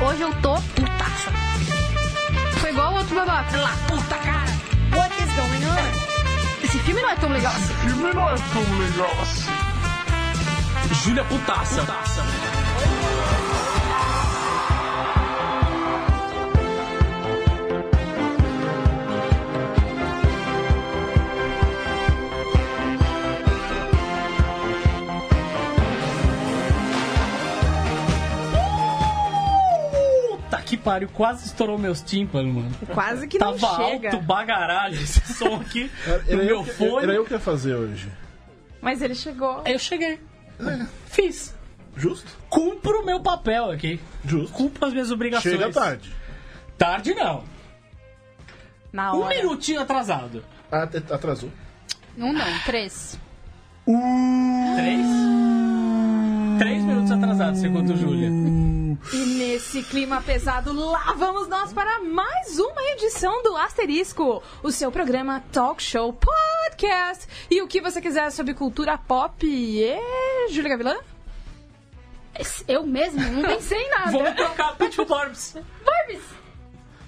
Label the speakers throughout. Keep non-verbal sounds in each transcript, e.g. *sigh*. Speaker 1: Hoje eu tô putaça. Foi igual o outro babaca. Lá, puta cara. What is going on? Esse filme não é tão legal assim.
Speaker 2: filme não é tão legal assim.
Speaker 3: Júlia Putaça. Putaça. Puta que pariu, quase estourou meus tímpanos, mano.
Speaker 4: Quase
Speaker 1: Tá
Speaker 4: que
Speaker 3: Tava
Speaker 4: não chega.
Speaker 3: alto bagaralho esse som aqui no
Speaker 2: Era
Speaker 3: meu
Speaker 2: eu, que,
Speaker 3: fone.
Speaker 2: era eu que ia fazer hoje.
Speaker 4: Mas ele chegou.
Speaker 3: Aí eu cheguei. Fiz.
Speaker 2: Justo?
Speaker 3: Cumpro o meu papel aqui.
Speaker 2: Justo.
Speaker 3: Cumpro as minhas obrigações.
Speaker 2: Chega tarde.
Speaker 3: Tarde não.
Speaker 4: Na
Speaker 3: Um
Speaker 4: hora.
Speaker 3: minutinho atrasado.
Speaker 2: At- Ah, Atrasou.
Speaker 1: Um não, três.
Speaker 3: Três. Três minutos atrasado, segundo o Júlia.
Speaker 4: E nesse clima pesado, lá vamos nós para mais uma edição do Asterisco, o seu programa Talk Show Podcast. E o que você quiser sobre cultura pop e. Júlia Gavilã?
Speaker 1: Esse- Eu mesmo não pensei em nada.
Speaker 3: Vamos trocar Pitch Forbes.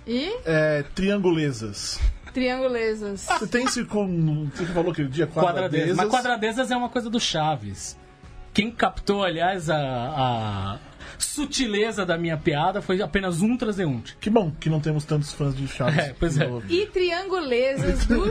Speaker 4: E
Speaker 2: É, triangulezas.
Speaker 4: triangulezas.
Speaker 2: Você tem esse com. Você que falou aquele dia
Speaker 3: Quadradezas.
Speaker 2: quadradezas.
Speaker 3: Mas quadradezas é uma coisa do Chaves. Quem captou, aliás, a, a sutileza da minha piada foi apenas um traseunte.
Speaker 2: Que bom que não temos tantos fãs de Chaves.
Speaker 3: É, pois é.
Speaker 2: no-
Speaker 4: E triangulezas do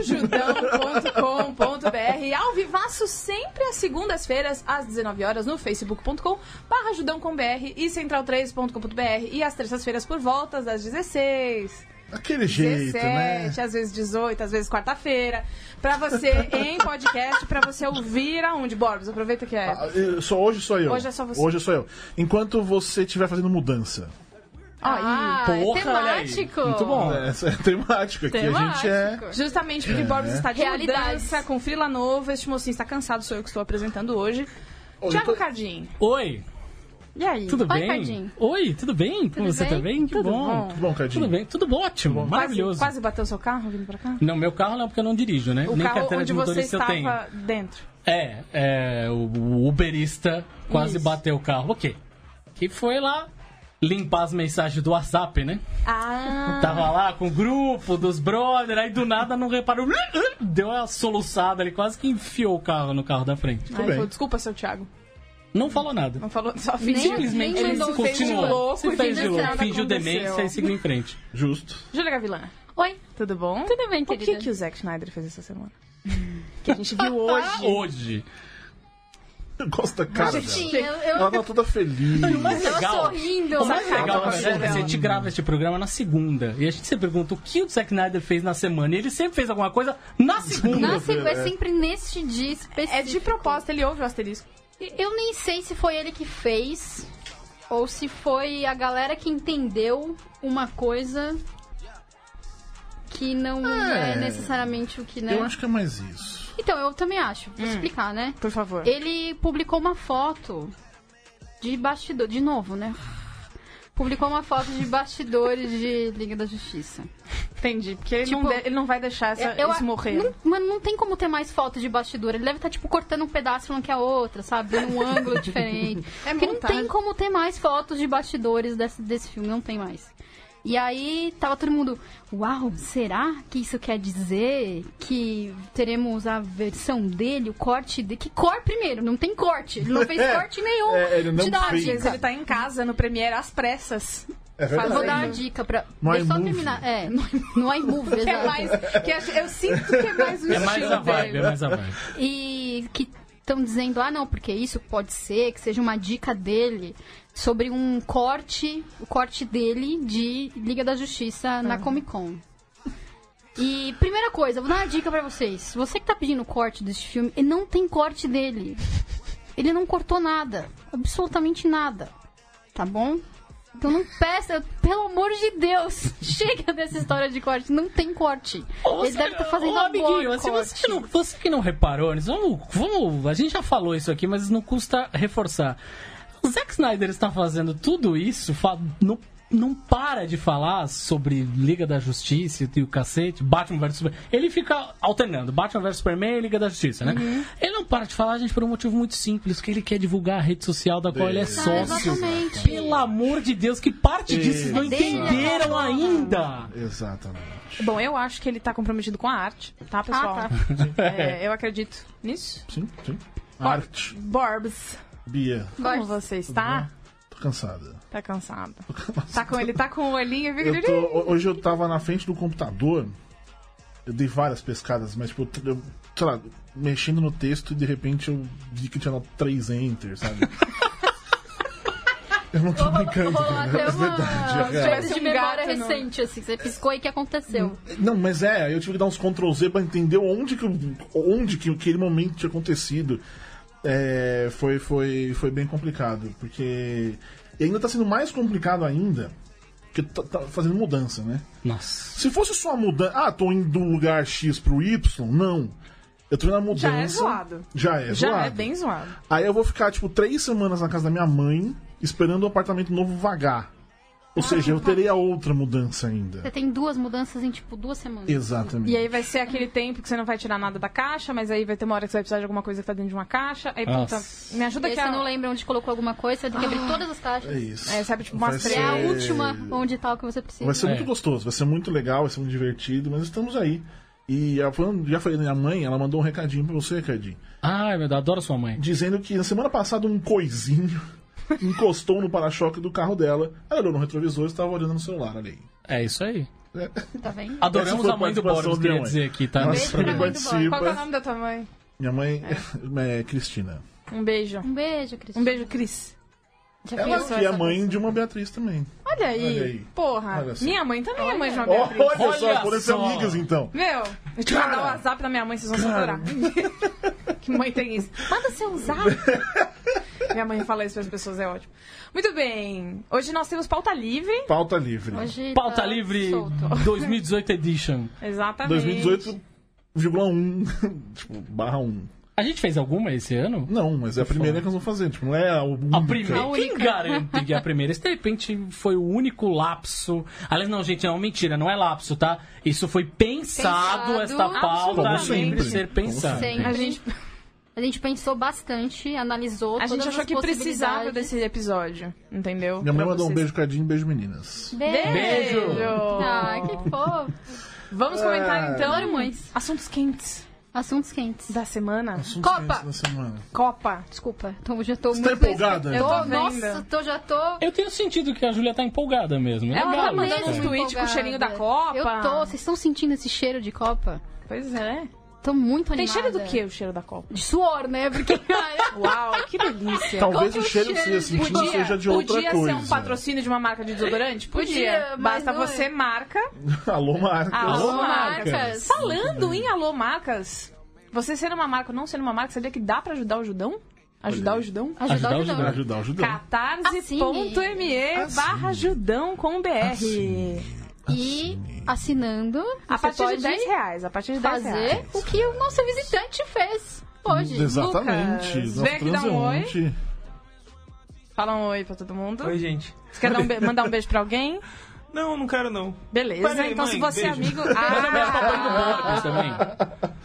Speaker 4: judão.com.br ao vivaço sempre às segundas-feiras às 19 horas no facebook.com barra judão.com.br e central3.com.br e às terças-feiras por volta das 16
Speaker 2: Aquele jeito,
Speaker 4: 17,
Speaker 2: né?
Speaker 4: às vezes 18, às vezes quarta-feira. Pra você em podcast, pra você ouvir aonde, Borbs? Aproveita que é.
Speaker 2: Ah, eu- Só hoje sou eu.
Speaker 4: Hoje é só você.
Speaker 2: Hoje sou eu. Enquanto você estiver fazendo mudança.
Speaker 1: Ah, é
Speaker 3: Porra, olha aí.
Speaker 1: temático.
Speaker 3: Muito bom.
Speaker 2: É, essa é *laughs* a temática aqui. A gente é.
Speaker 1: Temático.
Speaker 4: Justamente porque Borbs está de
Speaker 1: Realidades.
Speaker 4: mudança, com frila novo, este mocinho está cansado, sou eu que estou apresentando hoje.
Speaker 2: Ô,
Speaker 4: Tiago
Speaker 2: então-
Speaker 4: Cardim,
Speaker 3: Oi,
Speaker 4: e aí?
Speaker 3: tudo
Speaker 1: Oi,
Speaker 3: bem?
Speaker 1: Cardinho.
Speaker 3: Oi, tudo bem?
Speaker 1: Tudo
Speaker 3: Como você tá
Speaker 1: bem?
Speaker 3: bem? Que
Speaker 4: Tudo
Speaker 3: bom.
Speaker 4: bom.
Speaker 2: Tudo bom, Cadinho?
Speaker 3: Tudo bem, tudo bom, ótimo,
Speaker 4: Quase-
Speaker 3: maravilhoso.
Speaker 4: Quase, bateu seu carro vindo pra cá?
Speaker 3: Não, meu carro não, porque eu não dirijo, né?
Speaker 4: O
Speaker 3: Nem
Speaker 4: carro
Speaker 3: carteira
Speaker 4: onde
Speaker 3: de
Speaker 4: você
Speaker 3: motorista eu tenho.
Speaker 4: estava dentro.
Speaker 3: É, é, o- o Uberista quase
Speaker 4: Isso.
Speaker 3: bateu o carro. O quê? Que foi lá limpar as mensagens do WhatsApp, né?
Speaker 4: Ah,
Speaker 3: Tava lá com o grupo dos brothers, aí do nada não reparou. Deu uma soluçada ali, quase que enfiou o carro no carro da frente.
Speaker 4: Ai,
Speaker 2: bem.
Speaker 4: falou, desculpa, seu Thiago.
Speaker 3: Não falou nada.
Speaker 4: Não falou, só
Speaker 1: Nem-
Speaker 4: fingiu.
Speaker 3: Simplesmente
Speaker 1: nem
Speaker 3: ele
Speaker 1: mandou um
Speaker 4: fez de
Speaker 3: continuou.
Speaker 4: louco
Speaker 3: Se
Speaker 4: e
Speaker 3: fez de
Speaker 4: fingiu que
Speaker 3: louco,
Speaker 4: nada
Speaker 3: fingiu demência
Speaker 4: aconteceu.
Speaker 3: e seguiu em frente.
Speaker 2: Justo. *laughs*
Speaker 4: Júlia Gavilã,
Speaker 1: Oi,
Speaker 4: tudo bom?
Speaker 1: tudo bem,
Speaker 4: O
Speaker 1: querida?
Speaker 4: que, que o Zack Schneider fez essa semana? *laughs* que a gente viu hoje.
Speaker 3: Hoje.
Speaker 2: Eu gosto da cara
Speaker 1: Sim,
Speaker 2: dela.
Speaker 1: eu, eu
Speaker 2: Ela tá toda feliz.
Speaker 1: tava
Speaker 3: legal.
Speaker 1: sorrindo.
Speaker 3: O mais
Speaker 4: Sacada
Speaker 3: legal
Speaker 4: pra
Speaker 3: mas é que
Speaker 4: caramba.
Speaker 3: assim, a gente grava este programa na segunda. E a gente se pergunta o que o Zack Snyder fez na semana. E ele sempre fez alguma coisa na segunda.
Speaker 1: Nossa, é
Speaker 2: é.
Speaker 1: sempre neste dia específico.
Speaker 4: É de propósito, ele ouve o asterisco.
Speaker 1: Eu nem sei se foi ele que fez ou se foi a galera que entendeu uma coisa que não é,
Speaker 2: É.
Speaker 1: necessariamente o que né.
Speaker 2: Eu acho que é mais isso.
Speaker 1: Então, eu também acho. Vou explicar, né?
Speaker 4: Por favor.
Speaker 1: Ele publicou uma foto de bastidor, de novo, né? Publicou uma foto de bastidores de Liga da Justiça.
Speaker 4: Entendi, porque ele,
Speaker 1: Tipo,
Speaker 4: não, de- ele não vai deixar essa,
Speaker 1: Eu-
Speaker 4: isso morrer.
Speaker 1: Não, mano, não tem como ter mais foto de bastidor. Ele deve estar, tipo, cortando um pedaço falando que a outra, sabe?
Speaker 4: *laughs*
Speaker 1: Num ângulo diferente.
Speaker 4: É
Speaker 1: Porque não
Speaker 4: montagem.
Speaker 1: tem como ter mais fotos de bastidores desse, desse filme, não tem mais. E aí tava todo mundo, uau, será que isso quer dizer que teremos a versão dele, o corte dele? Que cor primeiro? Não tem corte. Ele não fez corte
Speaker 2: *laughs*
Speaker 1: nenhum.
Speaker 2: É, ele não
Speaker 1: Te dá uma
Speaker 2: fez.
Speaker 1: dica.
Speaker 4: Mas ele tá em casa, no Premiere, às pressas.
Speaker 2: É
Speaker 1: Eu
Speaker 2: verdade.
Speaker 1: vou dar uma dica pra.
Speaker 2: No
Speaker 1: Deixa eu só
Speaker 2: iMovie.
Speaker 1: terminar. É, no, no iMovie,
Speaker 2: *laughs*
Speaker 4: Que é
Speaker 1: exato.
Speaker 4: mais, que é- eu sinto que é mais o
Speaker 3: É mais
Speaker 4: estilo
Speaker 3: a vibe, é
Speaker 4: dele.
Speaker 3: mais a vibe.
Speaker 1: e que estão dizendo, ah, não, porque isso pode ser que seja uma dica dele sobre um corte, o corte dele de Liga da Justiça na Comic Con. E primeira coisa, vou dar uma dica pra vocês. Você que tá pedindo corte desse filme, e não tem corte dele. Ele não cortou nada, absolutamente nada. Tá bom? Então não peça, pelo amor de Deus, *laughs* chega dessa história de corte, não tem corte. Ele deve estar fazendo
Speaker 3: Ô, amiguinho, assim, se você, que não, você que não reparou, né, vamos, vamos, a gente já falou isso aqui, mas não custa reforçar. O Zack Snyder está fazendo tudo isso fa- no não para de falar sobre Liga da Justiça e o cacete, Batman vs Superman. Ele fica alternando Batman vs Superman e Liga da Justiça, né?
Speaker 1: Uhum.
Speaker 3: Ele não para de falar, gente, por um motivo muito simples, que ele quer divulgar a rede social da qual ele é
Speaker 2: Dele. Ah,
Speaker 3: sócio.
Speaker 1: exatamente.
Speaker 3: Pelo amor de Deus, que parte disso vocês não
Speaker 1: É dele,
Speaker 3: entenderam
Speaker 1: acabou.
Speaker 3: ainda?
Speaker 2: Exatamente.
Speaker 4: Bom, eu acho que ele tá comprometido com a arte, tá, pessoal?
Speaker 1: Ah,
Speaker 4: É, eu acredito nisso.
Speaker 2: Sim, sim. Arte.
Speaker 4: Borbs,
Speaker 2: Bia,
Speaker 4: como
Speaker 1: Borbs.
Speaker 4: você está?
Speaker 2: tô cansada.
Speaker 4: Tá
Speaker 2: *laughs*
Speaker 4: cansado. Tá com, ele tá com o olhinho...
Speaker 2: Eu tô- ho- hoje eu tava na frente do computador, eu dei várias pescadas, mas tipo, eu- eu, sei lá, mexendo no texto e de repente eu vi que tinha lá três enter,
Speaker 1: *laughs*
Speaker 2: sabe? eu não tô brincando,
Speaker 1: Rolou *laughs*
Speaker 2: cara.
Speaker 1: até
Speaker 2: *laughs* É
Speaker 1: uma
Speaker 2: verdade, cara.
Speaker 1: espécie
Speaker 4: Parece
Speaker 1: de
Speaker 4: um
Speaker 1: memória
Speaker 4: gato, não.
Speaker 1: recente, assim, que você piscou e que aconteceu.
Speaker 2: Não, mas é, aí eu tive que dar uns Ctrl Z pra entender onde que, eu- onde que aquele momento tinha acontecido. É, foi, foi, foi bem complicado, porque. E ainda tá sendo mais complicado ainda, porque tá, tá fazendo mudança, né?
Speaker 3: Nossa.
Speaker 2: Se fosse só a mudança. Ah, tô indo do lugar X pro Y, não. Eu tô indo na mudança.
Speaker 4: Já é zoado.
Speaker 2: Já é
Speaker 4: Já
Speaker 2: zoado.
Speaker 4: é bem zoado.
Speaker 2: Aí eu vou ficar, tipo, três semanas na casa da minha mãe, esperando o apartamento novo vagar. Ou
Speaker 4: Ah,
Speaker 2: seja, eu terei a outra mudança
Speaker 4: *laughs*
Speaker 2: ainda.
Speaker 1: Você tem duas mudanças em, tipo, duas semanas.
Speaker 2: Exatamente.
Speaker 4: E aí vai ser aquele tempo que você não vai tirar nada da caixa, mas aí vai ter uma hora que você vai precisar de alguma coisa que tá dentro de uma caixa. Aí, puta,
Speaker 3: Nossa.
Speaker 4: me
Speaker 1: E
Speaker 4: ajuda
Speaker 1: aí
Speaker 4: aqui
Speaker 1: você
Speaker 4: a...
Speaker 1: não lembra onde colocou alguma coisa, você tem que abrir todas as caixas.
Speaker 2: É isso.
Speaker 4: É, sabe, tipo,
Speaker 2: Vai
Speaker 4: umas
Speaker 1: E
Speaker 4: três.
Speaker 1: é
Speaker 4: É.
Speaker 1: a última onde tá o que você precisa.
Speaker 2: Vai ser
Speaker 3: É.
Speaker 2: muito gostoso, vai ser muito legal, vai ser muito divertido, mas estamos aí. E eu falando- já falei da minha mãe, ela mandou um recadinho pra você, Ricardinho.
Speaker 3: Ai, meu Deus, adoro sua mãe.
Speaker 2: dizendo que na semana passada um coisinho *laughs* encostou no para-choque do carro dela. Ela olhou no retrovisor e estava olhando no celular ali.
Speaker 3: É isso aí.
Speaker 1: Tá vendo?
Speaker 2: Essa
Speaker 3: Adoramos
Speaker 2: foi
Speaker 3: a mãe do
Speaker 2: participação
Speaker 3: Boris,
Speaker 2: da minha
Speaker 3: queria
Speaker 2: mãe.
Speaker 3: dizer aqui, tá?
Speaker 2: Nossa,
Speaker 1: Beijo pra mãe do Boris.
Speaker 4: Qual que é o
Speaker 2: participa.
Speaker 4: nome da tua mãe?
Speaker 2: Minha mãe *laughs* é, Cristina.
Speaker 4: Um beijo.
Speaker 1: Um beijo, Cris.
Speaker 4: Um beijo, Cris.
Speaker 1: Já
Speaker 2: Ela
Speaker 1: pensou
Speaker 2: que é
Speaker 1: essa
Speaker 2: mãe
Speaker 1: coisa?
Speaker 2: de uma Beatriz também.
Speaker 4: Olha aí.
Speaker 2: Olha aí.
Speaker 4: Porra.
Speaker 2: Olha só.
Speaker 4: minha mãe também é mãe de uma Beatriz.
Speaker 2: Olha,
Speaker 3: Olha
Speaker 2: só, podem ser
Speaker 3: só.
Speaker 2: amigas então.
Speaker 4: Meu, eu te mandar o
Speaker 2: Cara.
Speaker 4: WhatsApp da minha mãe, vocês vão se adorar. *laughs* que mãe tem isso? Manda seu zap.
Speaker 2: *laughs*
Speaker 4: minha mãe fala isso para as pessoas, é ótimo. Muito bem. Hoje nós temos pauta livre.
Speaker 2: Pauta livre.
Speaker 1: Hoje
Speaker 3: Pauta
Speaker 1: tá
Speaker 3: Livre
Speaker 1: solto.
Speaker 3: 2018 Edition.
Speaker 4: Exatamente.
Speaker 2: 2018,1. *laughs* tipo, barra 1.
Speaker 3: A gente fez alguma esse ano?
Speaker 2: Não, mas é a primeira que nós vamos fazer. Tipo, não é a única.
Speaker 3: A primeira.
Speaker 1: A
Speaker 3: Quem
Speaker 1: única.
Speaker 3: garante que a primeira? Esse, de repente, foi o único lapso. Aliás, não, gente, é uma mentira, não é lapso, tá? Isso foi pensado,
Speaker 1: Pensado,
Speaker 3: esta pauta
Speaker 4: absolutamente.
Speaker 3: sempre ser
Speaker 2: Como
Speaker 3: pensada.
Speaker 1: sempre.
Speaker 4: A gente,
Speaker 1: A gente pensou bastante, analisou
Speaker 4: a
Speaker 1: todas
Speaker 4: gente achou
Speaker 1: as
Speaker 4: que precisava
Speaker 1: possibilidades.
Speaker 4: desse episódio, entendeu?
Speaker 2: Minha mãe
Speaker 4: Pra
Speaker 2: mandou um
Speaker 4: vocês.
Speaker 2: beijo, Cardinho, beijo, meninas.
Speaker 1: Beijo!
Speaker 3: Beijo!
Speaker 1: Ah, que fofo.
Speaker 4: Vamos comentar
Speaker 2: Ah.
Speaker 4: então
Speaker 1: Hormões.
Speaker 4: assuntos quentes
Speaker 1: Assuntos quentes.
Speaker 4: da semana.
Speaker 2: Assuntos
Speaker 1: Copa!
Speaker 2: quentes Da semana.
Speaker 4: É Copa.
Speaker 1: Desculpa, então já tô
Speaker 2: Você tá
Speaker 1: muito...
Speaker 2: empolgada?
Speaker 1: Eu tô,
Speaker 4: Eu tô
Speaker 1: nossa,
Speaker 4: vendo.
Speaker 1: tô, já tô...
Speaker 3: Eu tenho sentido que a Júlia tá empolgada mesmo. né?
Speaker 4: Ela
Speaker 3: Legal
Speaker 4: tá mandando
Speaker 3: isso.
Speaker 1: mesmo
Speaker 4: uns tweets com o
Speaker 1: empolgada.
Speaker 4: cheirinho da Copa.
Speaker 1: Eu tô, vocês estão sentindo esse cheiro de Copa?
Speaker 4: Pois é.
Speaker 1: Tô muito
Speaker 4: Tem
Speaker 1: animada.
Speaker 4: cheiro do que o cheiro da Copa?
Speaker 1: De suor, né? Porque... *laughs*
Speaker 4: Uau, que delícia.
Speaker 2: Talvez
Speaker 1: Qual
Speaker 2: o
Speaker 1: que é o
Speaker 2: cheiro que
Speaker 1: cheiro
Speaker 2: você ia
Speaker 1: de-
Speaker 2: sentir
Speaker 4: Podia,
Speaker 2: seja de outra
Speaker 4: podia
Speaker 2: coisa.
Speaker 4: ser um patrocínio de uma marca de desodorante? Podia.
Speaker 1: Podia, mas
Speaker 4: Basta
Speaker 1: não é.
Speaker 4: você marca.
Speaker 2: Alô, Marcos.
Speaker 4: Alô,
Speaker 1: Alô,
Speaker 4: marcas.
Speaker 1: marcas.
Speaker 4: Falando em alô, marcas, você sendo uma marca ou não sendo uma marca, sabia que dá pra ajudar o Judão? Ajudar o Judão?
Speaker 1: Ajudar o
Speaker 2: Pra
Speaker 1: Judão.
Speaker 2: ajudar, ajudar.
Speaker 4: catarse.me barra judão com BR.
Speaker 1: E assinando,
Speaker 4: A
Speaker 1: você
Speaker 4: partir
Speaker 1: pode
Speaker 4: de 10 reais. A partir de 10 reais.
Speaker 1: fazer o que o nosso visitante fez hoje.
Speaker 2: Hum, Exatamente.
Speaker 4: Lucas,
Speaker 2: nosso
Speaker 4: vem aqui dar um oi.
Speaker 2: transeunte.
Speaker 4: Fala um oi pra todo mundo.
Speaker 5: Oi, gente.
Speaker 4: Você quer dar um be- mandar um beijo pra alguém?
Speaker 5: Não, não quero não.
Speaker 4: Beleza.
Speaker 5: Peraí,
Speaker 4: então, se
Speaker 5: mãe,
Speaker 4: você é
Speaker 5: beijo.
Speaker 4: amigo.
Speaker 3: Isso
Speaker 4: Ah,
Speaker 3: tá também.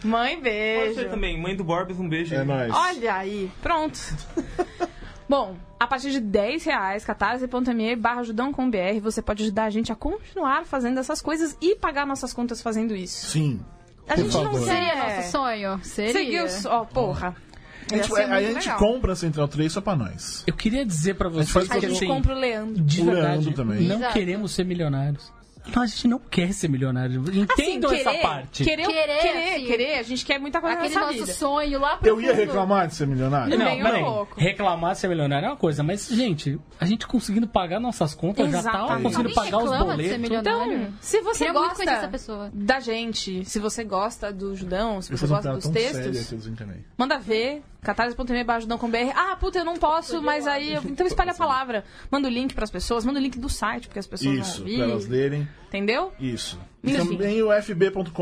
Speaker 4: mãe,
Speaker 5: Você
Speaker 4: beijo.
Speaker 5: também, mãe do Borbs, um beijo.
Speaker 2: É nóis.
Speaker 4: Olha aí, pronto. *laughs* Bom, a partir de 10 reais, catarse.me barra ajudão com BR, você pode ajudar a gente a continuar fazendo essas coisas e pagar nossas contas fazendo isso.
Speaker 2: Sim.
Speaker 4: A
Speaker 2: Por
Speaker 4: gente não
Speaker 2: favor.
Speaker 1: Seria
Speaker 4: É.
Speaker 1: nosso sonho. Seria.
Speaker 4: Seguiu, ó, porra.
Speaker 2: A gente,
Speaker 4: Ia ser
Speaker 2: aí
Speaker 4: muito
Speaker 2: a gente
Speaker 4: legal.
Speaker 2: compra a Central 3 só pra nós.
Speaker 3: Eu queria dizer pra vocês
Speaker 4: A
Speaker 3: que
Speaker 4: gente
Speaker 3: assim,
Speaker 4: compra o Leandro.
Speaker 3: de
Speaker 2: O
Speaker 3: verdade,
Speaker 2: Leandro também.
Speaker 3: não
Speaker 1: Exato.
Speaker 3: queremos ser milionários. Não, a gente não quer ser milionário. Entendam
Speaker 4: Assim,
Speaker 3: essa parte.
Speaker 4: Querer,
Speaker 1: Querer,
Speaker 4: querer, querer,
Speaker 1: assim.
Speaker 4: querer, a gente quer muita coisa
Speaker 1: Aquele
Speaker 4: nessa
Speaker 1: nosso
Speaker 4: vida.
Speaker 1: sonho lá pro
Speaker 2: Eu ia
Speaker 1: fundo.
Speaker 2: reclamar de ser milionário?
Speaker 4: Não. Nem um
Speaker 3: peraí.
Speaker 4: pouco.
Speaker 3: reclamar de ser milionário é uma coisa, mas, gente, a gente conseguindo pagar nossas contas já tá
Speaker 4: Exatamente.
Speaker 3: conseguindo
Speaker 1: Alguém
Speaker 3: pagar os
Speaker 1: reclama de ser
Speaker 3: boletos.
Speaker 1: milionário?
Speaker 4: Então, se você
Speaker 1: né? Queria muito
Speaker 4: gosta
Speaker 1: conhecer essa pessoa.
Speaker 4: da gente, se você gosta do Judão, se
Speaker 2: Eu
Speaker 4: você
Speaker 2: fiz uma
Speaker 4: gosta
Speaker 2: piada
Speaker 4: dos
Speaker 2: é tá tão séria
Speaker 4: textos,
Speaker 2: que eu desencanei.
Speaker 4: Manda ver, catarse.me barra Judão com BR. Ah, puta, eu não posso,
Speaker 1: né?
Speaker 4: mas aí. eu- Então espalha a palavra. Manda o link pras pessoas, manda o link do site, porque as pessoas
Speaker 2: Isso,
Speaker 4: vão ouvir.
Speaker 2: pra elas lerem.
Speaker 4: Entendeu?
Speaker 2: Isso. Então, E
Speaker 4: Enfim.
Speaker 2: também o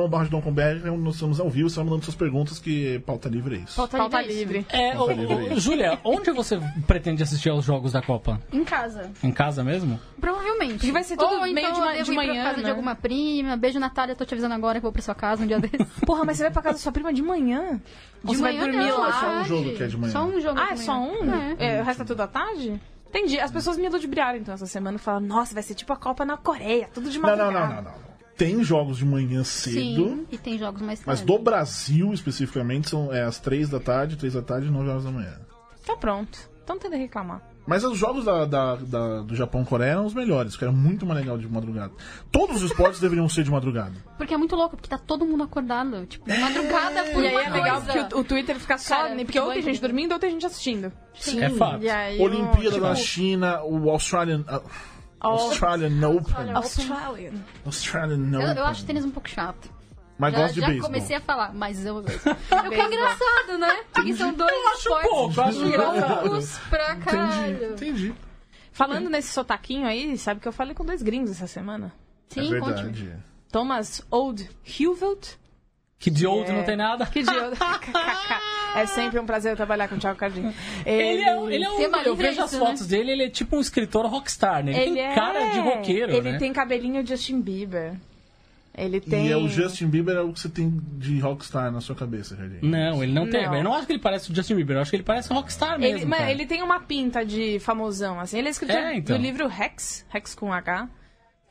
Speaker 2: fb.com.br, nós estamos ao vivo, estamos mandando suas perguntas, que pauta livre é isso.
Speaker 1: Falta,
Speaker 4: Falta
Speaker 1: livre.
Speaker 4: livre.
Speaker 3: É, ô, ô, Júlia, onde você pretende assistir aos jogos da Copa?
Speaker 1: Em casa.
Speaker 3: Em casa mesmo?
Speaker 1: Provavelmente.
Speaker 4: Porque vai ser tudo
Speaker 1: Ou
Speaker 4: meio
Speaker 1: então
Speaker 4: de ma-
Speaker 1: eu devo
Speaker 4: de
Speaker 1: ir pra
Speaker 4: manhã,
Speaker 1: casa de
Speaker 4: né?
Speaker 1: alguma prima. Beijo, Natália. Tô te avisando agora que eu vou pra sua casa um dia *laughs* desse.
Speaker 4: Porra, mas você vai pra casa da sua prima de manhã? Ou você vai dormir
Speaker 1: não,
Speaker 4: lá?
Speaker 1: à
Speaker 2: só um
Speaker 1: tarde.
Speaker 2: jogo que é de manhã.
Speaker 1: Só um jogo
Speaker 4: Ah,
Speaker 1: de
Speaker 4: é só
Speaker 1: manhã.
Speaker 4: um?
Speaker 1: É.
Speaker 4: É, o resto é tudo à tarde? Entendi. As pessoas me ludibriaram então essa semana falam, nossa, vai ser tipo a Copa na Coreia, tudo de
Speaker 2: Não,
Speaker 4: madrugada.
Speaker 2: não, não, não, não. Tem jogos de manhã cedo.
Speaker 1: Sim, é. e tem jogos mais
Speaker 2: Mas
Speaker 1: tarde.
Speaker 2: do Brasil, especificamente, são é, às 3 da tarde, 3 da tarde e 9 horas da manhã.
Speaker 4: Então pronto. Então tenta reclamar.
Speaker 2: Mas os jogos da, da- da- do Japão e Coreia eram os melhores, que era muito mais legal de madrugada. Todos os esportes deveriam ser de madrugada.
Speaker 1: Porque é muito louco, porque tá todo mundo acordado. Tipo,
Speaker 2: É,
Speaker 1: de madrugada por
Speaker 4: E aí
Speaker 1: uma
Speaker 4: é legal
Speaker 1: coisa.
Speaker 4: porque o, o Twitter fica só.
Speaker 1: Cara,
Speaker 4: porque ou tem
Speaker 1: doido.
Speaker 4: gente dormindo ou tem gente assistindo.
Speaker 3: É fato.
Speaker 4: E aí, o-
Speaker 2: Olimpíada
Speaker 4: tipo,
Speaker 2: da China, o Australian, a- Australian Open.
Speaker 4: Australian.
Speaker 2: Australian
Speaker 1: Eu,
Speaker 2: Open.
Speaker 1: eu acho o tênis um pouco chato.
Speaker 2: Mas
Speaker 1: Já,
Speaker 2: gosto de
Speaker 1: já
Speaker 2: beisebol.
Speaker 1: comecei a falar, mas
Speaker 2: *laughs*
Speaker 1: eu. o que é engraçado, né? Porque são dois esportes
Speaker 3: pouco, eu acho engraçado.
Speaker 1: loucos pra
Speaker 2: um Entendi,
Speaker 1: caralho.
Speaker 2: entendi.
Speaker 4: Falando nesse sotaquinho aí, sabe que eu falei com dois gringos essa semana?
Speaker 1: Sim,
Speaker 2: é
Speaker 1: conte-me.
Speaker 2: verdade.
Speaker 4: Thomas Old Huvelt.
Speaker 3: Que de outro não tem nada.
Speaker 4: Que idiota. *laughs*
Speaker 3: *laughs*
Speaker 4: é sempre um prazer trabalhar com o Thiago Cardim.
Speaker 3: Ele é, um- ele é um.
Speaker 1: Tema
Speaker 3: Eu
Speaker 1: livre é
Speaker 3: vejo as
Speaker 1: isso, né?
Speaker 3: fotos dele, ele é tipo um escritor rockstar, né? Ele, tem cara de roqueiro,
Speaker 4: é- Ele
Speaker 3: né?
Speaker 4: tem cabelinho Justin Bieber. Ele tem.
Speaker 2: E é o Justin Bieber é o que você tem de rockstar na sua cabeça, Jardim.
Speaker 3: Não, ele não, tem.
Speaker 4: Não.
Speaker 3: Eu não acho que ele parece o Justin Bieber, eu acho que ele parece um rockstar mesmo.
Speaker 4: Ele, mano,
Speaker 3: cara.
Speaker 4: ele tem uma pinta de famosão, assim. Ele é escritor
Speaker 3: É, então.
Speaker 4: do livro Rex, Rex com H,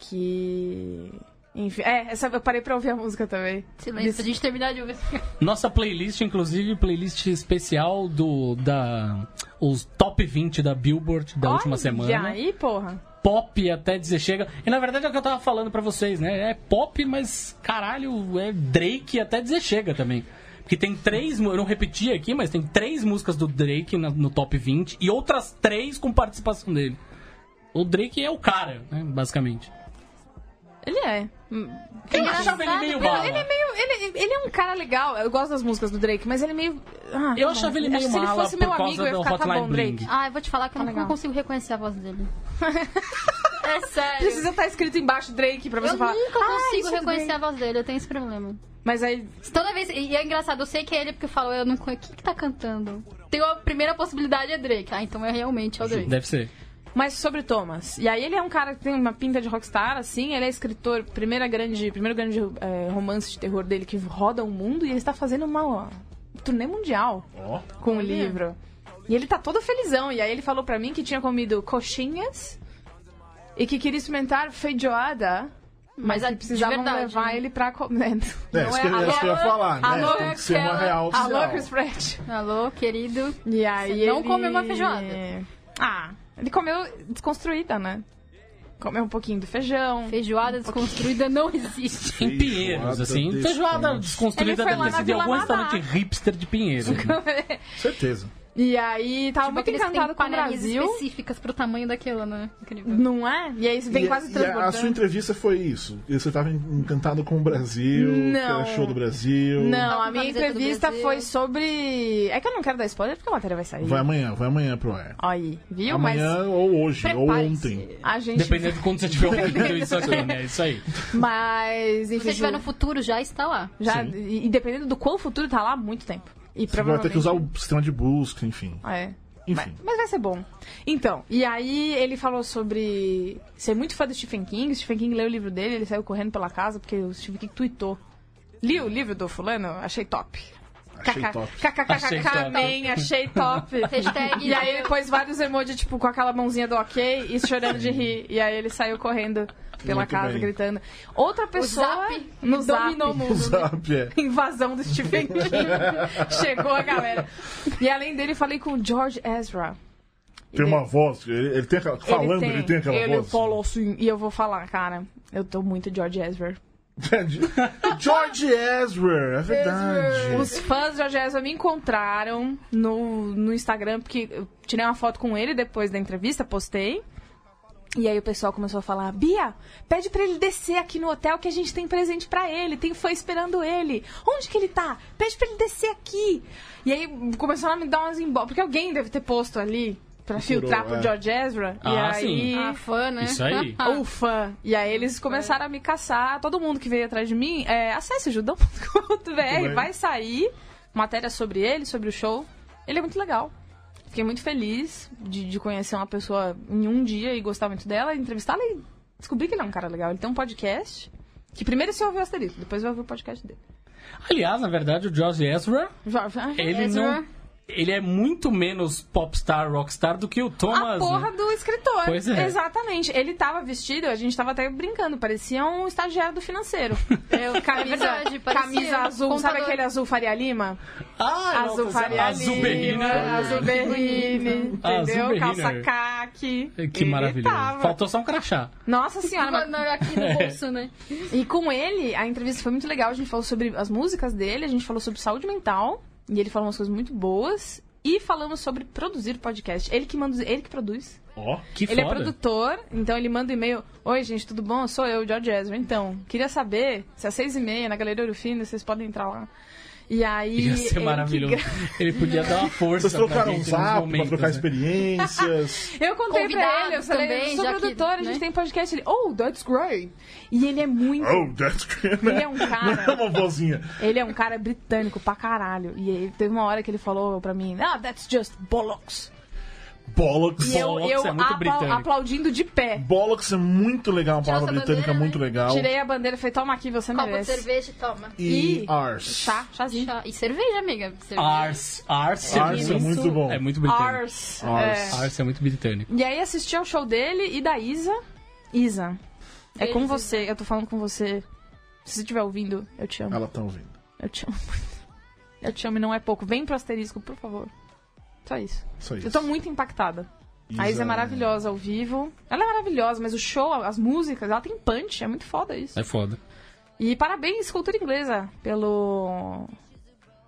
Speaker 4: que. Enfim, é, essa, eu parei pra ouvir a música também.
Speaker 1: Silêncio, pra gente terminar de ouvir.
Speaker 3: Nossa playlist, inclusive, playlist especial do. da. Os top 20 da Billboard da última
Speaker 4: E
Speaker 3: semana.
Speaker 4: aí, porra?
Speaker 3: Pop até dizer chega. E na verdade é o que eu tava falando pra vocês, né? É pop, mas caralho, é Drake até dizer chega também. Porque tem três, mu- eu não repeti aqui, mas tem três músicas do Drake na- no top 20 e outras três com participação dele. O Drake é o cara, né? Basicamente.
Speaker 4: Ele é. Hum,
Speaker 3: Eu achava ele meio bala.
Speaker 4: Ele é meio. Ele, ele é um cara legal. Eu gosto das músicas do Drake, mas ele é meio. Ah,
Speaker 3: Eu
Speaker 4: bom.
Speaker 3: achava ele
Speaker 4: Acho que
Speaker 3: meio
Speaker 4: Se ele
Speaker 3: mala
Speaker 4: fosse
Speaker 3: por
Speaker 4: meu
Speaker 3: causa
Speaker 4: amigo, eu ia
Speaker 3: do
Speaker 4: ficar tá
Speaker 3: Hotline
Speaker 4: bom,
Speaker 3: Bling.
Speaker 4: Drake.
Speaker 1: Ah, eu vou te falar que eu não,
Speaker 4: Tá legal.
Speaker 1: não consigo reconhecer a
Speaker 4: *laughs*
Speaker 1: voz dele. é sério.
Speaker 4: Precisa estar escrito embaixo Drake pra você
Speaker 1: eu
Speaker 4: falar.
Speaker 1: nunca
Speaker 4: "Ah,
Speaker 1: consigo
Speaker 4: isso é do
Speaker 1: reconhecer
Speaker 4: Drake."
Speaker 1: a voz dele, eu tenho esse problema.
Speaker 4: Mas aí.
Speaker 1: Toda vez. E é engraçado, eu sei que é ele porque eu falo, eu não conheço. Quem que tá cantando? Tem a primeira possibilidade é Drake. Ah, então é realmente é o Drake.
Speaker 3: Deve ser.
Speaker 4: Mas sobre o Thomas. E aí ele é um cara que tem uma pinta de rockstar, assim, ele é escritor, primeira grande, primeiro grande eh, romance de terror dele que roda o mundo e ele está fazendo uma ó, turnê mundial
Speaker 2: Ó.
Speaker 4: com o livro. E ele tá todo felizão. E aí ele falou pra mim que tinha comido coxinhas e que queria experimentar feijoada. Mas,
Speaker 1: Mas é
Speaker 4: que
Speaker 1: de
Speaker 4: precisavam
Speaker 1: verdade,
Speaker 4: levar
Speaker 1: né?
Speaker 4: ele pra comer.
Speaker 2: É, isso que, eu- isso que eu ia falar, né?
Speaker 4: alô,
Speaker 2: tem que ser uma
Speaker 1: aquela-
Speaker 2: real oficial.
Speaker 4: Alô, Chris Pratt.
Speaker 1: Alô, querido.
Speaker 4: E aí
Speaker 1: Você não
Speaker 4: ele-
Speaker 1: comeu uma feijoada.
Speaker 4: Ah, ele comeu desconstruída, né? Comeu um pouquinho do feijão.
Speaker 1: Feijoada
Speaker 4: Um
Speaker 1: desconstruída não existe.
Speaker 3: Em Pinheiros,
Speaker 2: Feijoada
Speaker 3: assim.
Speaker 2: desconstruída.
Speaker 3: Feijoada desconstruída
Speaker 4: Ele foi lá
Speaker 3: deve
Speaker 4: na
Speaker 3: ser de
Speaker 4: Vila
Speaker 3: algum
Speaker 4: Naná.
Speaker 3: restaurante hipster
Speaker 4: *laughs*
Speaker 3: de Pinheiros. né?
Speaker 2: Certeza.
Speaker 4: E aí tava muito
Speaker 1: Tipo aqueles que
Speaker 4: encantado
Speaker 1: têm
Speaker 4: é com o
Speaker 1: panelinhas
Speaker 4: Brasil.
Speaker 1: específicas pro tamanho daquela, né? Incrível.
Speaker 4: Não é? E aí vem
Speaker 2: E-
Speaker 4: quase
Speaker 2: e a, a
Speaker 4: transbordando.
Speaker 2: sua entrevista foi isso. E Você estava encantado com o Brasil,
Speaker 4: Não.
Speaker 2: que era show do Brasil.
Speaker 4: Não,
Speaker 1: Tá
Speaker 4: a
Speaker 1: com
Speaker 4: minha
Speaker 1: camiseta do
Speaker 4: entrevista
Speaker 1: Brasil.
Speaker 4: foi sobre. É que eu não quero dar spoiler porque a matéria vai sair.
Speaker 2: Vai amanhã, vai amanhã pro ar.
Speaker 4: Aí, viu?
Speaker 2: Amanhã ou hoje, ou
Speaker 1: Prepare-se.
Speaker 2: ontem.
Speaker 4: Mas a gente.
Speaker 3: Dependendo de quando você tiver
Speaker 4: *laughs*
Speaker 3: ouvido isso aqui, né? Isso aí.
Speaker 4: Mas,
Speaker 1: Se você
Speaker 4: enfim.
Speaker 1: estiver no futuro, já está lá.
Speaker 4: já...
Speaker 2: Sim.
Speaker 4: E e dependendo do quão futuro tá lá, há muito tempo. E
Speaker 2: Você vai
Speaker 4: provavelmente.
Speaker 2: ter que usar o sistema de busca, enfim.
Speaker 4: Ah, É.
Speaker 2: Enfim.
Speaker 4: Mas vai ser bom. Então, e aí ele falou sobre ser muito fã do Stephen King. O Stephen King leu o livro dele, ele saiu correndo pela casa porque o Stephen King tweetou. Li o livro do fulano? Achei top.
Speaker 2: Achei
Speaker 4: Kkk,
Speaker 2: top. *laughs*
Speaker 3: Achei
Speaker 4: Kkkk,
Speaker 3: top.
Speaker 4: amém, achei top. *laughs*
Speaker 1: Hashtag-
Speaker 4: E aí ele pôs vários emojis, tipo, com aquela mãozinha do ok e chorando de rir. E aí ele saiu correndo pela
Speaker 2: Muito
Speaker 4: casa,
Speaker 2: bem.
Speaker 4: gritando. Outra pessoa
Speaker 1: Zap
Speaker 4: no dominou o
Speaker 2: O
Speaker 4: mundo. né?
Speaker 2: Zap é.
Speaker 4: invasão do Stephen King. Chegou a galera. E além dele, falei com o George Ezra.
Speaker 2: Tem uma voz, ele, ele tem aquela. Falando, ele tem aquela
Speaker 4: ele
Speaker 2: voz.
Speaker 4: falou assim, e eu vou falar, cara, eu tô muito George Ezra.
Speaker 2: Entendi. George Ezra, é verdade.
Speaker 4: Os fãs do George Ezra me encontraram no, no Instagram, porque eu tirei uma foto com ele depois da entrevista, postei. E aí o pessoal começou a falar: Bia, pede pra ele descer aqui no hotel que a gente tem presente pra ele, tem fã esperando ele. Onde que ele tá? Pede pra ele descer aqui. E aí começaram a me dar umas embolas, porque alguém deve ter posto ali. pra
Speaker 2: Misturou,
Speaker 4: filtrar pro
Speaker 2: é.
Speaker 4: George Ezra. e
Speaker 3: Ah,
Speaker 4: aí.
Speaker 3: sim.
Speaker 1: Ah, fã,
Speaker 4: É.
Speaker 1: né?
Speaker 3: Isso
Speaker 1: *laughs*
Speaker 3: aí.
Speaker 4: Ou fã. E aí eles começaram a me caçar. Todo mundo que veio atrás de mim, é, acesse judão.com.br,
Speaker 2: bem.
Speaker 4: vai sair matéria sobre ele, sobre o show. Ele é muito legal. Fiquei muito feliz de, de conhecer uma pessoa em um dia e gostar muito dela, entrevistá-la e descobri que ele é um cara legal. Ele tem um podcast. Que primeiro você ouviu o asterisco, depois vai ouvir o podcast dele.
Speaker 3: Aliás, na verdade, o George Ezra,
Speaker 4: É,
Speaker 3: ele
Speaker 1: Ezra.
Speaker 3: não. Ele é muito menos popstar, rockstar do que o Thomas.
Speaker 4: a porra
Speaker 3: né?
Speaker 4: do escritor.
Speaker 3: Pois é.
Speaker 4: Exatamente. Ele tava vestido, a gente tava até brincando, parecia um estagiário do
Speaker 3: *laughs*
Speaker 4: financeiro. Eu, camisa,
Speaker 1: verdade, parecia
Speaker 4: camisa azul, sabe
Speaker 1: contador.
Speaker 4: aquele azul Faria Lima?
Speaker 3: Ah,
Speaker 4: azul
Speaker 3: nossa,
Speaker 4: Faria
Speaker 3: Azul né?
Speaker 4: Lima,
Speaker 3: Berrina.
Speaker 4: Azul Berrine, entendeu?
Speaker 3: Berrine.
Speaker 4: Calça caque.
Speaker 3: Que
Speaker 4: Ele
Speaker 3: maravilhoso.
Speaker 4: tava.
Speaker 3: Faltou só um crachá.
Speaker 4: Nossa senhora, mas-
Speaker 1: Não, aqui *laughs* no bolso, né?
Speaker 4: e com ele, a entrevista foi muito legal. A gente falou sobre as músicas dele, a gente falou sobre saúde mental. E ele falou umas coisas muito boas. E falamos sobre produzir podcast. Ele que manda, ele que produz.
Speaker 2: Ó.
Speaker 3: Que
Speaker 4: Ele é
Speaker 3: foda.
Speaker 4: produtor, então ele manda um e-mail. Oi, gente, tudo bom? Sou eu, George Ezra. Então, queria saber se às seis e meia na Galeria Orofino vocês podem entrar lá. E aí.
Speaker 3: Ia ser
Speaker 4: ele
Speaker 3: maravilhoso.
Speaker 4: que
Speaker 3: Ele podia dar uma força.
Speaker 2: Vocês trocaram
Speaker 3: pra
Speaker 2: um
Speaker 3: gente
Speaker 2: zap
Speaker 3: nos momentos,
Speaker 2: pra trocar
Speaker 3: né?
Speaker 4: *laughs*
Speaker 2: experiências.
Speaker 4: gra- *laughs* Eu contei pra
Speaker 1: Convidados
Speaker 4: ele, eu falei,
Speaker 1: também,
Speaker 4: eu sou
Speaker 1: já que,
Speaker 4: produtor, a gente
Speaker 1: né?
Speaker 4: tem podcast. Ele, oh, that's great. E ele é muito.
Speaker 2: oh, that's good.
Speaker 4: Ele é um cara.
Speaker 2: Não é uma vozinha.
Speaker 4: Ele é um cara britânico pra caralho. E aí teve uma hora que ele falou pra mim, ah, that's just bollocks.
Speaker 2: Bollocks.
Speaker 4: E eu,
Speaker 3: Bollocks
Speaker 4: eu
Speaker 3: é muito
Speaker 4: apla-
Speaker 3: britânico.
Speaker 4: aplaudindo de pé.
Speaker 2: Bollocks é muito legal, uma palavra
Speaker 1: Tirou essa
Speaker 2: britânica
Speaker 1: bandeira,
Speaker 2: muito
Speaker 1: né?
Speaker 2: legal.
Speaker 4: Tirei a bandeira e falei, toma aqui, você
Speaker 1: Copo de
Speaker 4: merece.
Speaker 1: cerveja, toma.
Speaker 4: e-
Speaker 2: E Ars.
Speaker 4: Chá, chazinho.
Speaker 1: Chá- E cerveja, amiga. Cerveja.
Speaker 3: Ars. Ars,
Speaker 2: Ars é
Speaker 3: isso-
Speaker 2: muito bom.
Speaker 3: É muito britânico.
Speaker 4: Ars.
Speaker 2: Ars.
Speaker 4: é.
Speaker 3: Ars é muito britânico.
Speaker 4: E aí assisti ao show dele e da Isa. Isa, é
Speaker 1: Beijo,
Speaker 4: com
Speaker 1: Isa.
Speaker 4: você, eu tô falando com você. Se você estiver ouvindo, eu te amo.
Speaker 2: Ela tá ouvindo.
Speaker 4: Eu te amo *laughs* muito. Eu te amo e não é pouco. Vem pro asterisco, por favor. Só isso.
Speaker 2: Só isso.
Speaker 4: Eu tô muito impactada. A Isa é maravilhosa ao vivo. Ela é maravilhosa, mas o show, as músicas, ela tem punch, é muito foda isso.
Speaker 3: É foda.
Speaker 4: E parabéns, cultura inglesa, pelo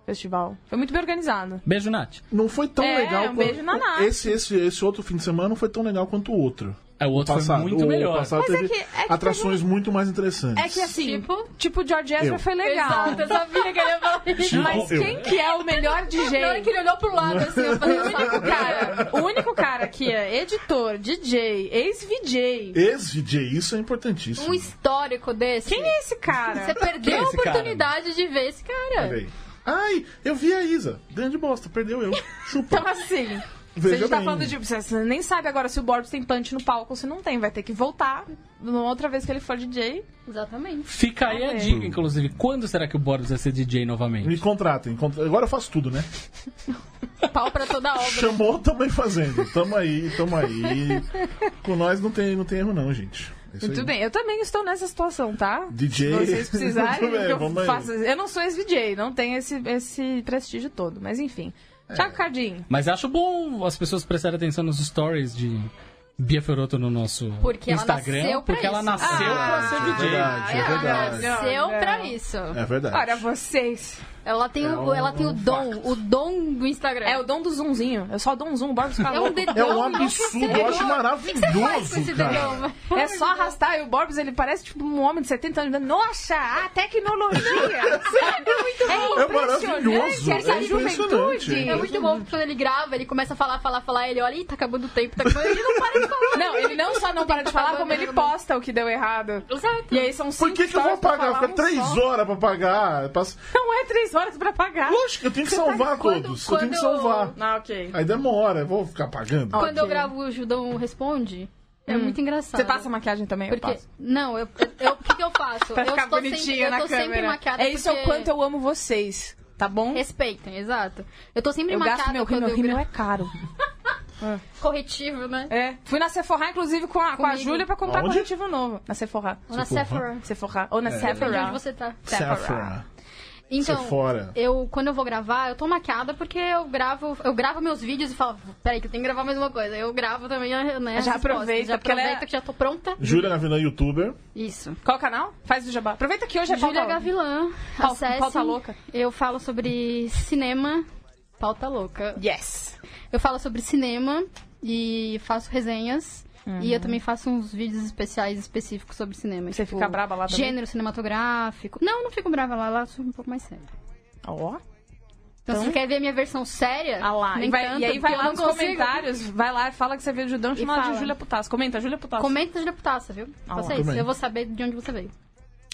Speaker 4: festival. Foi muito bem organizado.
Speaker 3: Beijo, Nath.
Speaker 2: Não foi tão
Speaker 4: É,
Speaker 2: legal
Speaker 4: um beijo na Nath.
Speaker 2: esse, esse, esse outro fim de semana não foi tão legal quanto o outro.
Speaker 3: É, o outro
Speaker 2: Passado.
Speaker 3: foi muito
Speaker 2: o
Speaker 3: melhor.
Speaker 2: passado
Speaker 4: Mas é
Speaker 2: teve
Speaker 4: que- é que teve
Speaker 2: atrações muito mais interessantes.
Speaker 4: É que assim,
Speaker 1: Tipo?
Speaker 4: tipo George Ezra
Speaker 2: Eu.
Speaker 4: foi legal.
Speaker 1: Exato, eu sabia que ele ia falar isso.
Speaker 2: Tipo,
Speaker 4: Mas
Speaker 2: eu.
Speaker 4: quem que é o
Speaker 1: *laughs*
Speaker 4: melhor
Speaker 1: Na hora
Speaker 4: DJ?
Speaker 1: que ele olhou pro lado, assim, eu falei, eu
Speaker 4: O
Speaker 1: *laughs*
Speaker 4: único cara, o único cara que é editor, DJ, ex-VJ.
Speaker 2: Ex-DJ, isso é importantíssimo.
Speaker 1: um histórico desse.
Speaker 4: Quem é esse
Speaker 1: Você
Speaker 4: cara?
Speaker 1: perdeu a
Speaker 3: esse cara?
Speaker 1: oportunidade de ver esse
Speaker 4: É.
Speaker 2: Olha
Speaker 1: cara.
Speaker 2: aí. Ai, eu vi a Isa. Grande bosta, perdeu eu. Chupa.
Speaker 4: Então assim, se a
Speaker 2: Veja
Speaker 4: gente tá
Speaker 2: bem.
Speaker 4: falando de. Você nem sabe agora se o Borbs tem punch no palco ou se não tem. Vai ter que voltar numa outra vez que ele for DJ.
Speaker 1: Exatamente.
Speaker 3: Fica aí a
Speaker 4: Amém.
Speaker 3: dica, inclusive. Quando será que o Boris vai ser DJ novamente?
Speaker 2: Me contratem. contra- Agora eu faço tudo, né?
Speaker 1: Pau pra toda obra.
Speaker 2: Chamou, também fazendo. Tamo aí, tamo aí. Com nós não tem, não tem erro, não, gente. É isso
Speaker 4: Muito
Speaker 2: aí.
Speaker 4: bem, eu também estou nessa situação, tá?
Speaker 2: DJ.
Speaker 4: Se
Speaker 2: *laughs*
Speaker 4: vocês precisarem,
Speaker 2: Muito bem,
Speaker 4: que eu
Speaker 2: vamos aí.
Speaker 4: faço. Eu não sou ex-VJ, não tenho esse, esse prestígio todo, mas enfim.
Speaker 2: É.
Speaker 4: Tiago Cardim,
Speaker 3: Mas acho bom as pessoas prestarem atenção nos stories de Bia Feroto no nosso
Speaker 1: Porque ela
Speaker 3: Instagram.
Speaker 1: nasceu pra
Speaker 3: porque ela
Speaker 1: isso. Ah,
Speaker 3: nasceu pra ser
Speaker 2: é
Speaker 3: DJ.
Speaker 2: verdade, é
Speaker 1: Ela
Speaker 2: verdade.
Speaker 1: nasceu
Speaker 4: Não, não.
Speaker 1: pra isso.
Speaker 2: É verdade.
Speaker 4: olha vocês.
Speaker 1: Ela tem,
Speaker 2: É
Speaker 1: o,
Speaker 2: um-
Speaker 1: ela tem o
Speaker 2: um
Speaker 1: dom, o dom do Instagram.
Speaker 4: É o dom do zoomzinho. Eu só dou um zoom, o Borbs fica
Speaker 1: É um
Speaker 4: louco.
Speaker 1: dedão.
Speaker 2: É um
Speaker 1: não, que
Speaker 2: absurdo, eu
Speaker 1: você
Speaker 2: acho
Speaker 1: pegou. O que você faz com esse
Speaker 2: maravilhoso, cara.
Speaker 1: dedão?
Speaker 4: É só arrastar e o Borbs, ele parece tipo um homem de 70 anos. Nossa, a tecnologia! Sabe? Muito bom.
Speaker 2: É maravilhoso,
Speaker 4: impressionante essa
Speaker 2: é
Speaker 4: juventude.
Speaker 2: impressionante.
Speaker 1: É muito bom, porque quando ele grava, ele começa a falar, falar, falar, ele olha, ih, tá acabando o tempo, tá acabando, ele não para de falar.
Speaker 4: *laughs* Não, ele não só não para de falar, como ele posta o que deu errado.
Speaker 1: Exato.
Speaker 4: E aí são cinco
Speaker 2: Por que, que eu vou
Speaker 4: stories pra
Speaker 2: pagar?
Speaker 4: falar
Speaker 2: Fica
Speaker 4: um
Speaker 2: três
Speaker 4: só.
Speaker 2: horas pra pagar. Passa-
Speaker 4: Não é três horas pra pagar.
Speaker 2: Lógico, eu tenho
Speaker 4: tá
Speaker 2: que salvar
Speaker 1: tá quando-
Speaker 2: todos. Eu
Speaker 1: quando-
Speaker 2: tenho que salvar.
Speaker 4: Ah, ok.
Speaker 2: Aí demora, eu vou ficar pagando.
Speaker 1: Quando eu
Speaker 4: Ok.
Speaker 1: gravo o Judão Responde, é muito engraçado.
Speaker 4: Hum. Você passa maquiagem também? Eu
Speaker 1: Porque,
Speaker 4: passo.
Speaker 1: não, eu, eu, o que, que eu
Speaker 4: *laughs*
Speaker 1: faço?
Speaker 4: Pra
Speaker 1: eu
Speaker 4: ficar
Speaker 1: estou
Speaker 4: bonitinha
Speaker 1: sempre,
Speaker 4: na
Speaker 1: eu tô
Speaker 4: câmera.
Speaker 1: sempre maquiada.
Speaker 4: é isso é o
Speaker 1: porque-
Speaker 4: quanto eu amo vocês, tá bom?
Speaker 1: Respeitem, exato. Eu tô sempre
Speaker 4: Eu
Speaker 1: maquiada
Speaker 4: gasto meu
Speaker 1: quando
Speaker 4: rímel,
Speaker 1: eu
Speaker 4: rímel
Speaker 1: gravo.
Speaker 4: é caro.
Speaker 1: corretivo, né?
Speaker 4: É. Fui na Sephora, inclusive, com a, com a
Speaker 1: Comigo.
Speaker 4: Júlia pra comprar
Speaker 2: Aonde?
Speaker 4: corretivo novo. Na Sephora.
Speaker 2: É
Speaker 1: Ou na Sephora.
Speaker 4: Sephora. Ou na
Speaker 1: Depende de
Speaker 4: Sephora.
Speaker 1: onde você tá.
Speaker 2: tipo, Sephora. é
Speaker 1: Então,
Speaker 2: Sephora.
Speaker 1: eu quando eu vou gravar, eu tô maquiada porque eu gravo, eu gravo meus vídeos e falo, peraí, que eu tenho que gravar mais uma coisa. Eu gravo também, né? as respostas.
Speaker 4: aproveita,
Speaker 1: já
Speaker 4: porque ela é-
Speaker 1: aproveito que já tô pronta.
Speaker 2: Júlia Gavilã, youtuber.
Speaker 1: Isso.
Speaker 4: Qual canal? Faz o jabá. Aproveita que hoje é
Speaker 1: Júlia
Speaker 4: pauta-
Speaker 1: Gavilã,
Speaker 4: Pau-
Speaker 1: acesse.
Speaker 4: pauta louca.
Speaker 1: Eu falo sobre cinema, pauta louca.
Speaker 4: Yes.
Speaker 1: Eu falo sobre cinema e faço resenhas. E eu também faço uns vídeos especiais específicos sobre cinema.
Speaker 4: Uhum.
Speaker 1: tipo
Speaker 4: Você fica brava lá também?
Speaker 1: Gênero cinematográfico. Não, não fico brava lá, lá eu sou um pouco mais séria.
Speaker 4: Ó.
Speaker 1: Então, se você quer ver a minha versão séria?
Speaker 4: Ah lá.
Speaker 1: nem
Speaker 4: E, vai-
Speaker 1: tanto,
Speaker 4: e aí vai
Speaker 1: porque eu
Speaker 4: lá
Speaker 1: não
Speaker 4: nos
Speaker 1: consigo.
Speaker 4: comentários, vai lá e fala que você veio do Judão, chama ela de
Speaker 1: fala.
Speaker 4: Júlia Putaço. Comenta, Júlia Putaço.
Speaker 1: Comenta de deputaça, viu?
Speaker 4: Ah lá.
Speaker 1: Faça isso,
Speaker 2: Também.
Speaker 1: eu vou saber de onde você veio.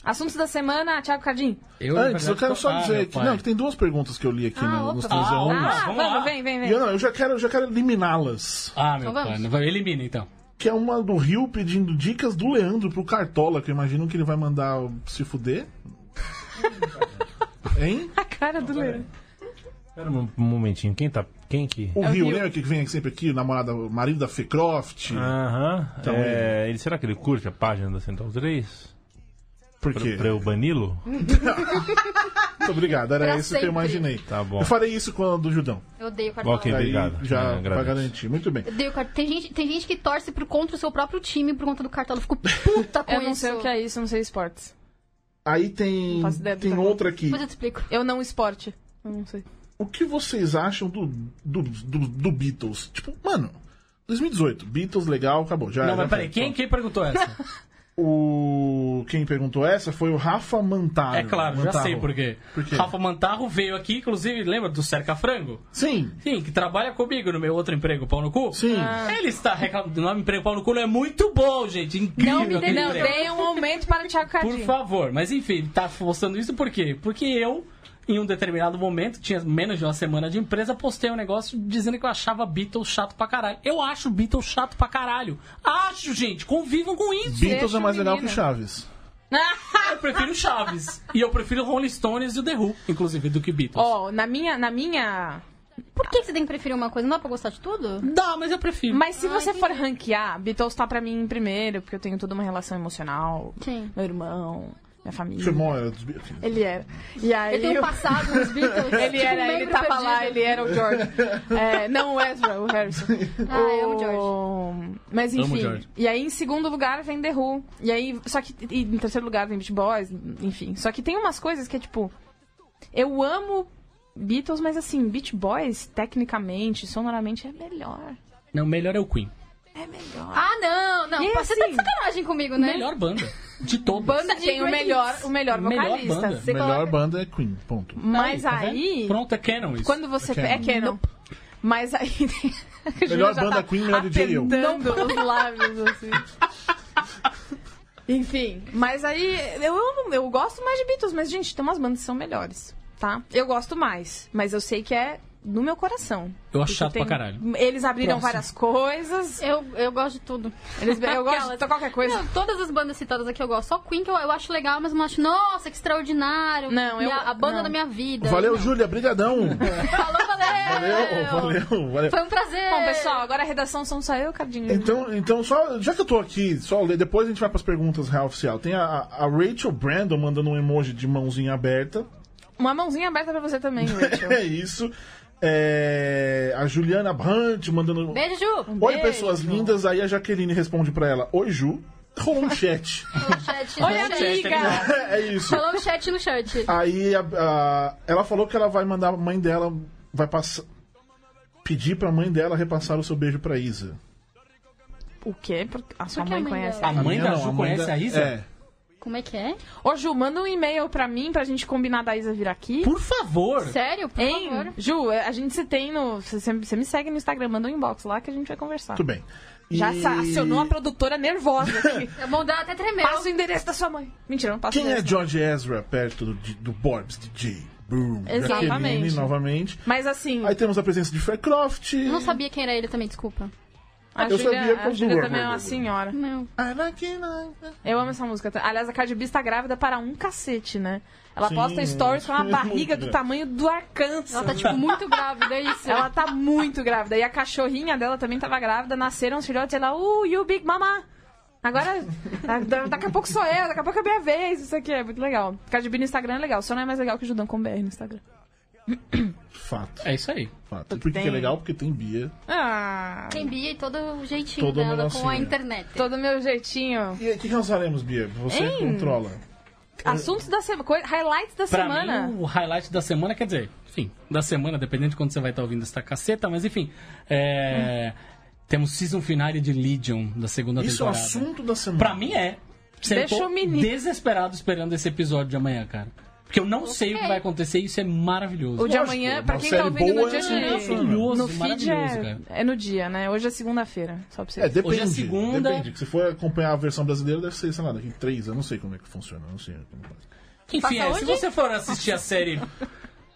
Speaker 4: Assuntos da semana, Thiago Cardim.
Speaker 3: Eu, na
Speaker 2: Antes, eu
Speaker 3: verdade,
Speaker 2: quero
Speaker 3: tô-
Speaker 2: É, só
Speaker 3: Ah,
Speaker 2: dizer
Speaker 3: meu
Speaker 2: que,
Speaker 3: pai.
Speaker 2: não, que tem duas perguntas que eu li aqui
Speaker 1: Ah,
Speaker 2: no-
Speaker 1: opa.
Speaker 2: nos é
Speaker 3: Ah,
Speaker 2: 311.
Speaker 3: vamos
Speaker 4: Ah,
Speaker 3: vamos
Speaker 4: vamos,
Speaker 3: lá.
Speaker 4: vem, vem,
Speaker 2: E
Speaker 4: vem.
Speaker 2: eu, não, eu já quero, eu já quero eliminá-las.
Speaker 3: Ah, meu
Speaker 1: Então
Speaker 3: pai.
Speaker 1: vamos.
Speaker 3: não vai- Elimina, então.
Speaker 2: Que é uma do Rio pedindo dicas do Leandro pro Cartola, que eu imagino que ele vai mandar se
Speaker 6: *laughs*
Speaker 2: fuder. hein?
Speaker 4: A cara do Leandro.
Speaker 6: Pera um momentinho, quem tá. Quem que.
Speaker 2: O
Speaker 4: É o
Speaker 2: Rio,
Speaker 4: Rio.
Speaker 2: lembra que vem sempre aqui, o namorado, o marido da Fecroft?
Speaker 6: Ah, Aham.
Speaker 2: Então,
Speaker 6: é, ele. será que ele curte a página da Central 3?
Speaker 2: Por
Speaker 6: Pra,
Speaker 2: quê?
Speaker 6: pra eu banilo?
Speaker 2: Muito
Speaker 4: *laughs*
Speaker 2: obrigado, era
Speaker 1: Pra
Speaker 2: isso que eu
Speaker 1: sempre.
Speaker 2: imaginei.
Speaker 6: Tá bom.
Speaker 2: Eu farei isso com a do Judão.
Speaker 1: Eu odeio cartola.
Speaker 6: Ok.
Speaker 2: Daí
Speaker 6: Obrigado.
Speaker 2: Já
Speaker 6: É,
Speaker 2: pra
Speaker 6: agradeço.
Speaker 2: garantir. Muito bem.
Speaker 1: Eu odeio cartola. Tem gente, tem gente que torce por contra o seu próprio time por conta do cartola. Eu fico puta com
Speaker 4: *laughs* Eu
Speaker 1: isso.
Speaker 4: não sei o que é isso, eu não sei esportes.
Speaker 2: Aí tem,
Speaker 4: Não faço ideia do
Speaker 2: tem
Speaker 4: que tá
Speaker 2: outra aqui.
Speaker 1: Depois eu te explico.
Speaker 4: Eu não esporte. Eu não sei.
Speaker 2: O que vocês acham do, do, do, do Beatles? Tipo, mano, 2018, Beatles, legal, acabou. Já,
Speaker 3: Não,
Speaker 2: já
Speaker 3: mas peraí,
Speaker 2: foi.
Speaker 3: quem, quem perguntou essa?
Speaker 2: *laughs* O... Quem perguntou essa foi o Rafa Mantaro.
Speaker 3: É claro, já
Speaker 2: Mantaro.
Speaker 3: sei por quê.
Speaker 2: Por quê?
Speaker 3: Rafa Mantarro veio aqui, inclusive, lembra do Cerca Frango?
Speaker 2: Sim,
Speaker 3: Sim, que trabalha comigo no meu outro emprego, pau no cu. Ah.
Speaker 2: sim.
Speaker 3: Ele está reclamando. O nome emprego pau no cu não é muito bom, gente. Incrível
Speaker 1: Não me
Speaker 3: aquele
Speaker 1: dê-
Speaker 4: Não,
Speaker 3: emprego.
Speaker 4: dei um aumento para o Thiago
Speaker 3: Por
Speaker 4: Cardim.
Speaker 3: favor. Mas enfim, ele tá postando isso por quê? Porque eu, em um determinado momento, tinha menos de uma semana de empresa, postei um negócio dizendo que eu achava Beatles chato pra caralho. Eu acho Beatles chato pra caralho. Acho, gente. Convivam com isso.
Speaker 2: Beatles é mais
Speaker 4: o
Speaker 2: legal que
Speaker 4: menino.
Speaker 2: Chaves.
Speaker 3: Eu
Speaker 4: *laughs*
Speaker 3: prefiro Chaves. E eu prefiro Rolling Stones e o The Who, inclusive, do que Beatles.
Speaker 4: *laughs* Ó, na minha, na minha...
Speaker 1: Por que que você tem que preferir uma coisa? Não dá pra gostar de tudo?
Speaker 3: Dá, mas eu prefiro.
Speaker 4: Mas se
Speaker 1: Ah,
Speaker 4: você
Speaker 1: entendi.
Speaker 4: for ranquear, Beatles tá pra mim em primeiro, porque eu tenho toda uma relação emocional.
Speaker 1: Sim.
Speaker 4: Meu irmão, minha família.
Speaker 2: Seu irmão era é dos Beatles.
Speaker 4: Ele era. E aí...
Speaker 1: Eu tenho um passado nos Beatles.
Speaker 4: *laughs* Ele
Speaker 1: tipo, um
Speaker 4: era, ele
Speaker 1: membro
Speaker 4: tava
Speaker 1: perdido.
Speaker 4: lá, ele era o George. É, não o Ezra, o Harrison.
Speaker 1: Ah, eu amo o George.
Speaker 4: Mas
Speaker 3: Amo o
Speaker 4: enfim.
Speaker 3: George.
Speaker 4: E aí em segundo lugar vem The Who. E aí, só que e em terceiro lugar vem Beach Boys, enfim. Só que tem umas coisas que é tipo, eu amo Beatles, mas assim, Beach Boys tecnicamente, sonoramente é melhor.
Speaker 3: Não, melhor é o Queen.
Speaker 4: É melhor.
Speaker 1: Ah, não, não.
Speaker 4: E
Speaker 1: você tá de
Speaker 4: assim?
Speaker 1: sacanagem comigo, né?
Speaker 3: Melhor banda. De todas. né?
Speaker 4: banda
Speaker 1: de
Speaker 4: tem o
Speaker 1: Grace.
Speaker 4: melhor, o melhor
Speaker 3: Melhor
Speaker 4: vocalista.
Speaker 3: banda.
Speaker 4: você
Speaker 2: Melhor
Speaker 4: coloca-
Speaker 2: banda é Queen, ponto.
Speaker 4: Mas
Speaker 3: tá vendo?
Speaker 4: aí,
Speaker 3: Pronto, é canon isso.
Speaker 4: quando você
Speaker 2: É Canon.
Speaker 4: é Canon. Mas aí *laughs* a Júlia
Speaker 2: Melhor
Speaker 4: já
Speaker 2: banda
Speaker 4: tá
Speaker 2: Queen, melhor DJ eu.
Speaker 4: Apertando os lábios, assim. Enfim, mas aí eu, amo- eu gosto mais de Beatles, mas gente, tem umas bandas que são melhores, tá? Eu gosto mais, mas eu sei que é no meu coração.
Speaker 3: Eu
Speaker 4: Porque
Speaker 3: acho chato
Speaker 4: tem-
Speaker 3: pra caralho.
Speaker 4: Eles abriram
Speaker 3: Próximo.
Speaker 4: várias coisas.
Speaker 1: Eu, eu gosto de tudo.
Speaker 4: Eles, eu gosto de
Speaker 1: Aquelas.
Speaker 4: tocar qualquer coisa.
Speaker 1: Não, todas as bandas citadas aqui eu gosto. Só Queen que eu, eu acho legal, mas não acho, nossa, que extraordinário.
Speaker 4: Não, eu-
Speaker 1: Minha- a banda
Speaker 4: não.
Speaker 1: da minha vida.
Speaker 2: Valeu,
Speaker 1: Não.
Speaker 2: Júlia, brigadão.
Speaker 1: Falou, valeu.
Speaker 2: valeu, valeu, valeu.
Speaker 1: Foi um prazer.
Speaker 4: Bom, pessoal, agora a redação são só eu, Cardinho.
Speaker 2: Então, então só, já que eu tô aqui, só ler, depois a gente vai pras perguntas real oficial. Tem a, a Rachel Brandon mandando um emoji de mãozinha aberta.
Speaker 4: Uma mãozinha aberta pra você também, Rachel.
Speaker 2: *laughs* É isso. É, a Juliana Brandt mandando.
Speaker 1: Beijo, Ju.
Speaker 2: Oi, pessoas lindas. Aí a Jaqueline responde pra ela: Oi, Ju. *laughs* Rolou um chat. *laughs*
Speaker 1: Falou chat.
Speaker 4: Oi,
Speaker 1: no chat.
Speaker 4: amiga!
Speaker 2: é isso.
Speaker 1: Falou o chat no chat.
Speaker 2: Aí a- a- ela falou que ela vai mandar a mãe dela. Vai passar. Pedir pra mãe dela repassar o seu beijo pra Isa.
Speaker 4: O quê? Porque a sua
Speaker 1: Por que
Speaker 4: mãe
Speaker 1: a mãe
Speaker 4: conhece.
Speaker 1: dela?
Speaker 3: A mãe
Speaker 2: Minha
Speaker 3: da
Speaker 2: não,
Speaker 3: Ju
Speaker 2: mãe
Speaker 3: conhece
Speaker 2: da-
Speaker 3: a Isa?
Speaker 2: É.
Speaker 1: Como é que é?
Speaker 4: Ô, Ju, manda um e-mail pra mim pra gente combinar da Isa vir aqui.
Speaker 3: Por favor.
Speaker 1: Sério? Por
Speaker 4: Hein?
Speaker 1: favor.
Speaker 4: Ju, é, a gente se tem no. Você você me segue no Instagram, manda um inbox lá que a gente vai conversar.
Speaker 2: Muito bem.
Speaker 4: Já
Speaker 2: E-
Speaker 4: sa- acionou a produtora nervosa aqui.
Speaker 1: Eu vou dar É até tremeu.
Speaker 4: Passa o endereço da sua mãe. Mentira, não passa o
Speaker 2: Quem é
Speaker 4: endereço.
Speaker 2: George Ezra perto do, de- do Borbs DJ? Boom.
Speaker 4: Exatamente.
Speaker 2: Jaqueline, novamente.
Speaker 4: Mas assim,
Speaker 2: Aí temos a presença de Faircroft.
Speaker 1: Eu não sabia quem era ele também, desculpa.
Speaker 4: a
Speaker 2: eu sabia
Speaker 4: Júlia, a
Speaker 2: quando
Speaker 4: Júlia
Speaker 2: eu
Speaker 4: também é uma
Speaker 2: lembro.
Speaker 4: senhora.
Speaker 1: Não.
Speaker 2: I like it, like it.
Speaker 4: Eu amo essa música. Aliás, a Cardi B está grávida para um cacete, né? Ela
Speaker 2: Sim.
Speaker 4: posta stories com uma barriga do tamanho do Arkansas.
Speaker 1: Ela tá, tipo, muito grávida, é isso.
Speaker 4: Ela tá muito grávida. E a cachorrinha dela também tava grávida. Nasceram os filhotes e ela, uh, you big mama. Agora, *laughs* da- da- daqui a pouco sou eu, daqui a pouco é minha vez. Isso aqui é muito legal. Cardi B no Instagram é legal, só não é mais legal que o Judão com BR no Instagram.
Speaker 2: Fato,
Speaker 3: É isso aí.
Speaker 2: fato. E Por que que é
Speaker 4: Tem-
Speaker 2: legal? Porque tem Bia.
Speaker 4: Ah,
Speaker 1: Tem Bia e todo o jeitinho
Speaker 2: Todo
Speaker 1: dela com
Speaker 2: negocinho.
Speaker 1: a internet.
Speaker 4: todo meu jeitinho.
Speaker 2: E aí, o que que nós faremos, Bia? Você
Speaker 4: Hein?
Speaker 2: controla.
Speaker 4: Assuntos da semana, highlights da
Speaker 3: Pra
Speaker 4: semana.
Speaker 3: mim, o highlight da semana, quer dizer, enfim, da semana, dependendo de quando você vai estar ouvindo essa caceta, mas enfim. é,
Speaker 4: Hum.
Speaker 3: Temos season finale de Legion da segunda
Speaker 2: Isso é o
Speaker 3: temporada.
Speaker 2: assunto da semana.
Speaker 3: Pra mim é. Sempre
Speaker 4: um Deixa
Speaker 3: tô
Speaker 4: o menino.
Speaker 3: desesperado esperando esse episódio de amanhã, cara. Porque eu não sei o que
Speaker 1: Ok.
Speaker 3: vai acontecer e isso é maravilhoso.
Speaker 4: O de
Speaker 2: Lógico,
Speaker 4: amanhã,
Speaker 2: uma
Speaker 4: pra quem tá
Speaker 2: série
Speaker 4: ouvindo
Speaker 2: boa
Speaker 4: no dia
Speaker 2: é
Speaker 4: seguinte.
Speaker 2: maravilhosa.
Speaker 3: maravilhoso,
Speaker 4: No feed
Speaker 3: maravilhoso, cara.
Speaker 4: é, é no dia, né? Hoje é segunda-feira, só pra você
Speaker 2: É,
Speaker 4: ver.
Speaker 2: depende.
Speaker 3: Hoje é segunda.
Speaker 2: Depende. Se for acompanhar a versão brasileira, deve ser, sei lá, daqui três. Eu não sei como é que funciona. eu Não sei. como faz.
Speaker 3: Enfim,
Speaker 4: Passa
Speaker 3: é, se
Speaker 4: onde?
Speaker 3: você for assistir a série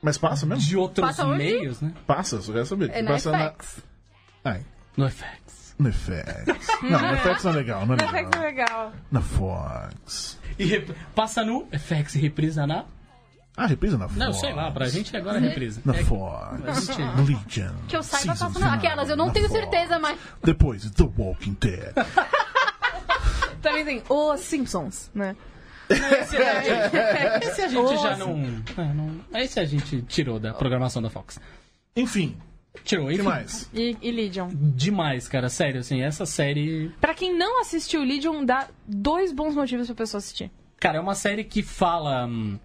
Speaker 2: Mas passa mesmo?
Speaker 3: de outros
Speaker 1: Passa onde?
Speaker 3: meios, né?
Speaker 2: Passa, só quero saber.
Speaker 1: É na
Speaker 2: passa
Speaker 1: FX.
Speaker 2: Ai,
Speaker 3: No FX.
Speaker 2: no FX.
Speaker 1: *laughs*
Speaker 2: Não, no FX não é legal, não
Speaker 4: Mas
Speaker 2: é
Speaker 4: *laughs* é que é
Speaker 2: legal.
Speaker 4: legal.
Speaker 2: Na Fox.
Speaker 3: E rep- passa no FX e reprisa na.
Speaker 2: Ah, reprisa na Fox.
Speaker 3: Não, sei lá, pra gente agora é reprisa.
Speaker 2: Na
Speaker 3: É-
Speaker 2: Fox. Legion.
Speaker 1: Que eu saiba
Speaker 2: Season
Speaker 1: passa na...
Speaker 2: final,
Speaker 1: Aquelas, eu não
Speaker 2: na
Speaker 1: tenho
Speaker 2: Fox.
Speaker 1: certeza, mas...
Speaker 2: Depois, The Walking Dead.
Speaker 4: Também tem Os Simpsons, né?
Speaker 3: Esse a gente já não, é, não. Esse a gente tirou da programação da Fox.
Speaker 2: Enfim,
Speaker 3: Tirou,
Speaker 2: o que
Speaker 3: enfim.
Speaker 2: mais?
Speaker 4: E, e Legion.
Speaker 3: Demais, cara, sério, assim, essa série.
Speaker 4: Pra quem não assistiu Legion, dá dois bons motivos pra pessoa assistir.
Speaker 3: Cara, é uma série que fala. hum,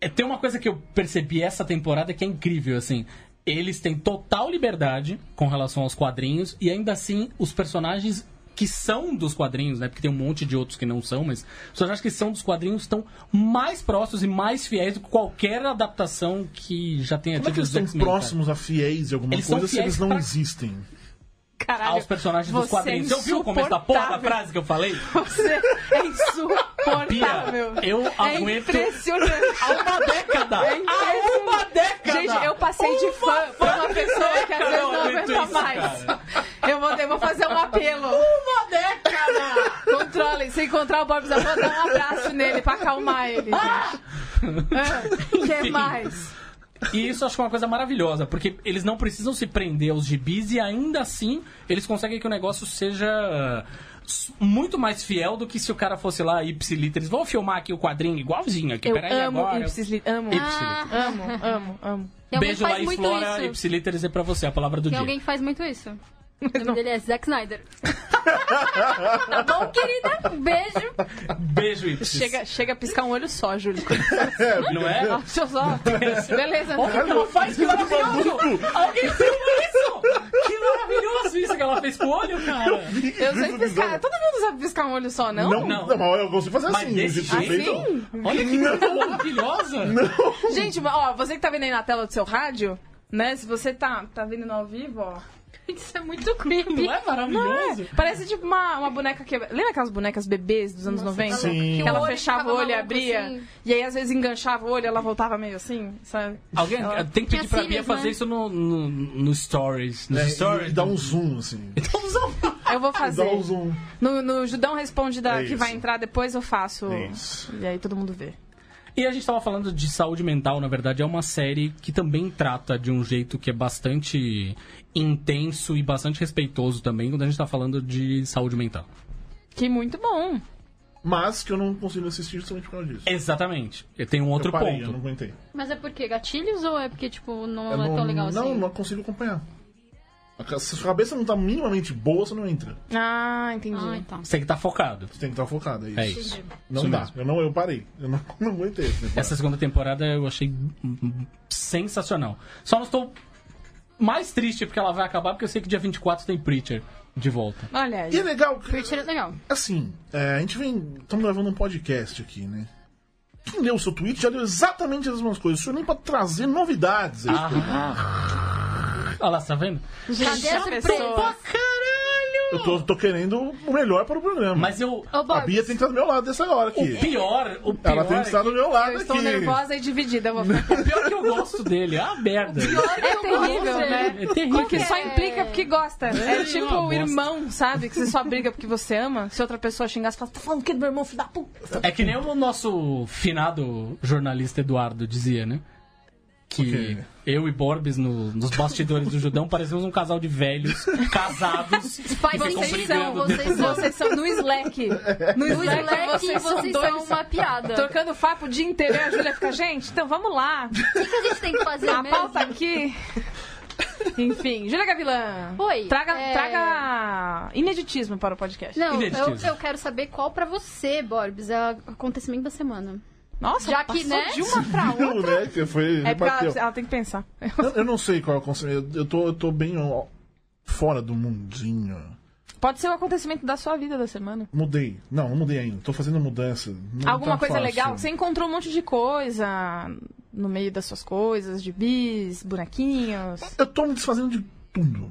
Speaker 3: é, tem uma coisa que eu percebi essa temporada que é incrível, assim. Eles têm total liberdade com relação aos quadrinhos e ainda assim os personagens que são dos quadrinhos, né? Porque tem um monte de outros que não são, mas os personagens que são dos quadrinhos estão mais próximos e mais fiéis do que qualquer adaptação que já tenha
Speaker 2: Como é
Speaker 3: tido
Speaker 2: que eles
Speaker 3: dos
Speaker 2: estão
Speaker 3: X-Men, cara.
Speaker 2: próximos a fiéis de alguma
Speaker 3: Eles são
Speaker 2: coisa se eles
Speaker 3: fiéis
Speaker 2: não
Speaker 3: pra-
Speaker 2: existem?
Speaker 4: Caralho.
Speaker 3: Aos personagens dos
Speaker 4: você
Speaker 3: quadrinhos.
Speaker 4: é
Speaker 3: Você ouviu o começo da porra da
Speaker 4: insuportável.
Speaker 3: frase que eu falei?
Speaker 4: *laughs* Você é insuportável.
Speaker 3: Bia, eu
Speaker 4: É
Speaker 3: aguento
Speaker 4: impressionante.
Speaker 3: há uma década!
Speaker 4: É
Speaker 3: há
Speaker 4: impressionante.
Speaker 3: uma década!
Speaker 4: Gente, eu passei de fã por uma pessoa que às
Speaker 3: Cara,
Speaker 4: vezes
Speaker 3: eu
Speaker 4: não
Speaker 3: aguento
Speaker 4: aguenta
Speaker 3: isso,
Speaker 4: mais.
Speaker 3: cara.
Speaker 4: Eu vou, eu vou fazer um apelo.
Speaker 3: Uma década!
Speaker 4: Controle. Se encontrar o Bob Zabon, dá um abraço nele pra acalmar ele.
Speaker 3: Ah!
Speaker 4: O que mais?
Speaker 3: E isso eu acho que é uma coisa maravilhosa, porque eles não precisam se prender aos gibis e ainda assim eles conseguem que o negócio seja s- muito mais fiel do que se o cara fosse lá ipsiliteres. Vou filmar aqui o quadrinho igualzinho aqui,
Speaker 4: Eu
Speaker 3: peraí
Speaker 4: amo
Speaker 3: agora.
Speaker 4: Ipsis, amo.
Speaker 3: Ipsiliteres.
Speaker 4: Amo, amo, amo.
Speaker 1: E Ah, alguém
Speaker 3: Beijo
Speaker 1: faz
Speaker 3: lá e
Speaker 1: muito
Speaker 3: Flora,
Speaker 1: isso.
Speaker 3: ipsiliteres é pra você, a palavra do
Speaker 1: Tem
Speaker 3: dia.
Speaker 1: alguém que faz muito isso. O nome dele é Zack Snyder. tá bom, querida? Beijo.
Speaker 3: Beijo, ipsis.
Speaker 4: Chega, chega a piscar um olho só,
Speaker 3: *laughs*
Speaker 4: Júlio.
Speaker 3: Não é?
Speaker 4: Deixa eu só. Beleza.
Speaker 3: Olha o que ela faz, que maravilhoso! Alguém filma isso! Que maravilhoso isso que ela fez com o olho, cara!
Speaker 4: Eu sei piscar. Todo mundo sabe piscar um olho só, não?
Speaker 2: Não,
Speaker 3: Não.
Speaker 2: não. mas eu consigo fazer
Speaker 3: Mas
Speaker 2: assim.
Speaker 3: desse
Speaker 2: de jeito. então.
Speaker 3: jeito? Olha que coisa maravilhosa!
Speaker 4: Gente, ó, você que tá vendo aí na tela do seu rádio, né? Se você tá, tá vendo no ao vivo, ó.
Speaker 1: Isso é muito creepy.
Speaker 3: Não é
Speaker 4: Não
Speaker 3: maravilhoso?
Speaker 4: é? Parece tipo uma, uma boneca que. Lembra aquelas bonecas bebês dos anos 90?
Speaker 2: tá louco. Sim.
Speaker 4: Que
Speaker 2: Que o
Speaker 4: ela
Speaker 1: olho
Speaker 4: fechava
Speaker 1: ficava
Speaker 4: o olho e
Speaker 1: maluco,
Speaker 4: abria.
Speaker 1: assim.
Speaker 4: E aí às vezes enganchava o olho e ela voltava meio assim, sabe?
Speaker 3: Alguém tem que pedir
Speaker 1: Tinha
Speaker 3: pra Bia
Speaker 1: cílios,
Speaker 3: fazer
Speaker 1: né?
Speaker 3: isso no, no, no stories. Nos
Speaker 2: É, e-
Speaker 3: *laughs* stories. Então,
Speaker 2: e dá um zoom, assim.
Speaker 4: Eu
Speaker 2: *laughs*
Speaker 4: vou
Speaker 2: Dá
Speaker 4: fazer.
Speaker 2: um zoom.
Speaker 4: No, no Judão Responde da,
Speaker 2: É
Speaker 4: que vai
Speaker 2: isso.
Speaker 4: entrar depois, eu faço.
Speaker 2: Isso.
Speaker 4: E aí todo mundo vê.
Speaker 3: E a gente tava falando de saúde mental, na verdade, é uma série que também trata de um jeito que é bastante intenso e bastante respeitoso também quando a gente tá falando de saúde mental.
Speaker 4: Que muito bom.
Speaker 2: Mas que eu não consigo assistir justamente por causa disso.
Speaker 3: Exatamente. E tem um É outro
Speaker 2: eu parei,
Speaker 3: ponto.
Speaker 2: Eu não aguentei.
Speaker 1: Mas é porque gatilhos ou é porque, tipo, não
Speaker 2: Eu
Speaker 1: é tão legal
Speaker 2: não,
Speaker 1: assim?
Speaker 2: não consigo acompanhar. A ca- Se a sua cabeça não tá minimamente boa, você não entra.
Speaker 4: Ah, entendi.
Speaker 1: Ah, então.
Speaker 3: Você que tá focado.
Speaker 2: Você tem que estar focado, é isso.
Speaker 3: É isso.
Speaker 2: Não
Speaker 3: Isso
Speaker 2: dá.
Speaker 3: mesmo.
Speaker 2: Eu não, eu parei. Eu não, *laughs* não aguentei. esse negócio.
Speaker 3: Essa segunda temporada eu achei hum, hum, sensacional. Só não estou mais triste porque ela vai acabar, porque eu sei que dia 24 tem Preacher de volta.
Speaker 4: Olha aí.
Speaker 2: E é legal, que-
Speaker 1: Preacher é legal.
Speaker 2: assim, é, a gente vem. Estamos gravando um podcast aqui, né? Quem leu o seu tweet já leu exatamente as mesmas coisas. O senhor nem pra trazer novidades.
Speaker 4: Ah.
Speaker 2: aí.
Speaker 3: Ah. Olha lá, você tá vendo?
Speaker 1: Cadê
Speaker 4: já
Speaker 1: a
Speaker 4: pensou?
Speaker 1: surpresa?
Speaker 3: Pra caralho!
Speaker 2: Eu tô, tô querendo o melhor para o programa.
Speaker 3: Mas eu.
Speaker 4: Ah,
Speaker 1: Ô,
Speaker 2: a
Speaker 1: Bob,
Speaker 2: Bia tem que estar do meu lado dessa hora
Speaker 3: O
Speaker 2: aqui.
Speaker 3: pior, o pior.
Speaker 2: Ela tem
Speaker 4: é
Speaker 2: que estar do meu lado
Speaker 4: Eu
Speaker 2: aqui.
Speaker 4: estou nervosa e dividida. Eu vou
Speaker 3: O pior que eu gosto dele. Ah, merda.
Speaker 4: É terrível,
Speaker 1: gosto,
Speaker 4: né?
Speaker 3: É terrível.
Speaker 4: Que só
Speaker 1: É.
Speaker 4: implica porque gosta. É,
Speaker 3: É,
Speaker 4: tipo
Speaker 3: uma
Speaker 4: o
Speaker 3: bosta.
Speaker 4: irmão, sabe? Que você só briga porque você ama. Se outra pessoa xingar, você fala, tá falando que é do meu irmão, filho da puta.
Speaker 3: É que nem o nosso finado jornalista Eduardo dizia, né? Que
Speaker 2: quê?
Speaker 3: eu e Borbes, no- nos bastidores do Judão, parecemos um casal de velhos
Speaker 4: *laughs*
Speaker 3: casados.
Speaker 1: faz
Speaker 3: Vocês
Speaker 1: vocês
Speaker 3: brigando
Speaker 1: são, vocês são.
Speaker 4: Vocês são no Slack. No
Speaker 1: No
Speaker 2: né?
Speaker 4: Slack,
Speaker 1: Slack,
Speaker 4: vocês, são
Speaker 1: vocês
Speaker 4: dois.
Speaker 1: são uma piada. Então, O
Speaker 4: Trocando papo o dia inteiro, e a Júlia fica, gente, então vamos lá.
Speaker 1: que a gente tem que fazer
Speaker 4: A
Speaker 1: mesmo?
Speaker 4: pauta aqui. Enfim, Júlia Gavilã.
Speaker 1: Oi,
Speaker 4: Traga,
Speaker 1: é-
Speaker 4: traga ineditismo para o podcast.
Speaker 1: Não, eu,
Speaker 3: Identitismo.
Speaker 1: eu quero saber qual pra você, Borbs, é o acontecimento da semana.
Speaker 4: Nossa,
Speaker 1: Já que,
Speaker 4: passou
Speaker 1: né?
Speaker 4: de uma
Speaker 2: *laughs*
Speaker 4: pra outra.
Speaker 2: Não, né? Que foi,
Speaker 4: É porque
Speaker 2: bateu.
Speaker 4: ela, ela tem que pensar.
Speaker 2: Eu, eu não sei qual é o conselho. Eu, eu tô, eu tô bem ó, fora do mundinho
Speaker 4: Pode ser o acontecimento da sua vida da semana.
Speaker 2: Mudei. Não, não mudei ainda. Tô fazendo mudança. Não
Speaker 4: Alguma
Speaker 2: tá
Speaker 4: coisa
Speaker 2: fácil.
Speaker 4: legal? Você encontrou um monte de coisa no meio das suas coisas, de bis, bonequinhos.
Speaker 2: Eu tô me desfazendo de tudo.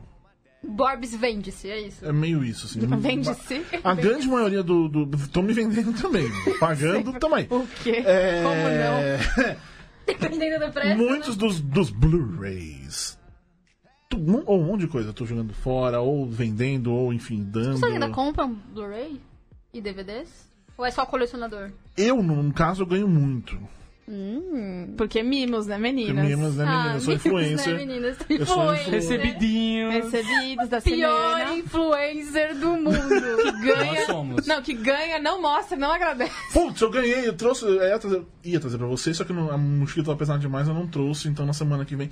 Speaker 1: Borbs vende-se, é isso?
Speaker 2: É meio isso, assim.
Speaker 4: Vende-se.
Speaker 2: A grande maioria do. do... Tô me vendendo também. Pagando também.
Speaker 4: O quê?
Speaker 2: É...
Speaker 4: Como
Speaker 1: Dependendo do preço.
Speaker 2: *laughs*
Speaker 1: né?
Speaker 2: Muitos dos, dos Blu-rays. Tu- mu- Ou um monte de coisa. Eu tô jogando fora, ou vendendo, ou enfim, dando.
Speaker 1: Você ainda compra um Blu-ray e DVDs? Ou é só colecionador?
Speaker 2: Eu, no caso, eu ganho muito.
Speaker 4: não? Porque mimos, né,
Speaker 2: Porque
Speaker 4: meninas?
Speaker 2: meninas, né, meninas? eu sou
Speaker 1: meninas,
Speaker 2: influencer.
Speaker 1: Né, meninas?
Speaker 2: Eu sou
Speaker 1: Influencer. é
Speaker 6: Recebidinho.
Speaker 4: Recebidos da
Speaker 1: Pior
Speaker 4: semana.
Speaker 1: influencer do mundo.
Speaker 3: Nós
Speaker 4: Ganha...
Speaker 3: somos.
Speaker 4: É. Não, que ganha, não mostra, não agradece.
Speaker 2: Putz, eu ganhei, eu trouxe. Eu ia trazer, ia trazer pra vocês, só que não- a mochila tava pesada demais, eu não trouxe, então na semana que vem.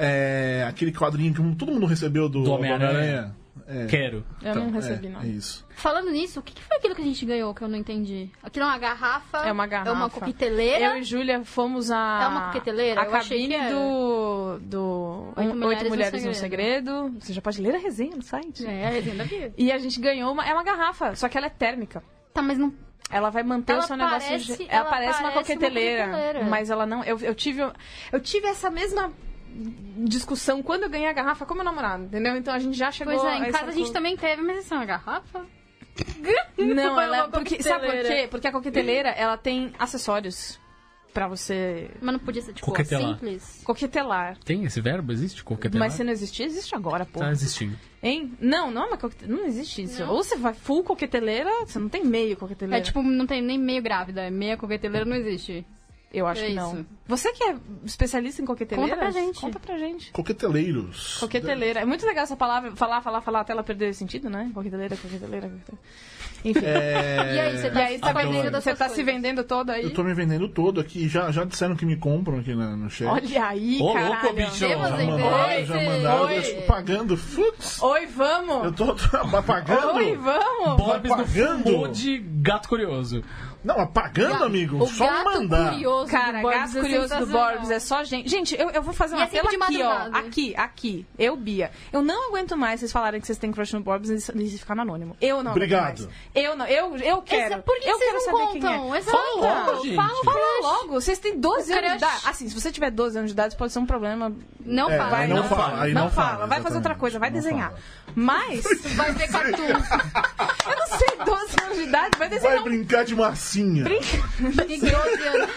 Speaker 2: É, aquele quadrinho que todo mundo recebeu do,
Speaker 3: Do Homem-Aranha.
Speaker 2: É,
Speaker 3: Quero.
Speaker 4: Eu não recebi,
Speaker 2: é,
Speaker 4: não.
Speaker 2: É isso.
Speaker 1: *laughs* Falando nisso, o que, que foi aquilo que a gente ganhou que eu não entendi? Aquilo é uma garrafa?
Speaker 4: É uma garrafa.
Speaker 1: É uma
Speaker 4: Eu
Speaker 1: coqueteleira?
Speaker 4: e Júlia fomos a.
Speaker 1: É uma coqueteleira?
Speaker 4: A
Speaker 1: Eu achei que
Speaker 4: cabine
Speaker 1: era.
Speaker 4: do. do
Speaker 1: Oito
Speaker 4: um-
Speaker 1: Mulheres no
Speaker 4: no Segredo. Você já pode ler a resenha no site.
Speaker 1: É, a resenha da vida.
Speaker 4: E a gente ganhou uma. É uma garrafa, só que ela é térmica.
Speaker 1: Tá, mas não...
Speaker 4: Ela vai manter
Speaker 1: Ela
Speaker 4: o seu negócio.
Speaker 1: parece-
Speaker 4: de... ela,
Speaker 1: ela
Speaker 4: parece uma
Speaker 1: parece uma
Speaker 4: coqueteleira,
Speaker 1: coqueteleira.
Speaker 4: Mas ela não. Eu, eu, tive, eu tive essa mesma discussão quando eu ganhei a garrafa com meu namorado, entendeu? Então a gente já chegou
Speaker 1: Pois
Speaker 4: a
Speaker 1: é, em
Speaker 4: esse
Speaker 1: casa a gente
Speaker 4: conclu-
Speaker 1: também teve, mas isso é uma garrafa?
Speaker 4: Não,
Speaker 1: Foi
Speaker 4: ela
Speaker 1: uma
Speaker 4: é. Porque, sabe por
Speaker 1: coqueteleira.
Speaker 4: quê? Porque a coqueteleira, ela tem acessórios pra você
Speaker 1: Mas não podia ser, tipo,
Speaker 3: Coquetelar.
Speaker 1: simples?
Speaker 4: coquetelar.
Speaker 3: Tem esse verbo? Existe coquetel?
Speaker 4: Mas se não existir, existe agora, pô.
Speaker 3: Tá existindo.
Speaker 4: Hein? Não, não é uma coqueteleira. Não existe isso.
Speaker 1: Não.
Speaker 4: Ou você vai full coqueteleira, você não tem meio coqueteleira.
Speaker 1: É tipo, não tem nem meio grávida, é meia coqueteleira não existe.
Speaker 4: eu acho
Speaker 1: é
Speaker 4: que
Speaker 1: isso.
Speaker 4: não. Você que é especialista em coqueteleiras,
Speaker 1: Conta pra gente.
Speaker 4: Conta pra gente.
Speaker 2: Coqueteleiros.
Speaker 4: Coqueteleira. É muito legal essa palavra. Falar, falar, falar até ela perder o sentido, né? Coqueteleira, coqueteleira, coqueteleira. Enfim.
Speaker 2: É, então
Speaker 1: E aí, você
Speaker 4: E aí você tá,
Speaker 1: Adoro.
Speaker 4: vendendo, você tá
Speaker 1: Essas
Speaker 4: se
Speaker 1: coisas.
Speaker 4: vendendo todo aí.
Speaker 2: Eu tô me vendendo todo aqui. Já, já disseram que me compram aqui na- no chat.
Speaker 4: Olha aí,
Speaker 3: Ô,
Speaker 4: caralho.
Speaker 3: louco, bicho.
Speaker 1: Temos
Speaker 2: já
Speaker 1: aí,
Speaker 2: mandaram,
Speaker 1: oi,
Speaker 2: já
Speaker 1: oi.
Speaker 2: mandaram. Eu estou pagando. Putz,
Speaker 4: Oi,
Speaker 2: eu
Speaker 4: vamos!
Speaker 2: tô, tô pagando.
Speaker 4: Oi, vamos!
Speaker 3: Borbs no
Speaker 2: pagando?
Speaker 3: fundo de gato curioso.
Speaker 2: Não, apagando, amigo.
Speaker 1: O
Speaker 2: Só
Speaker 1: gato
Speaker 2: mandar.
Speaker 1: curioso
Speaker 4: Cara,
Speaker 1: do Borbs
Speaker 4: gato
Speaker 1: é
Speaker 4: curioso do
Speaker 1: sensacional.
Speaker 4: Borbs é só gente. Gente, eu, eu vou fazer
Speaker 1: E
Speaker 4: uma
Speaker 1: é sempre
Speaker 4: tela
Speaker 1: de
Speaker 4: aqui, ó.
Speaker 1: madrugada.
Speaker 4: Aqui, aqui. Eu, Bia. Eu não aguento mais vocês falarem que vocês têm crush no Borbs e eles- eles ficaram anônimo. Eu não
Speaker 2: Obrigado.
Speaker 4: aguento mais. Eu não. Eu, eu quero.
Speaker 1: Essa- por que
Speaker 4: eu
Speaker 1: vocês
Speaker 4: quero
Speaker 1: não
Speaker 4: saber
Speaker 1: contam?
Speaker 4: quem é.
Speaker 1: Exato.
Speaker 4: Fala,
Speaker 3: Conta, gente.
Speaker 2: É,
Speaker 1: Fala,
Speaker 4: fala logo. Vocês têm 12
Speaker 1: O é
Speaker 4: anos de
Speaker 1: crush.
Speaker 4: idade. Assim, se você tiver 12 anos de idade, pode ser um problema.
Speaker 1: Não
Speaker 2: É,
Speaker 1: fala. né?
Speaker 2: vai, não,
Speaker 4: não
Speaker 2: fala. Aí não,
Speaker 4: fala.
Speaker 2: fala,
Speaker 4: vai fazer outra
Speaker 2: exatamente.
Speaker 4: coisa, vai
Speaker 2: Não
Speaker 4: desenhar.
Speaker 2: fala. *laughs*
Speaker 4: Mas,
Speaker 1: Vai ver cartoon.
Speaker 4: eu não sei, 12 anos de idade, vai desenhar
Speaker 2: Vai
Speaker 4: um
Speaker 2: brincar de massinha. *laughs*
Speaker 1: E 12 anos.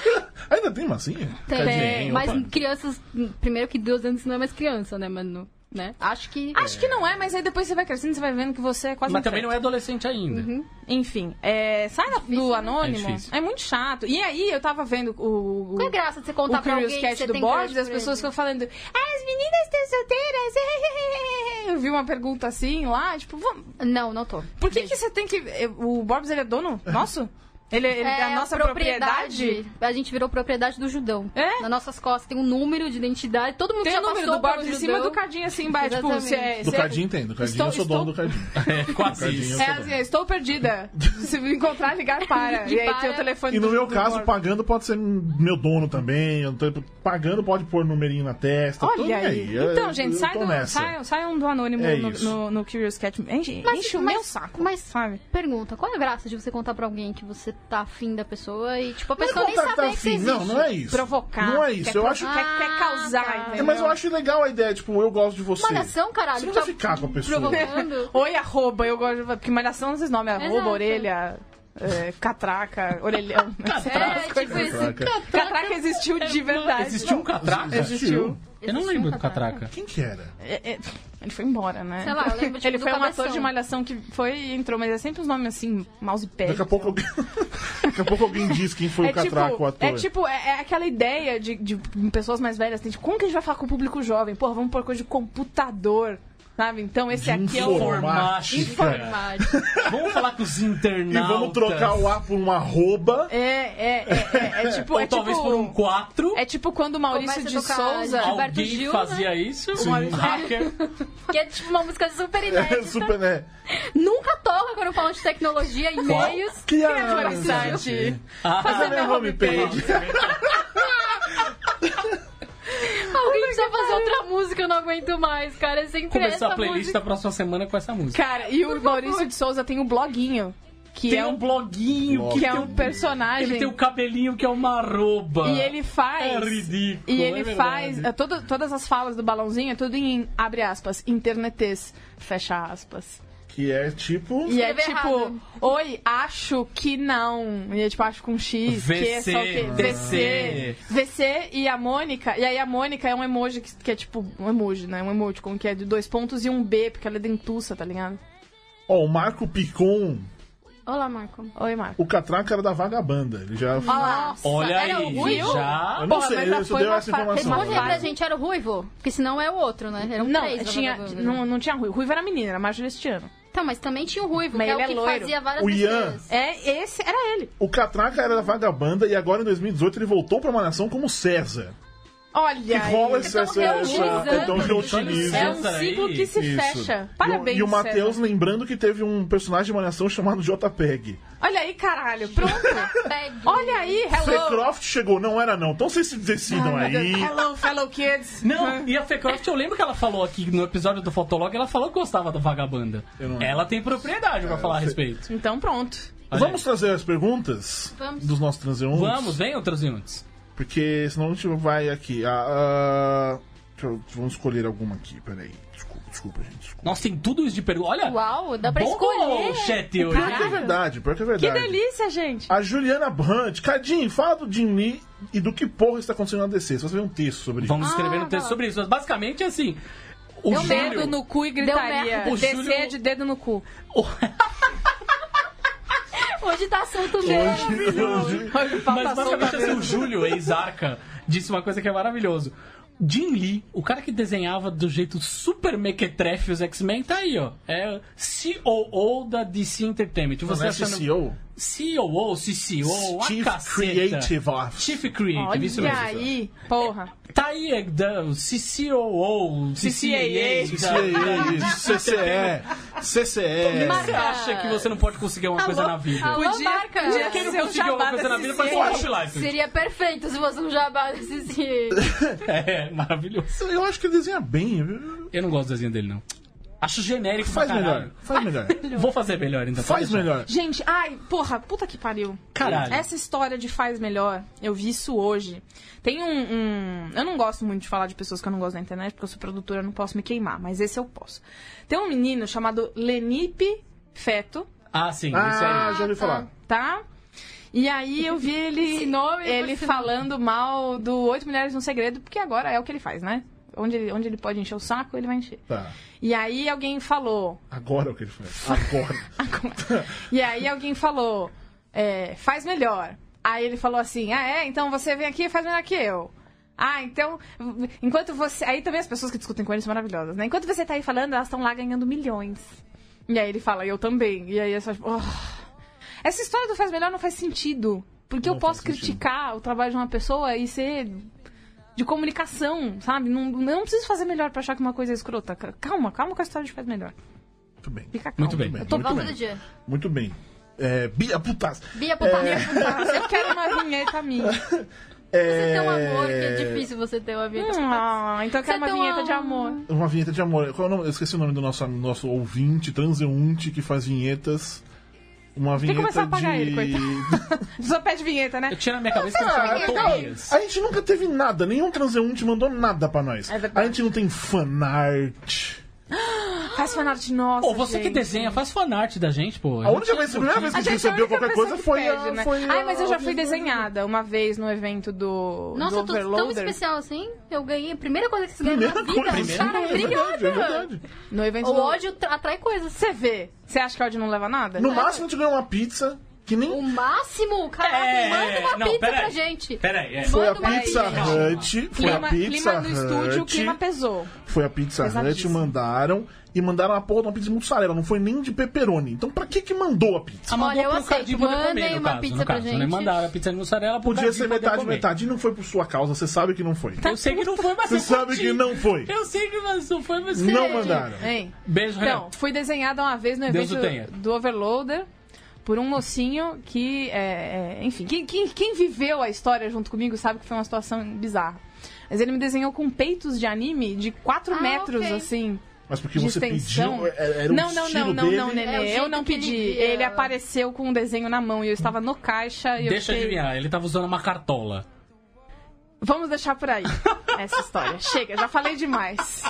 Speaker 2: Ainda tem massinha?
Speaker 1: Tem,
Speaker 3: Tadinho,
Speaker 1: É, mas
Speaker 3: opa.
Speaker 1: crianças. Primeiro que 12 anos não é mais criança, né, mano? Né? Acho que.
Speaker 4: Acho que não é, mas aí depois você vai crescendo, você vai vendo que você é quase um
Speaker 3: Mas
Speaker 4: Uhum.
Speaker 3: também
Speaker 4: feto.
Speaker 3: não é adolescente ainda.
Speaker 4: Enfim, é, sai da-
Speaker 1: né?
Speaker 4: do anônimo.
Speaker 3: É difícil.
Speaker 4: É, muito chato. E aí eu tava vendo o. o
Speaker 1: Qual é a graça de você
Speaker 4: o
Speaker 1: contar pra alguém
Speaker 4: Curious
Speaker 1: que
Speaker 4: Cat
Speaker 1: você
Speaker 4: do
Speaker 1: tem
Speaker 4: Borbs,
Speaker 1: crush
Speaker 4: e as
Speaker 1: por
Speaker 4: pessoas
Speaker 1: ele?
Speaker 4: ficam falando, "Ah, as meninas estão solteiras. *laughs* Eu vi uma pergunta assim lá, tipo, "Vam-
Speaker 1: Não, não tô.
Speaker 4: por que, que você tem que. O Borbs ele é dono nosso? Ele, ele é a nossa propriedade?
Speaker 1: A gente virou propriedade do Judão.
Speaker 4: É?
Speaker 1: Nas nossas costas tem um número de identidade. Todo mundo
Speaker 4: Tem
Speaker 1: já
Speaker 4: o número
Speaker 1: passou
Speaker 4: do Borbs
Speaker 1: pelo
Speaker 4: em cima
Speaker 1: Judão.
Speaker 4: do Cadinho assim embaixo. Tipo,
Speaker 1: Exatamente.
Speaker 4: se é,
Speaker 2: Do
Speaker 4: se é-
Speaker 2: Cadinho tá tem, do Cadinho
Speaker 4: Estou-
Speaker 2: eu sou
Speaker 4: estou-
Speaker 2: dono do
Speaker 4: *laughs*
Speaker 2: Cadinho.
Speaker 3: É quase
Speaker 2: Cadinho,
Speaker 3: isso.
Speaker 2: eu
Speaker 4: É
Speaker 2: sou
Speaker 4: assim,
Speaker 2: dono.
Speaker 4: estou perdida.
Speaker 2: *laughs*
Speaker 4: Se me encontrar, ligar
Speaker 1: *laughs*
Speaker 4: para.
Speaker 1: De
Speaker 4: e aí tem
Speaker 1: para.
Speaker 4: o telefone
Speaker 2: E no
Speaker 4: do-
Speaker 2: meu
Speaker 4: do
Speaker 2: caso,
Speaker 4: Borbs.
Speaker 2: pagando pode ser meu dono também. eu não tô- pagando pode pôr numerinho na testa. tô nem
Speaker 4: Olha aí.
Speaker 2: Tá Eu-
Speaker 4: Então, gente,
Speaker 2: eu
Speaker 4: sai
Speaker 2: tô
Speaker 4: do,
Speaker 2: nessa.
Speaker 4: sai, saiam do anônimo
Speaker 2: É
Speaker 4: no,
Speaker 2: isso.
Speaker 4: no, no Curious Cat. Enche,
Speaker 1: Mas-
Speaker 4: enche o
Speaker 1: mas-
Speaker 4: meu saco.
Speaker 1: mas-
Speaker 4: sabe?
Speaker 1: Pergunta, qual é a graça de você contar pra alguém que você tá afim da pessoa e, tipo, a
Speaker 2: Não é
Speaker 1: pessoa nem
Speaker 2: contar
Speaker 1: saber
Speaker 2: que
Speaker 1: que,
Speaker 2: tá
Speaker 1: você
Speaker 2: afim,
Speaker 1: existe?
Speaker 2: Não, não é isso.
Speaker 4: Provocar.
Speaker 2: Não é isso.
Speaker 4: Quer
Speaker 2: Eu
Speaker 4: provo-
Speaker 2: acho.
Speaker 4: Quer, quer
Speaker 1: Ah,
Speaker 4: causar,
Speaker 1: tá.
Speaker 2: É,
Speaker 4: entendeu?
Speaker 2: mas eu acho legal a ideia, tipo, eu gosto de você.
Speaker 1: Malhação, caralho.
Speaker 2: Você não vai
Speaker 1: tá
Speaker 2: ficar com a pessoa.
Speaker 4: *laughs*
Speaker 1: Provocando.
Speaker 4: Oi, arroba. Eu gosto de... Porque malhação não esses nomes. Arroba,
Speaker 1: Exato.
Speaker 4: orelha, é, catraca, orelhão. *laughs*
Speaker 1: É,
Speaker 4: catraca.
Speaker 1: tipo É esse.
Speaker 2: Caraca.
Speaker 4: catraca existiu de verdade.
Speaker 3: Existiu um catraca?
Speaker 2: Existiu.
Speaker 3: Eu não
Speaker 1: Existiu
Speaker 3: lembro
Speaker 1: um
Speaker 3: do
Speaker 1: catraca.
Speaker 3: catraca.
Speaker 2: Quem que era?
Speaker 4: É, é, Ele foi embora, né?
Speaker 1: Sei lá, eu lembro, tipo,
Speaker 4: Ele
Speaker 1: do
Speaker 4: foi um
Speaker 1: Cabeção.
Speaker 4: ator de malhação que foi e entrou, mas é sempre os nomes assim, mousepad.
Speaker 2: Daqui a pouco alguém. *laughs* Daqui a pouco alguém diz quem
Speaker 3: um
Speaker 2: foi o catraco,
Speaker 4: tipo,
Speaker 2: o ator.
Speaker 4: É tipo, é, é aquela ideia de, de pessoas mais velhas, assim, tipo, como que a gente vai falar com o público jovem? Porra, vamos pôr coisa de computador, sabe? Então esse aqui é o...
Speaker 2: informa-
Speaker 3: Informática. Vamos falar com os
Speaker 2: E
Speaker 3: internautas.
Speaker 2: vamos trocar o A por um arroba.
Speaker 4: É, é, é, é, é tipo...
Speaker 3: *laughs* Ou
Speaker 4: é
Speaker 3: talvez
Speaker 4: tipo,
Speaker 3: por um 4.
Speaker 4: É tipo quando o Maurício
Speaker 1: Começa a
Speaker 4: de
Speaker 1: tocar
Speaker 4: Souza... *laughs*
Speaker 1: de- Gilberto
Speaker 3: Alguém
Speaker 1: Gil,
Speaker 3: fazia isso?
Speaker 2: Sim.
Speaker 3: Um hacker.
Speaker 1: Que é tipo uma música super inédita.
Speaker 2: *laughs*
Speaker 4: então,
Speaker 2: *laughs* É, super, né?
Speaker 1: Nunca toca quando falam de tecnologia, e-mails.
Speaker 4: é
Speaker 2: Que
Speaker 4: Maurício
Speaker 2: a
Speaker 4: de-
Speaker 3: Ah,
Speaker 2: minha homepage.
Speaker 1: Alguém
Speaker 7: precisa
Speaker 2: é?
Speaker 7: fazer outra música, eu não aguento mais, cara. É sempre essa
Speaker 3: Começar a playlist
Speaker 7: música.
Speaker 3: da próxima semana com essa música.
Speaker 4: Cara, e o Maurício de Souza tem um bloguinho. Que
Speaker 3: tem
Speaker 4: é
Speaker 3: um bloguinho
Speaker 2: Blog.
Speaker 3: que,
Speaker 4: que é
Speaker 3: tem
Speaker 4: um personagem.
Speaker 3: Ele tem o cabelinho que é uma arroba.
Speaker 4: E ele faz.
Speaker 3: É ridículo,
Speaker 4: E
Speaker 3: é
Speaker 4: ele
Speaker 3: verdade.
Speaker 4: faz. é, todo- todas as falas do balãozinho é tudo em abre aspas, internetês, fecha aspas.
Speaker 2: Que é tipo.
Speaker 4: E é
Speaker 7: Escreveu
Speaker 4: tipo,
Speaker 7: errado.
Speaker 4: oi, acho que não. E é tipo, acho com X, que é só o quê?
Speaker 3: VC.
Speaker 4: VC. VC e a Mônica. E aí a Mônica é um emoji que, que é tipo, um emoji, né? Um emoticon que é de dois pontos e um B, porque ela é dentuça, tá ligado?
Speaker 2: Ó, o Marco Picon,
Speaker 4: tá-
Speaker 7: Olá, Marco.
Speaker 4: Oi, Marco.
Speaker 2: o Catraca era da Vagabanda. Ele já.
Speaker 4: Olha lá.
Speaker 3: Olha
Speaker 7: Era
Speaker 3: aí,
Speaker 7: o Will?
Speaker 3: já.
Speaker 2: Eu não
Speaker 4: Porra,
Speaker 2: sei,
Speaker 4: mas
Speaker 2: ele
Speaker 4: já
Speaker 2: só
Speaker 4: foi
Speaker 2: deu
Speaker 4: uma
Speaker 2: essa
Speaker 4: fa-
Speaker 2: informação.
Speaker 4: Nossa,
Speaker 1: Responde aí pra
Speaker 4: cara.
Speaker 1: gente, era o Ruivo? Porque senão é o outro, né? Eram
Speaker 4: Não,
Speaker 1: três.
Speaker 4: tinha,
Speaker 1: vagabundos.
Speaker 4: não, não tinha ruim. Ruivo era menina, era mais Juliano.
Speaker 1: Então, mas também tinha o Ruivo,
Speaker 4: Mas
Speaker 1: que é o
Speaker 4: ele é
Speaker 1: que
Speaker 4: loiro.
Speaker 1: fazia várias
Speaker 2: O Ian.
Speaker 1: besteiras.
Speaker 4: É, esse era ele.
Speaker 2: O Catraca era da Vagabanda e agora em 2018 ele voltou pra Malhação como César.
Speaker 4: Olha.
Speaker 2: Que
Speaker 4: aí.
Speaker 2: rola essa.
Speaker 1: Então,
Speaker 2: essa,
Speaker 1: reutilizando.
Speaker 2: essa então, reutiliza.
Speaker 4: um É
Speaker 3: César
Speaker 4: um
Speaker 3: aí.
Speaker 4: ciclo que se
Speaker 2: Isso.
Speaker 4: fecha.
Speaker 2: E o-
Speaker 4: Parabéns,
Speaker 2: E o
Speaker 4: César.
Speaker 2: Matheus lembrando que teve um personagem de Malhação chamado JPEG.
Speaker 4: Olha aí, caralho. Pronto.
Speaker 1: Bag.
Speaker 4: Olha aí, hello.
Speaker 2: Secroft chegou, não era não. Então vocês se decidam aí.
Speaker 4: Hello, fellow kids.
Speaker 3: Não, e a Fecroft, eu lembro que ela falou aqui no episódio do Fotolog, ela falou que gostava da vagabanda.
Speaker 2: Eu não lembro. É,
Speaker 3: Ela tem propriedade pra falar a respeito.
Speaker 4: Então pronto.
Speaker 3: Olha
Speaker 2: Vamos trazer as perguntas
Speaker 1: Vamos.
Speaker 2: dos nossos transeuntes?
Speaker 3: Vamos, vem outras units.
Speaker 2: Porque senão a gente vai aqui. Ah, ah, deixa eu- vamos escolher alguma aqui, peraí. Desculpa, desculpa, gente. Desculpa.
Speaker 3: Nossa, tem tudo isso de pergunta. Olha,
Speaker 1: Uau, dá pra
Speaker 3: bom
Speaker 1: escolher.
Speaker 3: o chat hoje.
Speaker 2: Pior que é verdade, pior que é
Speaker 4: Que
Speaker 2: verdade.
Speaker 4: delícia, gente.
Speaker 2: A Juliana Brandt, Cadinho, fala do Jim Lee e do que porra está acontecendo na DC. Se você ver um texto sobre
Speaker 3: Vamos escrever
Speaker 1: Ah,
Speaker 3: um texto
Speaker 1: tá.
Speaker 3: sobre isso. Mas basicamente, assim, o
Speaker 1: Deu
Speaker 3: Júlio...
Speaker 4: Dedo
Speaker 3: *laughs*
Speaker 4: no cu e gritaria.
Speaker 1: merda.
Speaker 3: O
Speaker 4: Descer
Speaker 3: Júlio-
Speaker 4: de dedo no cu.
Speaker 3: assim,
Speaker 1: Hoje tá assunto mesmo.
Speaker 2: isso. Hoje,
Speaker 4: Olha o pau
Speaker 3: Mas
Speaker 4: passou
Speaker 3: basicamente,
Speaker 4: pra
Speaker 3: assim, o
Speaker 4: dentro.
Speaker 3: Júlio, ex-arca, disse uma coisa que é maravilhoso. Jim Lee, o cara que desenhava do jeito super mequetrefe os X-Men, tá aí, ó. É COO da DC Entertainment. Você tá
Speaker 2: você é
Speaker 3: achando...
Speaker 2: CEO?
Speaker 3: COO, CCO,
Speaker 2: Chief
Speaker 3: a caceta.
Speaker 2: Creative Officer.
Speaker 3: Chief Creative, isso
Speaker 4: Olha
Speaker 3: mesmo.
Speaker 4: aí, porra.
Speaker 3: Tá aí, é da CCOO, CCAA.
Speaker 2: CCE, CCE, CCE.
Speaker 3: Você acha que você não pode conseguir
Speaker 4: Tá
Speaker 3: uma coisa na vida?
Speaker 1: Alô,
Speaker 4: Podia-
Speaker 1: marca.
Speaker 4: podia
Speaker 3: Quem não
Speaker 4: Seu
Speaker 3: conseguiu uma
Speaker 4: jabá
Speaker 3: coisa na
Speaker 4: desse
Speaker 3: vida faz
Speaker 4: jeito.
Speaker 3: um life.
Speaker 1: Seria perfeito se fosse um jabá desse
Speaker 3: *laughs* É, maravilhoso.
Speaker 2: Eu acho que ele desenha bem. viu?
Speaker 3: Eu não gosto do desenho dele, não. Acho genérico
Speaker 2: Faz
Speaker 3: pra caralho.
Speaker 2: melhor, faz
Speaker 3: *laughs*
Speaker 2: melhor.
Speaker 3: Vou fazer melhor, então.
Speaker 2: Faz
Speaker 3: pode deixar.
Speaker 2: melhor.
Speaker 4: Gente, ai, porra, puta que pariu.
Speaker 3: Caralho.
Speaker 4: Essa história de faz melhor, eu vi isso hoje. Tem um, um- Eu não gosto muito de falar de pessoas que eu não gosto na internet, porque eu sou produtora, eu não posso me queimar, mas esse eu posso. Tem um menino chamado Lenipe Feto,
Speaker 3: Ah, sim, isso
Speaker 2: Ah,
Speaker 3: aí.
Speaker 2: já ouvi falar.
Speaker 4: tá? E aí eu vi ele,
Speaker 1: Esse nome,
Speaker 4: ele
Speaker 1: você-
Speaker 4: falando mal do Oito Mulheres no Segredo, porque agora é o que ele faz, né? Onde ele, onde ele pode encher o saco, ele vai encher.
Speaker 2: Tá.
Speaker 4: E aí alguém falou,
Speaker 2: Agora é o que ele faz. Agora.
Speaker 4: *laughs* E aí alguém falou, é, faz melhor. Aí ele falou assim, ah é, então você vem aqui e faz melhor que eu. Ah, então, enquanto você... Aí também as pessoas que discutem com ele são maravilhosas, né? Enquanto você tá aí falando, elas estão lá ganhando milhões. E aí ele fala, eu também. E aí é só tipo, "Oh." Essa história do faz melhor não faz sentido. Porque
Speaker 2: Não
Speaker 4: eu posso
Speaker 2: faz sentido.
Speaker 4: criticar o trabalho de uma pessoa e ser de comunicação, sabe? Não, eu não preciso fazer melhor pra achar que uma coisa é escrota. Calma, calma com a história de faz melhor.
Speaker 2: Muito bem.
Speaker 4: Fica calma.
Speaker 3: Muito bem.
Speaker 2: Muito
Speaker 1: Tô
Speaker 2: bem.
Speaker 1: volta do dia.
Speaker 2: Muito bem. É, Bia Putas.
Speaker 1: Bia Popa,
Speaker 3: É,
Speaker 4: Eu quero uma vinheta minha.
Speaker 1: você tem um amor que é difícil você ter uma vida.
Speaker 4: Ah, então eu quero
Speaker 1: Você
Speaker 4: uma
Speaker 1: tem
Speaker 4: vinheta
Speaker 1: um-
Speaker 4: de amor.
Speaker 2: Uma vinheta de amor. Qual é o nome? Eu esqueci o nome do nosso, nosso ouvinte, transeunte, que faz vinhetas. Uma
Speaker 4: que
Speaker 2: vinheta
Speaker 4: começar a pagar
Speaker 2: de.
Speaker 4: ele, Só pede vinheta, né?
Speaker 1: *gasps*
Speaker 3: Eu tinha na minha cabeça que
Speaker 2: *laughs*
Speaker 3: ele
Speaker 2: Ah,
Speaker 3: chamava
Speaker 2: legal.
Speaker 3: Tobias.
Speaker 2: A gente nunca teve nada, nenhum transeunte mandou nada pra nós.
Speaker 4: É verdade.
Speaker 2: a gente não tem fanart.
Speaker 4: Faz fanart, nossa.
Speaker 3: Ou você que
Speaker 4: gente.
Speaker 3: desenha, faz fanart da gente, pô.
Speaker 2: A única vez, a primeira vez que a gente
Speaker 4: é a
Speaker 2: recebeu
Speaker 4: única
Speaker 2: qualquer
Speaker 4: pessoa
Speaker 2: coisa
Speaker 4: que
Speaker 2: foi,
Speaker 4: pede,
Speaker 2: a,
Speaker 4: né?
Speaker 2: foi a-
Speaker 4: Ai, mas eu já fui desenhada uma vez no evento do, do
Speaker 1: Nossa, eu tô tão
Speaker 4: Overloader.
Speaker 1: especial assim. Eu ganhei a primeira coisa que vocês ganharam na
Speaker 2: Primeira
Speaker 1: vida.
Speaker 2: coisa.
Speaker 1: Cara,
Speaker 2: é verdade, é
Speaker 1: obrigada.
Speaker 2: verdade.
Speaker 4: No evento
Speaker 1: O
Speaker 4: do...
Speaker 1: ódio tra- atrai coisas.
Speaker 4: Você vê. Você acha que ódio não leva a nada?
Speaker 2: No máximo a gente ganhou uma pizza, que nem
Speaker 4: Um
Speaker 1: O máximo, caraca,
Speaker 3: É,
Speaker 1: manda uma
Speaker 3: não,
Speaker 1: pizza
Speaker 3: peraí.
Speaker 1: pra gente.
Speaker 3: Peraí, é.
Speaker 2: foi a
Speaker 1: manda uma
Speaker 2: Pizza
Speaker 3: aí,
Speaker 2: Hut. Foi
Speaker 4: Clima,
Speaker 2: a Pizza
Speaker 4: clima no estúdio, o
Speaker 2: Hut.
Speaker 4: clima pesou.
Speaker 2: Foi a Pizza Hut,
Speaker 4: Pesadíssimo.
Speaker 2: mandaram. E mandaram a porra de uma pizza de mussarela, não foi nem de pepperoni. Então pra que que mandou a pizza?
Speaker 3: Ah, mas
Speaker 1: Olha,
Speaker 3: vou
Speaker 1: eu
Speaker 3: pro cara
Speaker 1: aceito.
Speaker 3: de poder
Speaker 1: Mandem
Speaker 3: comer, no
Speaker 1: uma
Speaker 3: caso,
Speaker 1: pizza
Speaker 3: no
Speaker 1: pra
Speaker 3: caso,
Speaker 1: gente.
Speaker 3: né? Mandaram a pizza de mussarela pro
Speaker 2: Podia
Speaker 3: cara de
Speaker 2: ser
Speaker 3: poder
Speaker 2: metade,
Speaker 3: comer.
Speaker 2: metade. E não foi por sua causa, você sabe que não foi.
Speaker 4: Tá
Speaker 3: Eu sei que não foi, mas
Speaker 2: Você
Speaker 3: eu
Speaker 2: sabe
Speaker 3: curti.
Speaker 2: que não foi.
Speaker 3: Eu sei que mas não foi, mas... é?
Speaker 2: Não mandaram.
Speaker 4: Hein?
Speaker 3: Beijo, Renan.
Speaker 2: *laughs*
Speaker 4: Então, fui desenhada uma vez no
Speaker 3: Deus
Speaker 4: evento
Speaker 3: o tenha.
Speaker 4: do Overloader. por um mocinho que, é, é, enfim, quem, quem- quem viveu a história junto comigo sabe que foi uma situação bizarra. Mas ele me desenhou com peitos de anime de 4
Speaker 1: Ah,
Speaker 4: metros,
Speaker 1: ok.
Speaker 4: assim.
Speaker 2: Mas porque
Speaker 4: de
Speaker 2: você
Speaker 4: extensão.
Speaker 2: pediu. é- Era um
Speaker 4: não, não,
Speaker 2: estilo
Speaker 4: não, não,
Speaker 2: dele.
Speaker 4: não,
Speaker 1: É, o
Speaker 4: Nenê.
Speaker 1: jeito
Speaker 4: eu não
Speaker 1: que ele
Speaker 4: pedi.
Speaker 1: via.
Speaker 4: Ele apareceu com um desenho na mão e eu estava no caixa e eu
Speaker 3: Deixa eu
Speaker 4: fiquei...
Speaker 3: adivinhar, ele tava usando uma cartola.
Speaker 4: Vamos deixar por
Speaker 2: *laughs*
Speaker 4: aí essa história. Chega, já falei demais.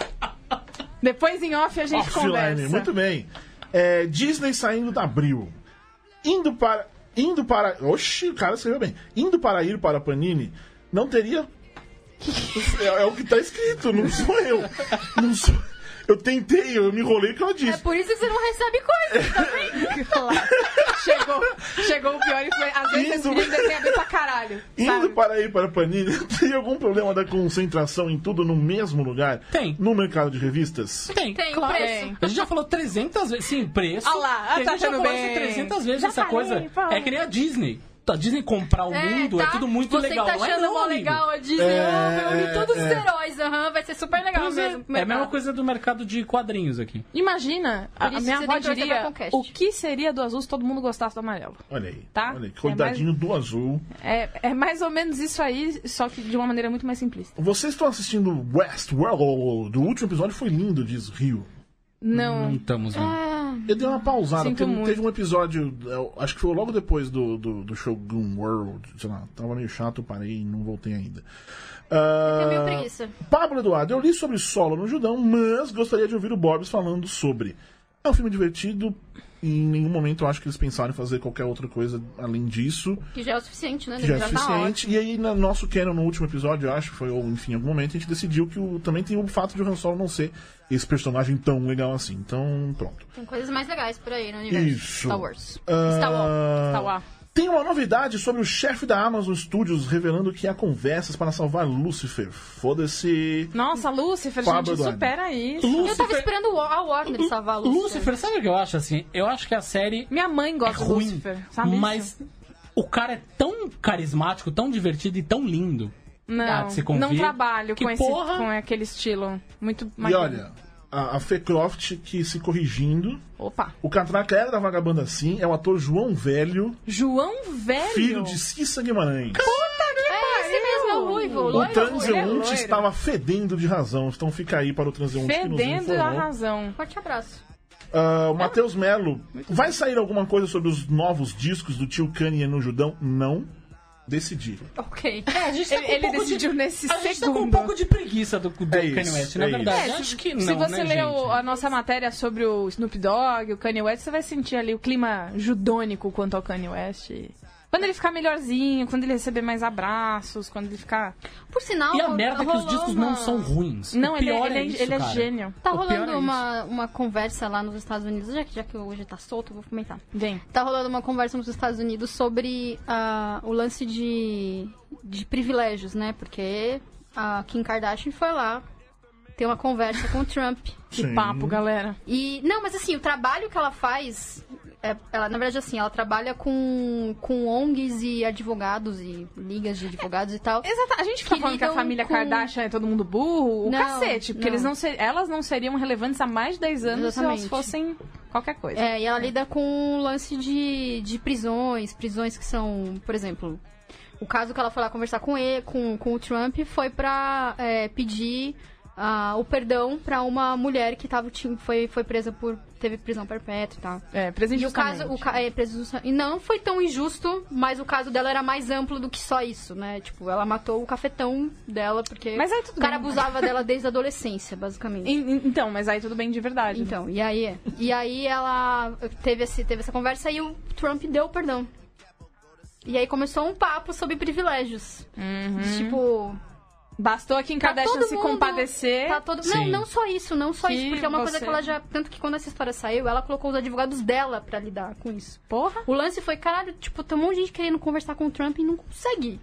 Speaker 4: Depois em off a gente conversa.
Speaker 2: Offline, muito bem. É, Disney saindo da Abril. Indo para. Indo para. Oxi, o cara escreveu bem. Indo para ir para a Panini, não teria. É, é o que tá escrito, não sou eu. Não sou. Eu tentei, eu me enrolei que eu
Speaker 1: É
Speaker 2: disse.
Speaker 1: por isso que você não recebe coisa,
Speaker 4: *laughs*
Speaker 1: tá vendo? Olha lá.
Speaker 4: Chegou, chegou o pior e foi. Às vezes esse
Speaker 2: Indo-
Speaker 4: menino desenha bem pra caralho.
Speaker 2: Indo
Speaker 4: Sabe?
Speaker 2: para ir para a Panini, *laughs* tem algum problema da concentração em tudo no mesmo lugar?
Speaker 3: Tem.
Speaker 2: No mercado de revistas?
Speaker 3: Tem.
Speaker 1: Tem
Speaker 4: Claro,
Speaker 1: preço.
Speaker 4: hein?
Speaker 3: A gente já falou 300 vezes. Sim, preço.
Speaker 4: Ah lá, ah,
Speaker 3: E a
Speaker 4: tá
Speaker 3: gente já
Speaker 4: achando
Speaker 3: falou
Speaker 4: bem.
Speaker 3: assim 300 vezes
Speaker 4: Já
Speaker 3: essa
Speaker 4: falei,
Speaker 3: coisa.
Speaker 4: pô.
Speaker 3: É que nem a Disney. Tá, A Disney comprar o mundo é
Speaker 1: tá?
Speaker 3: tudo muito
Speaker 1: você
Speaker 3: legal.
Speaker 1: Você tá
Speaker 3: Não é
Speaker 1: achando
Speaker 3: não,
Speaker 1: mó
Speaker 3: amigo.
Speaker 1: legal a Disney?
Speaker 2: É,
Speaker 1: ah, eu
Speaker 2: é,
Speaker 1: li todos os
Speaker 2: é.
Speaker 1: heróis, aham, vai ser super legal
Speaker 3: Pois é.
Speaker 1: mesmo. pro
Speaker 3: É a mesma
Speaker 1: mercado.
Speaker 3: coisa do mercado de quadrinhos aqui.
Speaker 4: Imagina, a,
Speaker 1: Por
Speaker 4: a
Speaker 1: isso
Speaker 4: minha
Speaker 1: você
Speaker 4: avó
Speaker 1: tem que torcer pra
Speaker 4: diria
Speaker 1: Conquest.
Speaker 4: o que seria do azul se todo mundo gostasse do amarelo.
Speaker 2: Olha aí.
Speaker 4: Tá.
Speaker 2: Olha aí. Coitadinho do azul.
Speaker 4: É, é mais ou menos isso aí, só que de uma maneira muito mais simplista.
Speaker 2: Vocês estão assistindo Westworld? O último episódio foi lindo, diz Rio.
Speaker 3: Não
Speaker 4: Não.
Speaker 2: Hum.
Speaker 3: estamos
Speaker 1: Ah,
Speaker 3: vendo.
Speaker 2: Eu dei uma pausada,
Speaker 4: Sinto
Speaker 2: porque não
Speaker 4: muito.
Speaker 2: teve um episódio, eu acho que foi logo depois do, do, do Shogun World, sei lá, tava meio chato, parei e não voltei ainda. Ah,
Speaker 1: Tenho meio é preguiça.
Speaker 2: Pablo Eduardo, eu li sobre solo no Judão, mas gostaria de ouvir o Bobs falando sobre. É um filme divertido, e em nenhum momento eu acho que eles pensaram em fazer qualquer outra coisa além disso.
Speaker 1: Que já é o suficiente, né?
Speaker 2: que já é
Speaker 1: tá
Speaker 2: suficiente. E aí, no nosso canon, no último episódio, eu acho, foi, ou enfim, em algum momento, a gente decidiu que o, também tem o fato de o Han Solo não ser esse personagem tão legal assim. Então, pronto.
Speaker 1: Tem coisas mais legais por aí no universo.
Speaker 2: Isso.
Speaker 1: Star Wars.
Speaker 2: Ah,
Speaker 1: Star Wars.
Speaker 4: Tá lá.
Speaker 2: Tem uma novidade sobre o chefe da Amazon Studios revelando que há conversas para salvar Lucifer. Foda-se.
Speaker 4: Nossa, Lúcifer,
Speaker 2: Fábio
Speaker 4: gente,
Speaker 2: Eduardo.
Speaker 4: supera isso.
Speaker 1: Eu tava esperando o- a Warner salvar a Lucifer.
Speaker 3: Lucifer, sabe o que eu acho assim? Eu acho que a série
Speaker 4: Minha mãe
Speaker 3: é
Speaker 4: gosta do
Speaker 3: ruim,
Speaker 4: Lúcifer, sabe?
Speaker 3: mas
Speaker 4: isso?
Speaker 3: o cara é tão carismático, tão divertido e tão lindo. Ah,
Speaker 4: Não,
Speaker 3: que se convida.
Speaker 4: não trabalho
Speaker 3: Que
Speaker 4: com, esse,
Speaker 3: porra.
Speaker 4: com aquele estilo. Muito
Speaker 2: E
Speaker 4: mais.
Speaker 2: olha, a, a Fê Croft que se corrigindo.
Speaker 4: Opa.
Speaker 2: O Catraca era da Vagabanda Sim, é o ator João Velho,
Speaker 4: João Velho.
Speaker 2: filho de Cissa Guimarães.
Speaker 1: É esse mesmo, é o Ruivo. O
Speaker 2: O
Speaker 4: ele
Speaker 1: loiro,
Speaker 4: é
Speaker 2: transeunte
Speaker 4: loiro.
Speaker 2: estava fedendo de razão. Então fica aí para o transeunte que nos
Speaker 4: Fedendo a
Speaker 2: informou.
Speaker 4: razão.
Speaker 1: Forte abraço.
Speaker 2: Ah, o Matheus Melo, vai sair alguma coisa sobre os novos discos do tio Kanye no Judão? Não. Decidi.
Speaker 1: Ok.
Speaker 3: É, a gente tá um
Speaker 4: Ele, ele decidiu nesse
Speaker 3: A gente tá com um
Speaker 4: segundo.
Speaker 3: pouco de preguiça do, do
Speaker 2: É isso,
Speaker 3: Kanye West, na
Speaker 2: é
Speaker 3: verdade.
Speaker 4: isso.
Speaker 3: acho que não,
Speaker 4: Se você
Speaker 3: né,
Speaker 4: ler o-
Speaker 3: gente?
Speaker 4: a nossa matéria sobre o Snoop Dogg, o Kanye West, você vai sentir ali o clima judônico quanto ao Kanye West. Quando ele ficar melhorzinho, quando ele receber mais abraços, quando ele ficar.
Speaker 1: Por sinal, tá
Speaker 3: E a merda é que os
Speaker 1: rolou
Speaker 3: discos
Speaker 1: uma-
Speaker 3: não são ruins.
Speaker 4: Não,
Speaker 3: o
Speaker 4: ele,
Speaker 3: pior
Speaker 4: é, ele, é,
Speaker 3: isso,
Speaker 4: ele é
Speaker 3: cara.
Speaker 4: gênio.
Speaker 1: Tá
Speaker 3: O pior
Speaker 1: rolando
Speaker 3: é
Speaker 1: uma, uma conversa lá nos Estados Unidos, já que, já que hoje tá solto, eu vou comentar.
Speaker 4: Vem.
Speaker 1: Tá rolando uma conversa nos Estados Unidos sobre ah, o lance de, de privilégios, né? Porque a Kim Kardashian foi lá ter uma conversa com o Trump.
Speaker 4: Que
Speaker 2: Sim.
Speaker 4: papo, galera.
Speaker 1: E, não, mas assim, o trabalho que ela faz, é- ela, na verdade, assim, ela trabalha com, com ONGs e advogados e ligas de advogados e tal.
Speaker 4: Exato. A gente
Speaker 1: Que
Speaker 4: fica falando que a
Speaker 1: lidam
Speaker 4: família
Speaker 1: com-
Speaker 4: Kardashian é todo mundo burro. O
Speaker 1: Não,
Speaker 4: cacete. Porque
Speaker 1: não.
Speaker 4: Eles não ser- elas não seriam relevantes há mais de 10 anos se
Speaker 1: Exatamente.
Speaker 4: elas fossem qualquer coisa.
Speaker 1: É, e ela lida com o lance de, de prisões, prisões que são, por exemplo, o caso que ela foi lá conversar com ele, com, com o Trump foi pra é, pedir ah, o perdão pra uma mulher que tava, tinha- foi, foi presa por. teve prisão perpétua e tal.
Speaker 4: É, presente
Speaker 1: E o caso, o, ca- é, preso injusta- e não foi tão injusto, mas o caso dela era mais amplo do que só isso, né? Tipo, ela matou o cafetão dela porque
Speaker 4: Mas aí tudo
Speaker 1: o cara
Speaker 4: bem.
Speaker 1: abusava dela desde a adolescência, basicamente.
Speaker 4: En- en- Então, mas aí tudo bem de verdade.
Speaker 1: Então, e aí, e aí ela teve, esse, teve essa conversa e o Trump deu o perdão. E aí começou um papo sobre privilégios.
Speaker 4: Uhum.
Speaker 1: De, Tipo,
Speaker 4: Bastou a Kim
Speaker 1: Tá
Speaker 4: Kardashian
Speaker 1: todo
Speaker 4: se
Speaker 1: mundo-
Speaker 4: compadecer.
Speaker 1: tá todo
Speaker 3: Sim.
Speaker 1: Não, não só isso, não só
Speaker 4: É? Que
Speaker 1: isso, porque é uma coisa
Speaker 4: você-
Speaker 1: que ela já, tanto que quando essa história saiu, ela colocou os advogados dela pra lidar com isso.
Speaker 4: Porra.
Speaker 1: O lance foi, caralho, tipo, tem um monte de gente querendo conversar com o Trump e não consegue.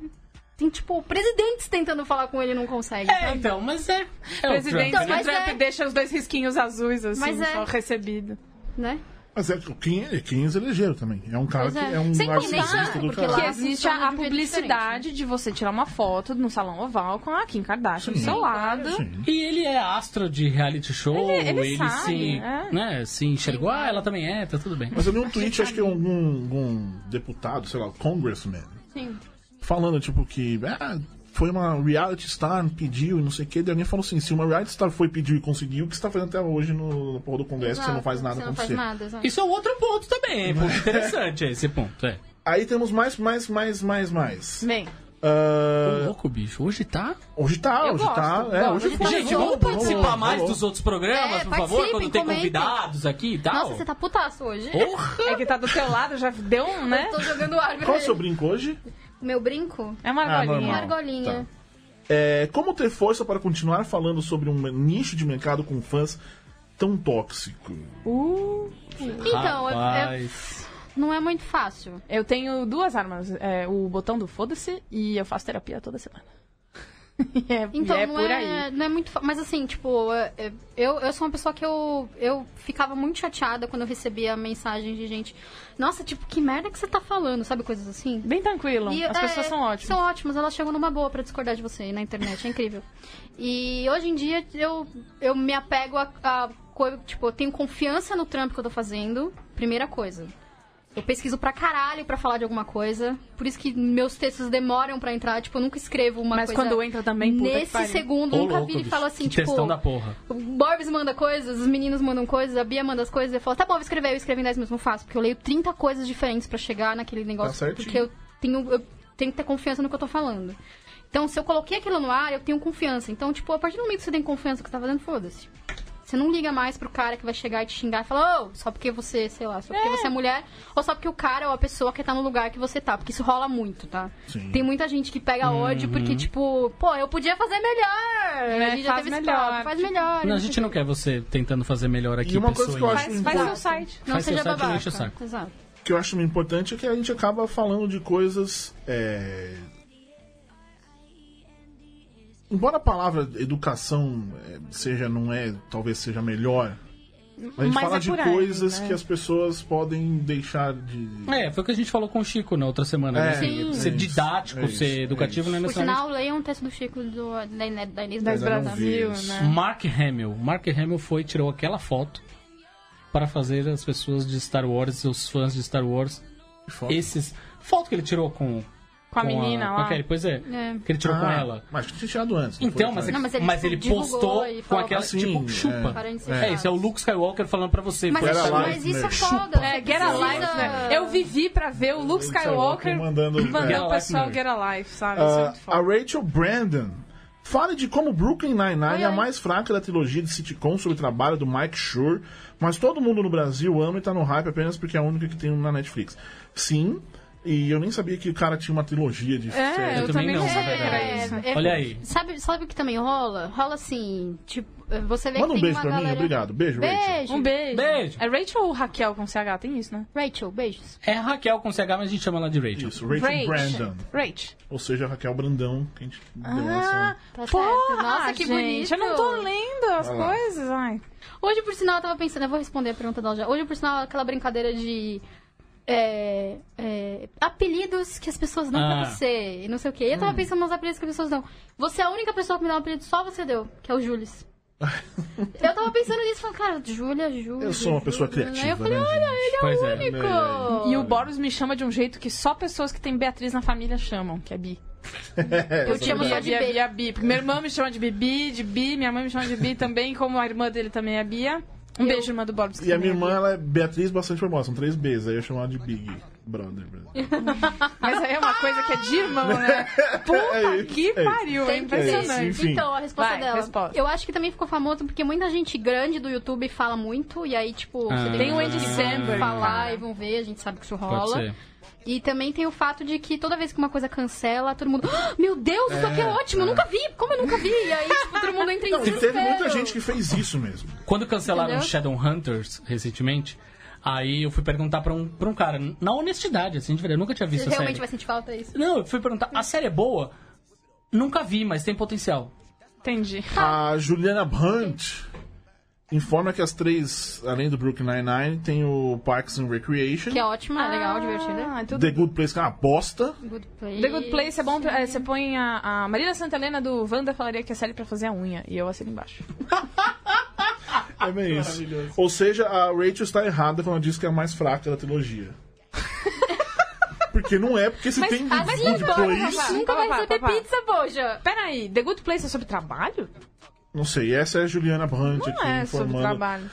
Speaker 1: Tem tipo presidentes tentando falar com ele e não consegue.
Speaker 3: É, então, mas é. É o
Speaker 4: Presidente
Speaker 3: Trump,
Speaker 1: Então,
Speaker 4: do
Speaker 1: mas
Speaker 4: Trump
Speaker 1: é.
Speaker 4: deixa os dois risquinhos azuis, assim,
Speaker 1: Mas é.
Speaker 4: só recebido.
Speaker 1: né?
Speaker 2: Mas é que o Kim, Kim é elegeram também. É um cara
Speaker 1: Pois
Speaker 2: que
Speaker 1: é.
Speaker 2: é um
Speaker 8: Sem contar,
Speaker 2: narcisista do
Speaker 8: porque
Speaker 2: cara.
Speaker 8: lá-
Speaker 4: Que existe a, a
Speaker 8: Claro, são de vida
Speaker 4: publicidade de você tirar uma foto no salão oval com a Kim Kardashian do
Speaker 2: Sim.
Speaker 4: seu lado.
Speaker 2: Sim.
Speaker 3: E ele é astro de reality show,
Speaker 4: Ele- ele sabe,
Speaker 3: se,
Speaker 4: é.
Speaker 3: né, se enxergou, ah, ela também é, tá tudo bem.
Speaker 2: Mas eu vi um tweet, acho que algum, algum deputado, sei lá, congressman,
Speaker 1: Sim.
Speaker 2: falando, tipo, que ah, foi uma reality star, pediu e não sei o que. Daí alguém falou assim, se uma reality star foi, pediu e conseguiu, o que você tá fazendo até hoje no, no porra do Congresso, que você não faz nada
Speaker 1: Você não faz
Speaker 2: acontecer?
Speaker 1: nada, exato.
Speaker 3: Isso é um outro ponto também, é um ponto
Speaker 2: *laughs*
Speaker 3: interessante é esse ponto, é.
Speaker 2: Aí temos mais, mais, mais, mais, mais.
Speaker 4: Bem,
Speaker 3: Ô,
Speaker 2: Ah,
Speaker 3: louco, bicho, hoje tá...
Speaker 2: hoje tá,
Speaker 4: Eu
Speaker 2: hoje
Speaker 4: gosto,
Speaker 2: tá. é,
Speaker 4: gosto.
Speaker 2: hoje
Speaker 4: Gente,
Speaker 2: foi.
Speaker 3: Gente,
Speaker 2: Rolou,
Speaker 3: vamos participar
Speaker 2: rolou,
Speaker 3: mais
Speaker 2: rolou.
Speaker 3: dos outros programas,
Speaker 1: É,
Speaker 3: por favor, quando
Speaker 1: participem,
Speaker 3: tem
Speaker 1: comentem.
Speaker 3: convidados aqui e tal.
Speaker 1: Nossa, você tá putaço hoje.
Speaker 3: Porra!
Speaker 4: é que tá do teu lado, já deu um, né?
Speaker 1: Eu tô jogando ar pra
Speaker 2: Qual é o
Speaker 1: ele.
Speaker 2: seu brinco hoje?
Speaker 1: Meu brinco?
Speaker 4: É uma
Speaker 2: Ah, normal.
Speaker 4: argolinha.
Speaker 1: Argolinha.
Speaker 2: Tá. É, como ter força para continuar falando sobre um nicho de mercado com fãs tão tóxico?
Speaker 4: Uh,
Speaker 1: Então, é- é-
Speaker 3: Rapaz.
Speaker 1: não é muito fácil.
Speaker 4: eu tenho duas armas. é, o botão do foda-se e eu faço terapia toda semana. *laughs* E é,
Speaker 1: Então,
Speaker 4: e é
Speaker 1: não,
Speaker 4: por
Speaker 1: é,
Speaker 4: aí.
Speaker 1: não é muito. fa- Mas assim, tipo, é- é- eu, eu sou uma pessoa que eu, eu ficava muito chateada quando eu recebia mensagem de gente. Nossa, tipo, que merda que você tá falando, sabe? Coisas assim.
Speaker 4: Bem tranquilo.
Speaker 1: E,
Speaker 4: As
Speaker 1: é,
Speaker 4: pessoas são ótimas.
Speaker 1: São ótimas, elas chegam numa boa pra discordar de você na internet, é incrível. E hoje em dia eu, eu me apego a, a co- Tipo, eu tenho confiança no trampo que eu tô fazendo, primeira coisa. Eu pesquiso pra caralho pra falar de alguma coisa. Por isso que meus textos demoram pra entrar. Tipo, eu nunca escrevo uma
Speaker 4: Mas
Speaker 1: coisa.
Speaker 4: quando entra também, puta que
Speaker 1: Nesse
Speaker 4: pariu.
Speaker 1: segundo,
Speaker 3: Ô,
Speaker 1: nunca
Speaker 3: louco,
Speaker 1: vi e
Speaker 3: bicho,
Speaker 1: falo assim,
Speaker 3: que
Speaker 1: tipo.
Speaker 3: textão da porra.
Speaker 1: O Borbs manda coisas, os meninos mandam coisas, a Bia manda as coisas, eu falo, tá bom, eu vou escrever, eu escrevo em 10 minutos, não faço, porque eu leio 30 coisas diferentes pra chegar naquele negócio,
Speaker 2: Tá certinho.
Speaker 1: porque eu tenho, eu tenho que ter confiança no que eu tô falando. Então, se eu coloquei aquilo no ar, eu tenho confiança. Então, tipo, a partir do momento que você tem confiança no que você tá fazendo, foda-se. Você não liga mais pro cara que vai chegar e te xingar e falar, ô, só porque você, sei lá, só porque você é mulher, ou só porque o cara ou a pessoa que tá no lugar que você tá, porque isso rola muito, tá?
Speaker 2: Sim. Uhum.
Speaker 1: Tem muita gente que pega ódio porque, tipo, pô, eu podia fazer melhor.
Speaker 4: Né?
Speaker 1: A gente já
Speaker 4: Faz
Speaker 1: teve esse
Speaker 4: melhor.
Speaker 1: papo, faz melhor.
Speaker 3: Não, a
Speaker 1: sei o
Speaker 3: gente não quer você tentando fazer melhor aqui,
Speaker 2: E uma coisa que eu
Speaker 3: pessoa.
Speaker 2: acho
Speaker 4: Faz, faz
Speaker 2: importante-
Speaker 4: seu site.
Speaker 1: Não
Speaker 3: Faz
Speaker 1: seja
Speaker 3: seu site, não
Speaker 1: babaca.
Speaker 3: enche o saco.
Speaker 1: Exato.
Speaker 2: O que eu acho importante é que a gente acaba falando de coisas. é, Embora a palavra educação é, seja, não é, talvez seja melhor. A gente
Speaker 4: Mas
Speaker 2: fala
Speaker 4: é
Speaker 2: de
Speaker 4: por aí,
Speaker 2: coisas
Speaker 4: né?
Speaker 2: que as pessoas podem deixar de.
Speaker 3: É, foi o que a gente falou com o Chico na outra semana. né?
Speaker 2: É,
Speaker 3: Assim,
Speaker 2: Sim.
Speaker 3: Ser
Speaker 2: é isso,
Speaker 3: didático,
Speaker 2: é isso,
Speaker 3: ser
Speaker 2: é
Speaker 3: educativo
Speaker 2: isso.
Speaker 3: não é
Speaker 1: Por
Speaker 3: necessariamente.
Speaker 1: sinal, leiam um texto do Chico do, da, da, da Inês
Speaker 4: Das
Speaker 2: Mas eu não vi
Speaker 4: Brasil,
Speaker 2: isso.
Speaker 1: Uhum.
Speaker 4: né?
Speaker 3: Mark Hamill. Mark Hamill foi e tirou aquela foto para fazer as pessoas de Star Wars, os fãs de Star Wars,
Speaker 2: Foto.
Speaker 3: esses. Foto que ele tirou com.
Speaker 4: Com a menina
Speaker 3: com
Speaker 4: lá.
Speaker 3: aquele, pois é,
Speaker 1: É.
Speaker 3: Que ele tirou
Speaker 2: Ah,
Speaker 3: com ela.
Speaker 2: Mas tinha tirado antes. não
Speaker 3: Então,
Speaker 2: foi? tá?
Speaker 3: mas, é-
Speaker 1: Não, mas ele,
Speaker 3: mas
Speaker 1: tipo,
Speaker 3: ele
Speaker 1: divulgou
Speaker 3: postou
Speaker 1: e
Speaker 3: com
Speaker 1: falou
Speaker 3: aquela
Speaker 2: assim, é.
Speaker 3: tipo chupa.
Speaker 1: Parem de ser
Speaker 3: É.
Speaker 1: chato.
Speaker 3: isso, é o Luke Skywalker falando pra você.
Speaker 1: Mas,
Speaker 3: foi
Speaker 2: Era
Speaker 1: isso-
Speaker 2: lá,
Speaker 1: mas isso é
Speaker 2: né?
Speaker 1: foda.
Speaker 4: É,
Speaker 1: você
Speaker 4: Get
Speaker 1: precisa-
Speaker 4: Alive, né?
Speaker 1: É,
Speaker 4: Eu vivi pra ver o Luke Skywalker
Speaker 2: mandando-
Speaker 4: mandando o
Speaker 3: é.
Speaker 4: pessoal Get Alive, sabe? Isso é
Speaker 2: Ah,
Speaker 4: muito
Speaker 2: a
Speaker 4: foda.
Speaker 2: Rachel Brandon. Fale de como Brooklyn Nine-Nine é a
Speaker 1: Oi, oi.
Speaker 2: mais fraca da trilogia de sitcom sobre o trabalho do Mike Schur, mas todo mundo no Brasil ama e tá no hype apenas porque é a única que tem na Netflix. Sim, e eu nem sabia que o cara tinha uma trilogia de
Speaker 4: É,
Speaker 2: série.
Speaker 4: eu,
Speaker 3: também
Speaker 4: também
Speaker 3: não,
Speaker 4: não
Speaker 3: na
Speaker 4: sabia que era
Speaker 3: verdade.
Speaker 4: isso.
Speaker 1: é-
Speaker 3: Olha aí.
Speaker 1: Sabe, sabe o que também rola? Rola assim, tipo, você vê
Speaker 2: Manda
Speaker 1: que
Speaker 2: um
Speaker 1: tem
Speaker 2: beijo
Speaker 1: uma
Speaker 2: pra
Speaker 1: galera...
Speaker 2: mim, obrigado. Beijo, Rachel.
Speaker 1: Beijo.
Speaker 4: Um beijo.
Speaker 3: Beijo.
Speaker 4: É Rachel ou Raquel com CH? Tem isso, né?
Speaker 1: Rachel, beijos.
Speaker 3: É Raquel com CH, mas a gente chama ela de
Speaker 1: É
Speaker 3: Rachel.
Speaker 2: Isso, Rachel Brandon.
Speaker 4: Rachel.
Speaker 2: Ou seja, Raquel Brandão, que a gente deu
Speaker 4: Ah,
Speaker 2: essa.
Speaker 1: Tá certo.
Speaker 4: porra,
Speaker 1: Nossa, que
Speaker 4: gente,
Speaker 1: bonito.
Speaker 4: Eu não tô lendo as
Speaker 2: Vai lá.
Speaker 4: coisas, ai.
Speaker 1: Hoje, por sinal, eu tava pensando, eu vou responder a pergunta dela já. Hoje, por sinal, aquela brincadeira de. é, é, apelidos que as pessoas dão
Speaker 3: Ah.
Speaker 1: pra você, e não sei o quê. E Eu
Speaker 2: Hum.
Speaker 1: tava pensando nos apelidos que as pessoas dão. Você é a única pessoa que me dá um apelido, só você deu, que é
Speaker 2: *laughs*
Speaker 1: o Jules. eu tava pensando nisso, falando, cara, Júlia, Júlia.
Speaker 2: Eu sou uma pessoa
Speaker 1: Júlia.
Speaker 2: criativa.
Speaker 1: Aí eu falei,
Speaker 2: né,
Speaker 1: olha,
Speaker 2: gente?
Speaker 1: ele é
Speaker 3: Pois é.
Speaker 1: o único.
Speaker 2: É,
Speaker 4: E o Boros me chama de um jeito que só pessoas que têm Beatriz na família chamam, que é
Speaker 2: *laughs*
Speaker 4: Bi.
Speaker 2: É,
Speaker 1: Eu te amo
Speaker 4: Bi,
Speaker 1: só
Speaker 4: a
Speaker 1: de
Speaker 4: Bi, a
Speaker 1: beijo.
Speaker 4: Bi, a Bi. Minha irmã me chama de Bibi, de Bi, minha mãe me chama de Bi também, como a irmã dele também é Bia. Um
Speaker 1: Eu-
Speaker 4: beijo, irmã do Boros. que
Speaker 2: E a
Speaker 4: também
Speaker 2: minha
Speaker 4: é
Speaker 2: irmã, ela é Beatriz bastante famosa, são três Bs, aí eu chamo ela de Big Brother.
Speaker 4: Bi. Mas aí é uma coisa que é de irmão,
Speaker 2: *laughs*
Speaker 4: né? Puta
Speaker 2: É isso,
Speaker 4: que
Speaker 2: é isso.
Speaker 4: pariu, é
Speaker 1: Tem que ser.
Speaker 4: impressionante.
Speaker 2: Enfim.
Speaker 1: Então, a resposta
Speaker 4: Vai,
Speaker 1: dela.
Speaker 4: resposta.
Speaker 1: Eu acho que também ficou famoso porque muita gente grande do YouTube fala muito, e aí, tipo,
Speaker 3: Ah.
Speaker 1: você
Speaker 4: Tem o
Speaker 1: que
Speaker 4: Andy
Speaker 1: vão
Speaker 4: Samberg,
Speaker 1: falar
Speaker 4: cara.
Speaker 1: e vão ver, a gente sabe que isso rola.
Speaker 3: Pode ser.
Speaker 1: E também tem o fato de que toda vez que uma coisa cancela, todo mundo. "Ah, meu Deus, isso aqui é ótimo, eu nunca vi! Como eu nunca vi? E aí, tipo, todo mundo entra em
Speaker 2: Não, e teve muita
Speaker 1: desespero.
Speaker 2: gente que fez isso mesmo.
Speaker 3: Quando cancelaram
Speaker 1: Entendeu?
Speaker 3: Shadowhunters recentemente, aí eu fui perguntar pra um, pra um cara, na honestidade, assim, de verdade, eu nunca tinha
Speaker 2: é
Speaker 3: visto
Speaker 1: Você
Speaker 3: a série.
Speaker 1: realmente vai sentir falta isso.
Speaker 3: Não, eu fui perguntar, a série é boa? Nunca vi, mas tem potencial.
Speaker 4: Entendi.
Speaker 2: A Juliana Brandt informa que as três, além do Brook Nine-Nine, tem o Parks and Recreation,
Speaker 7: Que é ótima, é legal, divertida.
Speaker 4: Ah, tudo
Speaker 2: The Good Place, que é uma bosta.
Speaker 7: Good Place.
Speaker 4: The Good Place é bom. pra- é, você põe a, a Marília Santelena do Wanda falaria que é série pra fazer a unha. E eu assino embaixo.
Speaker 2: É meio isso. Ou seja, a Rachel está errada quando ela diz que é a mais fraca
Speaker 4: *laughs*
Speaker 2: da trilogia. porque não é, porque se
Speaker 4: Mas-
Speaker 2: tem
Speaker 4: ah, mas
Speaker 2: Good
Speaker 4: não,
Speaker 2: Place.
Speaker 4: não, não.
Speaker 7: Nunca vai
Speaker 4: Papá,
Speaker 7: receber
Speaker 4: papá.
Speaker 7: pizza, boja.
Speaker 4: Peraí, The Good Place é sobre trabalho?
Speaker 2: Não sei, essa é a Juliana Brandt
Speaker 4: Não
Speaker 2: aqui
Speaker 4: é sobre
Speaker 2: informando.
Speaker 4: trabalho.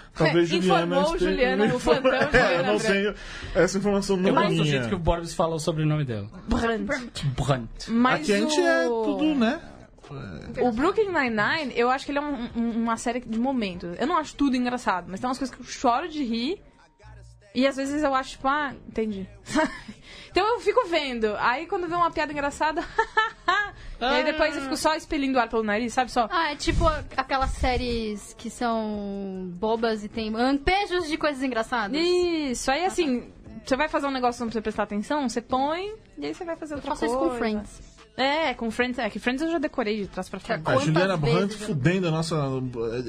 Speaker 4: *laughs*
Speaker 2: Talvez
Speaker 4: É,
Speaker 2: Juliana
Speaker 4: informou
Speaker 2: esteja-
Speaker 4: Juliana, o fantão
Speaker 2: *laughs* é, eu
Speaker 4: Juliana
Speaker 2: não sei, essa informação não
Speaker 3: Eu
Speaker 2: é
Speaker 3: gosto do jeito
Speaker 2: minha.
Speaker 3: que o Borbs falou sobre o nome dela.
Speaker 4: Brandt.
Speaker 3: Brandt.
Speaker 4: Mas
Speaker 2: Aqui a gente
Speaker 4: o...
Speaker 2: é tudo, né?
Speaker 4: O Brooklyn Nine-Nine, eu acho que ele é um- um- uma série de momentos. Eu não acho tudo engraçado, mas tem umas coisas que eu choro de rir. E às vezes eu acho, tipo, ah, entendi. *laughs* então eu fico vendo. Aí quando vê uma piada engraçada, *laughs* e aí depois eu fico só expelindo ar pelo nariz, sabe? Só.
Speaker 7: Ah, é tipo a- aquelas séries que são bobas e tem lampejos de coisas engraçadas.
Speaker 4: Isso. Aí assim, você vai fazer um negócio pra você prestar atenção, você põe, e aí você vai fazer outra
Speaker 7: Faço
Speaker 4: coisa.
Speaker 7: isso com Friends.
Speaker 4: É, com Friends. É que Friends eu já decorei de trás pra frente.
Speaker 2: A
Speaker 7: Quantas
Speaker 2: Juliana
Speaker 7: vezes
Speaker 2: Brandt
Speaker 7: eu-
Speaker 2: fudendo a nossa.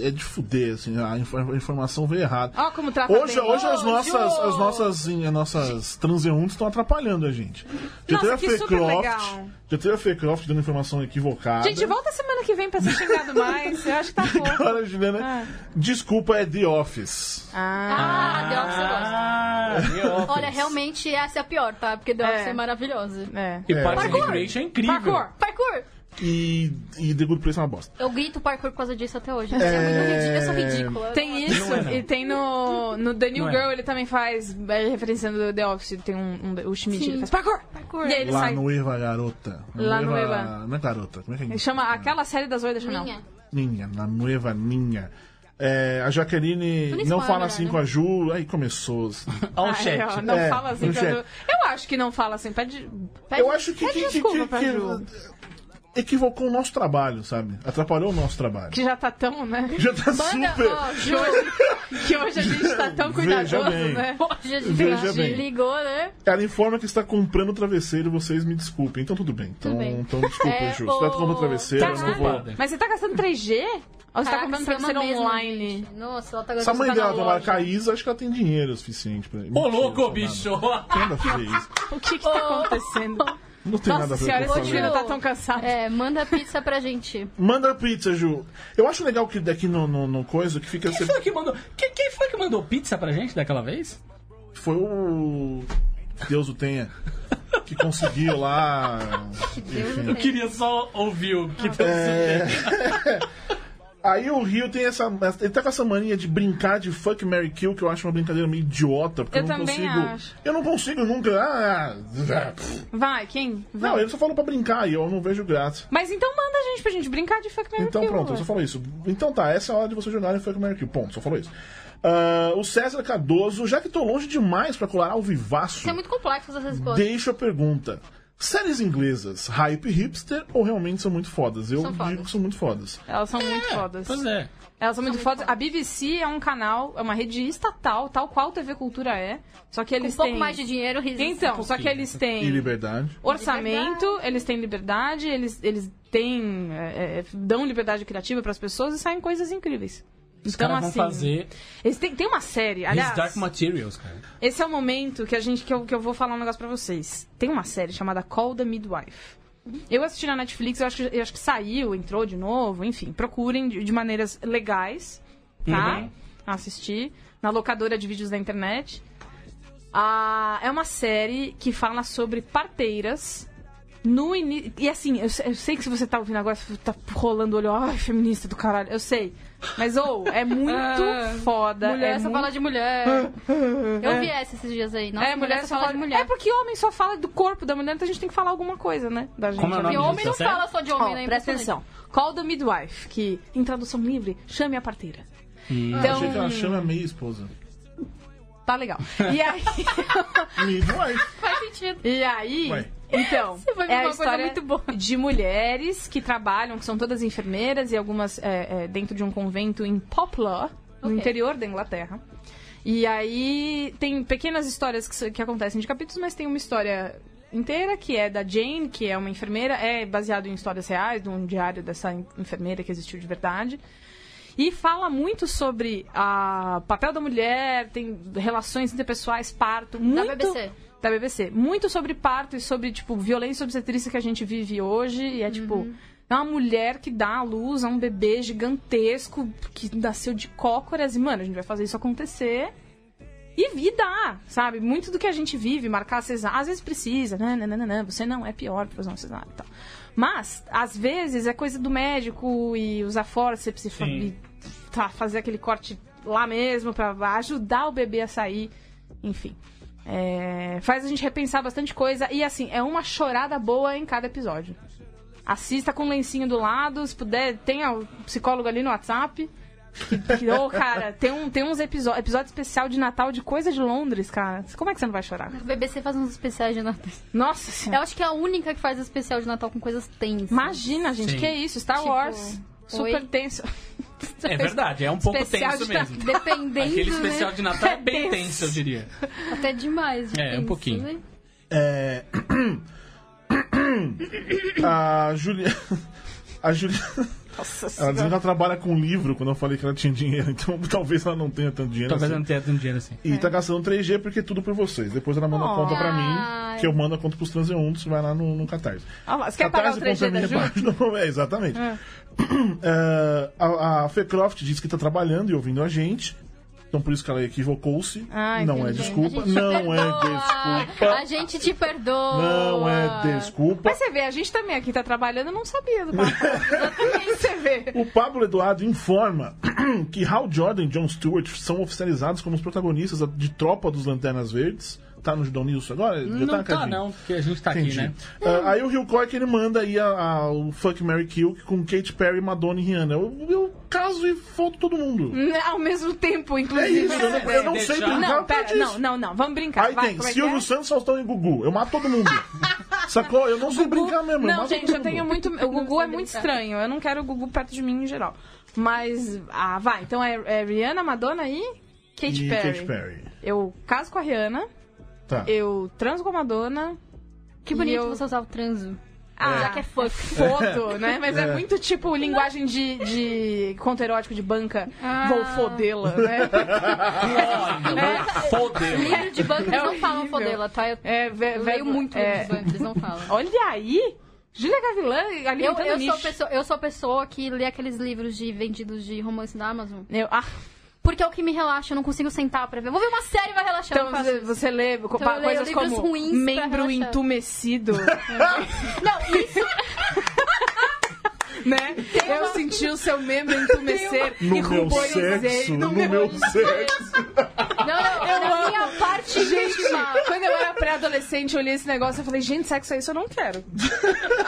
Speaker 2: É de fuder, assim, a infor- a informação veio errada.
Speaker 7: É.
Speaker 4: Ó, como trata
Speaker 2: Hoje,
Speaker 4: Ah, tá bem.
Speaker 2: hoje é as,
Speaker 4: Ô,
Speaker 2: nossas,
Speaker 4: Ju!
Speaker 2: as nossas assim, as nossas transeuntes estão atrapalhando a gente. Já
Speaker 4: Nossa,
Speaker 2: teve a
Speaker 4: que
Speaker 2: Fê
Speaker 4: super
Speaker 2: Croft.
Speaker 4: legal.
Speaker 2: Já teve a Fê Croft dando informação equivocada.
Speaker 4: Gente, volta semana que vem pra ser xingado mais. Eu acho que tá bom.
Speaker 2: Agora, Juliana,
Speaker 4: Ah.
Speaker 2: desculpa, é The Office.
Speaker 7: Ah, The Office eu gosto.
Speaker 3: *laughs* Ah, The Office.
Speaker 7: Olha, realmente essa é a pior, tá? Porque The
Speaker 4: É.
Speaker 7: Office é, maravilhosa.
Speaker 2: Ah.
Speaker 4: É.
Speaker 3: E Parks and
Speaker 2: Parkour.
Speaker 3: Recreation é incrível.
Speaker 4: Parkour.
Speaker 7: Parkour!
Speaker 2: E, e The Good Place é uma bosta.
Speaker 7: Eu grito parkour por causa disso até hoje. É... muito ridículo, eu sou ridícula.
Speaker 4: Tem isso,
Speaker 3: Não é, não.
Speaker 4: e tem no, no The New
Speaker 3: Não é.
Speaker 4: Girl, ele também faz, é, referenciando o The Office, tem um, um- o Schmidt,
Speaker 7: Sim.
Speaker 4: ele faz parkour!
Speaker 7: Parkour.
Speaker 4: E aí ele
Speaker 2: Lá
Speaker 4: sai.
Speaker 2: no Eva Garota.
Speaker 4: Lá no Eva.
Speaker 2: Não é garota, como é que é?
Speaker 4: Ele chama aquela série das oito da Chanel.
Speaker 7: Minha.
Speaker 2: Ninha, na Nueva Ninha. É, a Jaqueline
Speaker 7: Tudo isso
Speaker 2: não
Speaker 7: fala,
Speaker 2: fala
Speaker 7: né?
Speaker 2: assim com a Ju. Aí começou. assim.
Speaker 3: Olha
Speaker 4: Ah,
Speaker 3: o chat.
Speaker 4: é, ó, não
Speaker 2: É,
Speaker 4: fala assim
Speaker 2: no
Speaker 4: pra
Speaker 2: chat.
Speaker 4: Ju. Eu acho que não fala assim, pede. pede
Speaker 2: Eu acho que,
Speaker 4: pede
Speaker 2: que, que,
Speaker 4: desculpa
Speaker 2: que,
Speaker 4: pra Ju.
Speaker 2: que equivocou o nosso trabalho, sabe? Atrapalhou o nosso trabalho.
Speaker 4: Que já tá tão, né?
Speaker 2: *laughs* Já tá
Speaker 4: Manda,
Speaker 2: super.
Speaker 4: ó, Ju, que hoje a gente tá tão
Speaker 2: *laughs* Veja
Speaker 4: cuidadoso,
Speaker 2: bem.
Speaker 4: né?
Speaker 7: Hoje a gente
Speaker 2: Veja bem.
Speaker 7: ligou, né?
Speaker 2: Ela informa que está comprando o travesseiro, vocês me desculpem. Então tudo bem. Então,
Speaker 7: Tudo bem.
Speaker 2: então desculpa,
Speaker 7: É,
Speaker 2: Ju. Você tá
Speaker 7: ô,
Speaker 2: comprando o travesseiro, eu não
Speaker 4: Caralho.
Speaker 2: vou.
Speaker 4: Mas você tá gastando 3G? Ou você tá
Speaker 7: Caraca,
Speaker 4: comprando
Speaker 7: se ama
Speaker 4: travesseiro
Speaker 7: mesmo,
Speaker 4: online?
Speaker 7: gente. Nossa, ela tá
Speaker 2: Se a
Speaker 7: gostando
Speaker 2: mãe dela trabalha com a Isa, acho que ela tem dinheiro o suficiente pra.
Speaker 3: Ô, louco, bicho.
Speaker 2: Não tem nada a ver isso.
Speaker 4: O que que tá acontecendo?
Speaker 2: Não tem nada
Speaker 4: Nossa
Speaker 2: a ver
Speaker 4: senhora,
Speaker 2: com
Speaker 4: esse
Speaker 2: o trabalho.
Speaker 4: menino tá tão cansado.
Speaker 7: É, manda pizza pra gente.
Speaker 2: Manda pizza, Ju. Eu acho legal que daqui no, no, no coisa que fica. assim,
Speaker 3: Quem
Speaker 2: Sempre...
Speaker 3: foi que mandou? Quem, quem foi que mandou pizza pra gente daquela vez?
Speaker 2: Foi o. Deus o tenha. Que conseguiu lá. Enfim.
Speaker 3: Queria só ouvir o
Speaker 4: Ah.
Speaker 3: que tá
Speaker 2: Aí o Rio tem essa. Ele tá com essa mania de brincar de fuck Mary Kill, que eu acho uma brincadeira meio idiota, porque eu,
Speaker 4: Eu
Speaker 2: não
Speaker 4: também
Speaker 2: consigo.
Speaker 4: acho.
Speaker 2: Eu não consigo nunca. ah, ah, pff.
Speaker 4: Vai, quem? Vai.
Speaker 2: não, ele só falou pra brincar e eu não vejo graça.
Speaker 4: Mas então manda a gente pra gente brincar de fuck Mary
Speaker 2: Então
Speaker 4: Kill.
Speaker 2: pronto, eu só falo isso. Então tá, essa é a hora de você jogar em Fuck Mary Kill. Ponto, só falou isso. Ah, o César Cardoso, já que tô longe demais pra colar ao vivaço,
Speaker 7: Isso é muito complexo essas respostas.
Speaker 2: deixa a pergunta. Séries inglesas, hype hipster ou realmente são muito fodas? Eu
Speaker 7: São fodas.
Speaker 2: digo que são muito fodas.
Speaker 4: Elas são muito fodas.
Speaker 3: Pois é.
Speaker 4: Elas são muito fodas. A BBC é um canal, é uma rede estatal, tal qual TV Cultura é. Só que
Speaker 7: Com
Speaker 4: eles
Speaker 7: um pouco
Speaker 4: têm.
Speaker 7: mais de dinheiro, risos.
Speaker 4: Então, só que eles
Speaker 2: E
Speaker 4: têm
Speaker 2: liberdade.
Speaker 4: orçamento, eles têm liberdade, eles, eles têm. é, é, dão liberdade criativa pras pessoas e saem coisas incríveis.
Speaker 3: Os
Speaker 4: então,
Speaker 3: caras vão
Speaker 4: assim.
Speaker 3: fazer
Speaker 4: Eles têm, tem uma série, aliás.
Speaker 3: His Dark Materials, cara.
Speaker 4: Esse é o momento que a gente que eu, que eu vou falar um negócio pra vocês. Tem uma série chamada Call the Midwife. Eu assisti na Netflix, eu acho, que- eu acho que saiu, entrou de novo, enfim. Procurem de, de maneiras legais, tá?
Speaker 3: Uhum.
Speaker 4: Assistir na locadora de vídeos da internet. Ah, é uma série que fala sobre parteiras no início. E assim, eu, se- eu sei que se você tá ouvindo agora, você tá rolando o olho, ai, feminista do caralho, eu sei. Mas, ou, é muito foda.
Speaker 7: Mulher
Speaker 4: é
Speaker 7: só
Speaker 4: muito
Speaker 7: fala de
Speaker 2: *laughs*
Speaker 7: mulher. Eu vi essa esses dias aí. Nossa,
Speaker 4: é, mulher só fala de mulher. É porque homem só fala do corpo da mulher, então a gente tem que falar alguma coisa, né? Da gente.
Speaker 3: Como é o
Speaker 7: E
Speaker 3: nome
Speaker 7: homem não
Speaker 3: Isso é sério?
Speaker 7: fala só de
Speaker 4: Ó,
Speaker 7: homem, né?
Speaker 4: Oh, presta atenção. Call the midwife, que em tradução livre, chame a parteira. Então,
Speaker 2: Achei que ela chama a meia esposa.
Speaker 4: tá legal. E aí,
Speaker 2: Midwife.
Speaker 7: Faz sentido.
Speaker 4: e aí
Speaker 2: Ué.
Speaker 4: então,
Speaker 7: Você vai ver
Speaker 4: é a
Speaker 7: uma coisa
Speaker 4: história
Speaker 7: muito boa.
Speaker 4: de mulheres que trabalham, que são todas enfermeiras e algumas é, é, dentro de um convento em Poplar, no
Speaker 7: Ok.
Speaker 4: interior da Inglaterra. E aí tem pequenas histórias que, s- que acontecem de capítulos, mas tem uma história inteira que é da Jane, que é uma enfermeira, é baseado em histórias reais, de um diário dessa en- enfermeira que existiu de verdade. E fala muito sobre a papel da mulher, tem relações interpessoais, parto, muito
Speaker 7: BBC.
Speaker 4: da BBC. Muito sobre parto e sobre, tipo, violência obstetrícia que a gente vive hoje. E é, tipo, é uma mulher que dá à luz a um bebê gigantesco que nasceu de cócoras. E, mano, a gente vai fazer isso acontecer. E, e dá, sabe? Muito do que a gente vive, marcar cesárea. Às vezes precisa, né? né, né, né, né, Você não é pior pra fazer uma cesárea e tal. Mas, às vezes, é coisa do médico e usar forceps e, fa- e tá, fazer aquele corte lá mesmo pra ajudar o bebê a sair. Enfim. É, faz a gente repensar bastante coisa. E assim, é uma chorada boa em cada episódio. Assista com o lencinho do lado, se puder, tenha o psicólogo ali no WhatsApp. Que, que- ô, *laughs* cara, tem, um, tem uns episo- episódio especial de Natal de coisa de Londres, cara. Como é que você não vai chorar?
Speaker 7: A BBC faz uns especiais de Natal.
Speaker 4: Nossa
Speaker 7: Eu
Speaker 4: senhora.
Speaker 7: acho que é a única que faz especial de Natal com coisas
Speaker 4: É
Speaker 7: tensas.
Speaker 4: Imagina, gente,
Speaker 3: Sim.
Speaker 4: que isso? Star
Speaker 7: Tipo,
Speaker 4: Wars. Super
Speaker 7: oi?
Speaker 4: tenso.
Speaker 3: É verdade, é um pouco
Speaker 4: Especial
Speaker 3: tenso
Speaker 4: de
Speaker 3: mesmo.
Speaker 7: Dependendo,
Speaker 3: Aquele
Speaker 7: né?
Speaker 3: especial de Natal é bem
Speaker 4: É tenso.
Speaker 3: tenso, eu diria.
Speaker 7: Até demais. de
Speaker 3: É, um
Speaker 7: tenso,
Speaker 3: pouquinho.
Speaker 7: né?
Speaker 2: É... *clears throat* a Julia... *laughs* A Julia...
Speaker 4: Nossa
Speaker 2: Ela dizendo
Speaker 4: senhora.
Speaker 2: que ela trabalha com livro, quando eu falei que ela tinha dinheiro, então *laughs* talvez ela não tenha tanto dinheiro
Speaker 3: Talvez eu
Speaker 2: assim.
Speaker 3: não tenha tanto dinheiro assim.
Speaker 2: E tá gastando 3G porque é tudo por vocês. Depois ela manda a conta pra
Speaker 7: Ai.
Speaker 2: mim, que eu mando a conta pros transeuntes, vai lá no, no Catarse.
Speaker 4: Olha lá, você quer pagar o 3G da Ju? Ah.
Speaker 2: abaixo do... É, exatamente. *clears throat* É, a, a Fecroft diz que tá trabalhando e ouvindo a gente. Então por isso que ela equivocou-se.
Speaker 4: Ah,
Speaker 2: não é
Speaker 4: entendi.
Speaker 2: desculpa.
Speaker 7: A gente
Speaker 2: Não é
Speaker 7: perdoa.
Speaker 2: desculpa.
Speaker 7: A gente te perdoa.
Speaker 2: Não é desculpa.
Speaker 4: Mas você vê, a gente também aqui tá trabalhando, eu não sabia do *laughs* papo. Exatamente, você vê.
Speaker 2: O Pablo Eduardo informa *clears throat* que Hal Jordan e John Stewart são oficializados como os protagonistas de Tropa dos Lanternas Verdes. Tá no Judão News agora? Já
Speaker 3: Não tá,
Speaker 2: Cadinho?
Speaker 3: não, porque a gente tá
Speaker 2: Entendi.
Speaker 3: aqui, né?
Speaker 2: Ah, aí o Rio Coy que ele manda aí a, a- o Fuck Mary Kill com Kate Perry, Madonna e Rihanna. Eu, eu caso e foto todo mundo.
Speaker 4: Né, Ao mesmo tempo,
Speaker 2: É
Speaker 4: inclusive. né?
Speaker 2: isso, eu não, eu não sei
Speaker 3: Deixar-
Speaker 2: brincar
Speaker 4: Não,
Speaker 2: por causa
Speaker 4: pera,
Speaker 2: disso.
Speaker 4: não, não, não. Vamos brincar.
Speaker 2: Aí
Speaker 4: vai,
Speaker 2: tem
Speaker 4: como é que
Speaker 2: Silvio
Speaker 4: é?
Speaker 2: Santos, Faustão e Gugu. Eu mato
Speaker 4: *laughs*
Speaker 2: todo mundo. Sacou? Eu não sei brincar mesmo. eu
Speaker 4: Não,
Speaker 2: mato
Speaker 4: gente,
Speaker 2: todo
Speaker 4: eu
Speaker 2: mundo.
Speaker 4: tenho muito. O Gugu é
Speaker 7: sei
Speaker 4: muito
Speaker 7: brincar.
Speaker 4: estranho. Eu não quero o Gugu perto de mim em geral. Mas. Ah, vai. Então é, é Rihanna, Madonna e Katy
Speaker 2: E
Speaker 4: Perry.
Speaker 2: Kate Perry.
Speaker 4: Eu caso com a Rihanna,
Speaker 2: Tá.
Speaker 4: eu transo com a Madonna.
Speaker 7: Que bonito
Speaker 4: E eu-
Speaker 7: você usar o transo.
Speaker 4: Ah,
Speaker 7: Já que é fuck.
Speaker 2: *laughs*
Speaker 4: foto, né? Mas é,
Speaker 2: É.
Speaker 4: muito tipo linguagem de, de conto erótico de banca.
Speaker 7: Ah.
Speaker 4: Vou fodê-la,
Speaker 2: *laughs*
Speaker 4: né?
Speaker 3: Fodeu.
Speaker 7: Livro de banco, eles não falam
Speaker 4: É horrível.
Speaker 7: fodela, tá? Eu,
Speaker 4: É, ve-
Speaker 7: eu
Speaker 4: ve-
Speaker 7: leio muito livro
Speaker 4: é,
Speaker 7: de banco, eles não falam.
Speaker 4: Olha aí! Júlia Gavilã
Speaker 7: Eu,
Speaker 4: alimentando
Speaker 7: eu, sou a
Speaker 4: tá nicho.
Speaker 7: pessoa, eu sou a pessoa que lê aqueles livros de vendidos de romance da Amazon.
Speaker 4: Eu- ah,
Speaker 7: Porque é o que me relaxa, eu não consigo sentar pra ver. Vou ver uma série e vai relaxar.
Speaker 4: então
Speaker 7: eu não faço
Speaker 4: você,
Speaker 7: isso.
Speaker 4: você lê co-
Speaker 7: Então eu leio
Speaker 4: coisas
Speaker 7: livros
Speaker 4: como
Speaker 7: ruins pra
Speaker 4: membro
Speaker 7: relaxar. *laughs*
Speaker 4: entumecido,
Speaker 7: Não, isso
Speaker 4: *laughs* né? Eu senti o seu membro entumecer e
Speaker 2: No meu
Speaker 4: ruborizei.
Speaker 2: sexo, no meu sexo.
Speaker 7: Não, não,
Speaker 4: Eu
Speaker 7: na
Speaker 4: amo.
Speaker 7: minha parte
Speaker 4: Gente,
Speaker 7: íntima.
Speaker 4: quando eu era pré-adolescente, eu li esse negócio e falei, gente, sexo é isso, eu não
Speaker 7: *laughs*
Speaker 4: quero.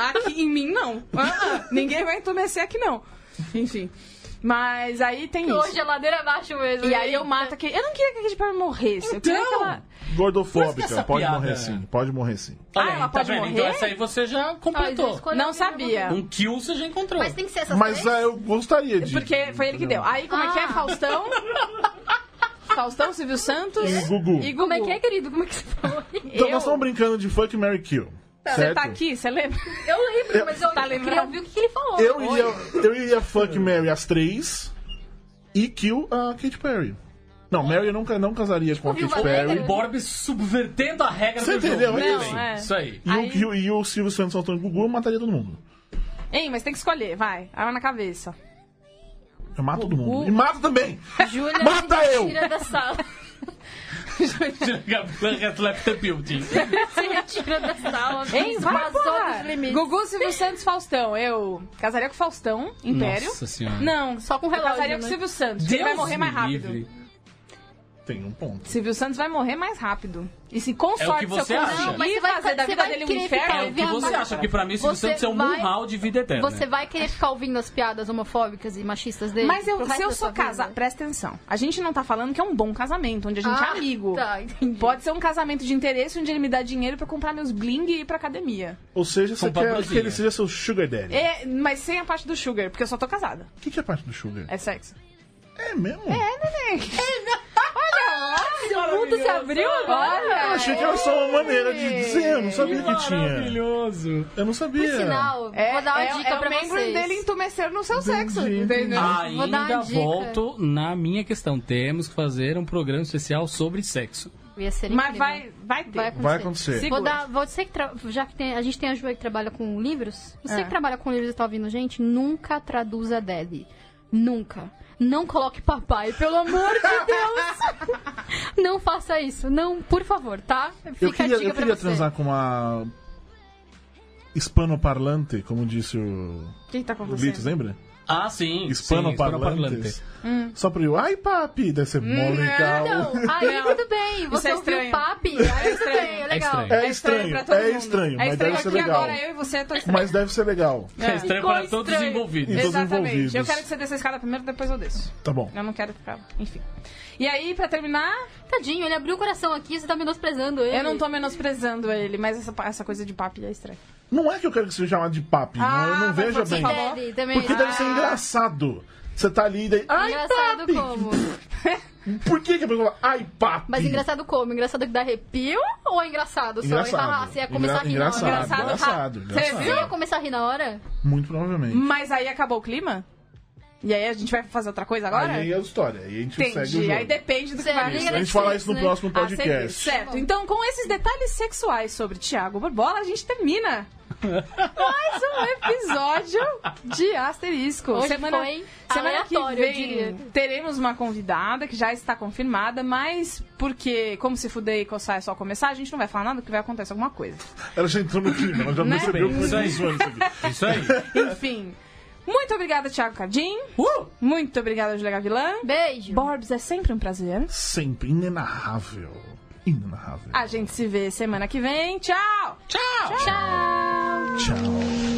Speaker 4: Aqui em mim, não. Ah, ah, ninguém vai entumecer aqui, não. Enfim. Mas aí tem
Speaker 7: Hoje
Speaker 4: isso.
Speaker 7: é ladeira abaixo mesmo.
Speaker 4: E aí eu mato aquele... Eu não queria que a Katy Perry morresse. Eu queria que
Speaker 3: Então,
Speaker 4: ela...
Speaker 3: Mas
Speaker 2: Gordofóbica,
Speaker 3: essa
Speaker 2: pode
Speaker 3: piada-
Speaker 2: morrer sim, pode morrer sim.
Speaker 4: Ah,
Speaker 3: Olha aí,
Speaker 4: ela
Speaker 3: tá
Speaker 4: pode
Speaker 3: vendo?
Speaker 4: morrer?
Speaker 3: Então essa aí você já
Speaker 7: Ó, então
Speaker 3: completou.
Speaker 7: escolha
Speaker 4: Não
Speaker 7: a
Speaker 4: sabia.
Speaker 3: Um kill você já encontrou.
Speaker 7: Mas tem que ser essas
Speaker 2: Mas
Speaker 7: três?
Speaker 2: ah, eu gostaria de.
Speaker 4: Tá Porque foi ele que deu. Aí como é que é?
Speaker 7: Ah. *laughs*
Speaker 4: Faustão... Faustão, Silvio Santos...
Speaker 2: E Gugu.
Speaker 4: E Gugu.
Speaker 7: Como é que é, querido? Como é que você falou?
Speaker 2: Então
Speaker 4: Eu-
Speaker 2: nós estamos brincando de Fuck Mary Kill.
Speaker 4: Você
Speaker 2: certo?
Speaker 4: tá aqui, você lembra?
Speaker 7: Eu lembro, mas eu
Speaker 4: Tá
Speaker 7: eu queria
Speaker 4: lembrando?
Speaker 7: ouvir o que que ele falou.
Speaker 2: Eu iria, eu iria Fuck Mary as três e Kill a Katy Perry. Não, Mary eu nunca, não casaria com a
Speaker 7: Viúva
Speaker 2: Katy Perry.
Speaker 7: Negra.
Speaker 3: O Borbs subvertendo a regra
Speaker 2: Você
Speaker 3: do
Speaker 2: entendeu?
Speaker 3: jogo.
Speaker 2: É
Speaker 3: Muito
Speaker 4: isso.
Speaker 3: bem.
Speaker 4: É.
Speaker 3: Isso aí.
Speaker 2: E, o, e, o, e o Silvio Santos Antônio Gugu eu mataria todo mundo.
Speaker 4: Ei, mas tem que escolher, vai. Arma na cabeça.
Speaker 2: Eu mato todo mundo. E mato também!
Speaker 7: Júlia
Speaker 2: Mata
Speaker 7: me
Speaker 2: eu!
Speaker 7: tira da sala. *laughs*
Speaker 3: Gabriel has left the building.
Speaker 7: Você me tira da sala.
Speaker 4: Ei, vai,
Speaker 7: esvazou
Speaker 4: porra.
Speaker 7: dos limites.
Speaker 4: Gugu, Silvio Santos, Faustão. Eu casaria com Faustão, Império.
Speaker 3: Nossa senhora.
Speaker 4: Não,
Speaker 7: Só com
Speaker 4: eu
Speaker 7: relógio,
Speaker 4: casaria com
Speaker 7: né?
Speaker 4: Silvio Santos.
Speaker 3: Deus
Speaker 4: ele vai morrer
Speaker 3: me
Speaker 4: mais rápido.
Speaker 3: livre.
Speaker 2: Tem um ponto.
Speaker 4: Silvio Santos vai morrer mais rápido. E se com
Speaker 3: É que
Speaker 4: sorte se eu
Speaker 3: você acha.
Speaker 4: conseguir
Speaker 3: Não,
Speaker 7: mas você vai-
Speaker 4: fazer da
Speaker 7: você
Speaker 4: vida
Speaker 7: vai
Speaker 4: dele um
Speaker 7: querer
Speaker 4: inferno...
Speaker 7: ficar
Speaker 3: É o que você acha, que pra mim Silvio
Speaker 7: Você
Speaker 3: Santos é um
Speaker 7: vai-
Speaker 3: munhal de vida eterna.
Speaker 7: Você vai querer ficar ouvindo as piadas homofóbicas e machistas dele?
Speaker 4: Mas eu,
Speaker 7: pro
Speaker 4: se
Speaker 7: resto
Speaker 4: eu
Speaker 7: da sua
Speaker 4: sou
Speaker 7: vida?
Speaker 4: casada, presta atenção. A gente não tá falando que é um bom casamento, onde a gente
Speaker 7: Ah,
Speaker 4: é amigo.
Speaker 7: Tá, entendi.
Speaker 4: Pode ser um casamento de interesse onde ele me dá dinheiro pra comprar meus bling e ir pra academia.
Speaker 2: Ou seja, você
Speaker 3: Com
Speaker 2: quer que
Speaker 3: Pablozinha.
Speaker 2: ele seja seu Sugar Daddy.
Speaker 4: É, mas sem a parte do sugar, porque eu só tô casada.
Speaker 2: O que, que é a parte do Sugar?
Speaker 4: É sexo.
Speaker 2: É, mesmo? É,
Speaker 4: Olha lá, senhora, mundo se abriu
Speaker 2: Eu
Speaker 4: agora?
Speaker 2: achei que era só uma maneira de dizer, eu não sabia que tinha.
Speaker 3: Maravilhoso.
Speaker 2: Eu não sabia.
Speaker 1: Por sinal, É,
Speaker 4: É,
Speaker 1: vou dar uma
Speaker 7: É,
Speaker 1: dica pra
Speaker 9: membro
Speaker 1: vocês.
Speaker 9: dele entumecendo no seu sexo,
Speaker 2: Entendi. Ah.
Speaker 9: entendeu?
Speaker 1: Vou dar uma
Speaker 3: Ainda
Speaker 1: dica.
Speaker 3: volto na minha questão. Temos que fazer um programa especial sobre sexo.
Speaker 1: Ia ser
Speaker 4: Mas
Speaker 1: incrível.
Speaker 4: vai, vai ter.
Speaker 1: Vai acontecer.
Speaker 2: Vai acontecer.
Speaker 4: Sim.
Speaker 1: Vou
Speaker 4: Segura.
Speaker 1: dar, você que tra- já que tem- a gente tem a Ju aí que trabalha com livros, você que trabalha com livros e tá ouvindo gente, nunca traduza daddy. Nunca. Não coloque papai, pelo amor de Deus! não faça isso. Não, por favor, tá? Fica
Speaker 2: Eu queria,
Speaker 1: a dica
Speaker 2: eu queria
Speaker 1: pra você.
Speaker 2: transar com uma hispanoparlante, como disse o,
Speaker 9: O que que tá
Speaker 2: o
Speaker 9: acontecendo?
Speaker 2: Litos, lembra?
Speaker 3: Ah, sim.
Speaker 2: Hispanoparlantes. Só pra eu, ai papi, deve ser mó legal.
Speaker 1: Não, aí tudo bem. Você
Speaker 4: é
Speaker 1: ouviu
Speaker 4: estranho.
Speaker 1: o papi, aí tudo
Speaker 4: estranho.
Speaker 1: bem, é legal.
Speaker 3: estranho.
Speaker 2: *laughs* É estranho,
Speaker 4: pra todo
Speaker 2: é
Speaker 4: mundo.
Speaker 2: estranho,
Speaker 4: é
Speaker 2: mas
Speaker 4: estranho
Speaker 2: deve ser
Speaker 4: aqui
Speaker 2: legal.
Speaker 4: agora, eu e você, tô estranho.
Speaker 2: *laughs* Mas deve ser legal.
Speaker 3: É estranho
Speaker 4: Ficou
Speaker 3: para todos os
Speaker 4: estranho.
Speaker 2: E
Speaker 3: envolvidos.
Speaker 2: todos
Speaker 4: Exatamente.
Speaker 2: envolvidos.
Speaker 4: Eu quero que você desça a escada primeiro, depois eu desço.
Speaker 2: Tá bom.
Speaker 4: Eu não quero ficar. Enfim. E aí, pra terminar,
Speaker 1: Tadinho, ele abriu o coração aqui, você tá menosprezando ele.
Speaker 4: eu não tô menosprezando ele, mas essa, essa coisa de papi é estranha.
Speaker 2: Não é que eu quero que seja chamado de papi, não, eu
Speaker 4: Ah,
Speaker 2: não
Speaker 4: mas
Speaker 2: veja
Speaker 4: pode ser
Speaker 2: bem.
Speaker 4: papai.
Speaker 1: Daddy, também. Ah.
Speaker 2: Porque deve ser engraçado. Você tá ali e daí. Ai,
Speaker 1: Engraçado
Speaker 2: papi!
Speaker 1: como?
Speaker 2: Por que, que a pessoa fala, ai, papi?
Speaker 1: Mas engraçado como? Engraçado que dá arrepio ou é engraçado só?
Speaker 2: Engraçado.
Speaker 1: E fala, ah, você ia começar a rir
Speaker 2: Engra-
Speaker 1: na hora.
Speaker 2: engraçado, engraçado,
Speaker 4: Você
Speaker 2: engraçado.
Speaker 1: Você ia
Speaker 4: viu?
Speaker 1: começar a rir na hora?
Speaker 2: Muito provavelmente.
Speaker 4: Mas aí acabou o clima? E aí a gente vai fazer outra coisa agora?
Speaker 2: Aí é a história, aí a gente segue o
Speaker 4: Entendi.
Speaker 2: jogo.
Speaker 4: Aí depende do que
Speaker 1: Você
Speaker 4: vai
Speaker 1: liga
Speaker 2: Isso, a gente fala isso no
Speaker 1: né?
Speaker 2: próximo
Speaker 4: Ah, sempre.
Speaker 2: podcast.
Speaker 4: Certo. Então, com esses detalhes sexuais sobre Tiago Borbola, a gente
Speaker 2: *laughs*
Speaker 4: termina mais um episódio de Asterisco.
Speaker 1: Hoje
Speaker 4: semana
Speaker 1: foi
Speaker 4: semana que
Speaker 1: aleatório, eu
Speaker 4: vem
Speaker 1: diria.
Speaker 4: teremos uma convidada que já está confirmada, mas porque como se fuder e coçar é só começar, a gente não vai falar nada que vai acontecer alguma *laughs* coisa.
Speaker 2: Ela já entrou no clima, ela já
Speaker 4: Né?
Speaker 2: percebeu como é
Speaker 10: Isso
Speaker 2: que
Speaker 10: aí.
Speaker 2: funciona isso aqui.
Speaker 10: Isso aí.
Speaker 4: Enfim, muito obrigada, Tiago Cardim. Muito obrigada, Julia Gavilã.
Speaker 1: Beijo.
Speaker 4: Borbs, Uh! é sempre um prazer.
Speaker 2: Sempre inenarrável.
Speaker 4: Ah,
Speaker 2: Inenarrável.
Speaker 4: A gente se vê semana que vem. Tchau!
Speaker 1: Tchau.
Speaker 2: Tchau.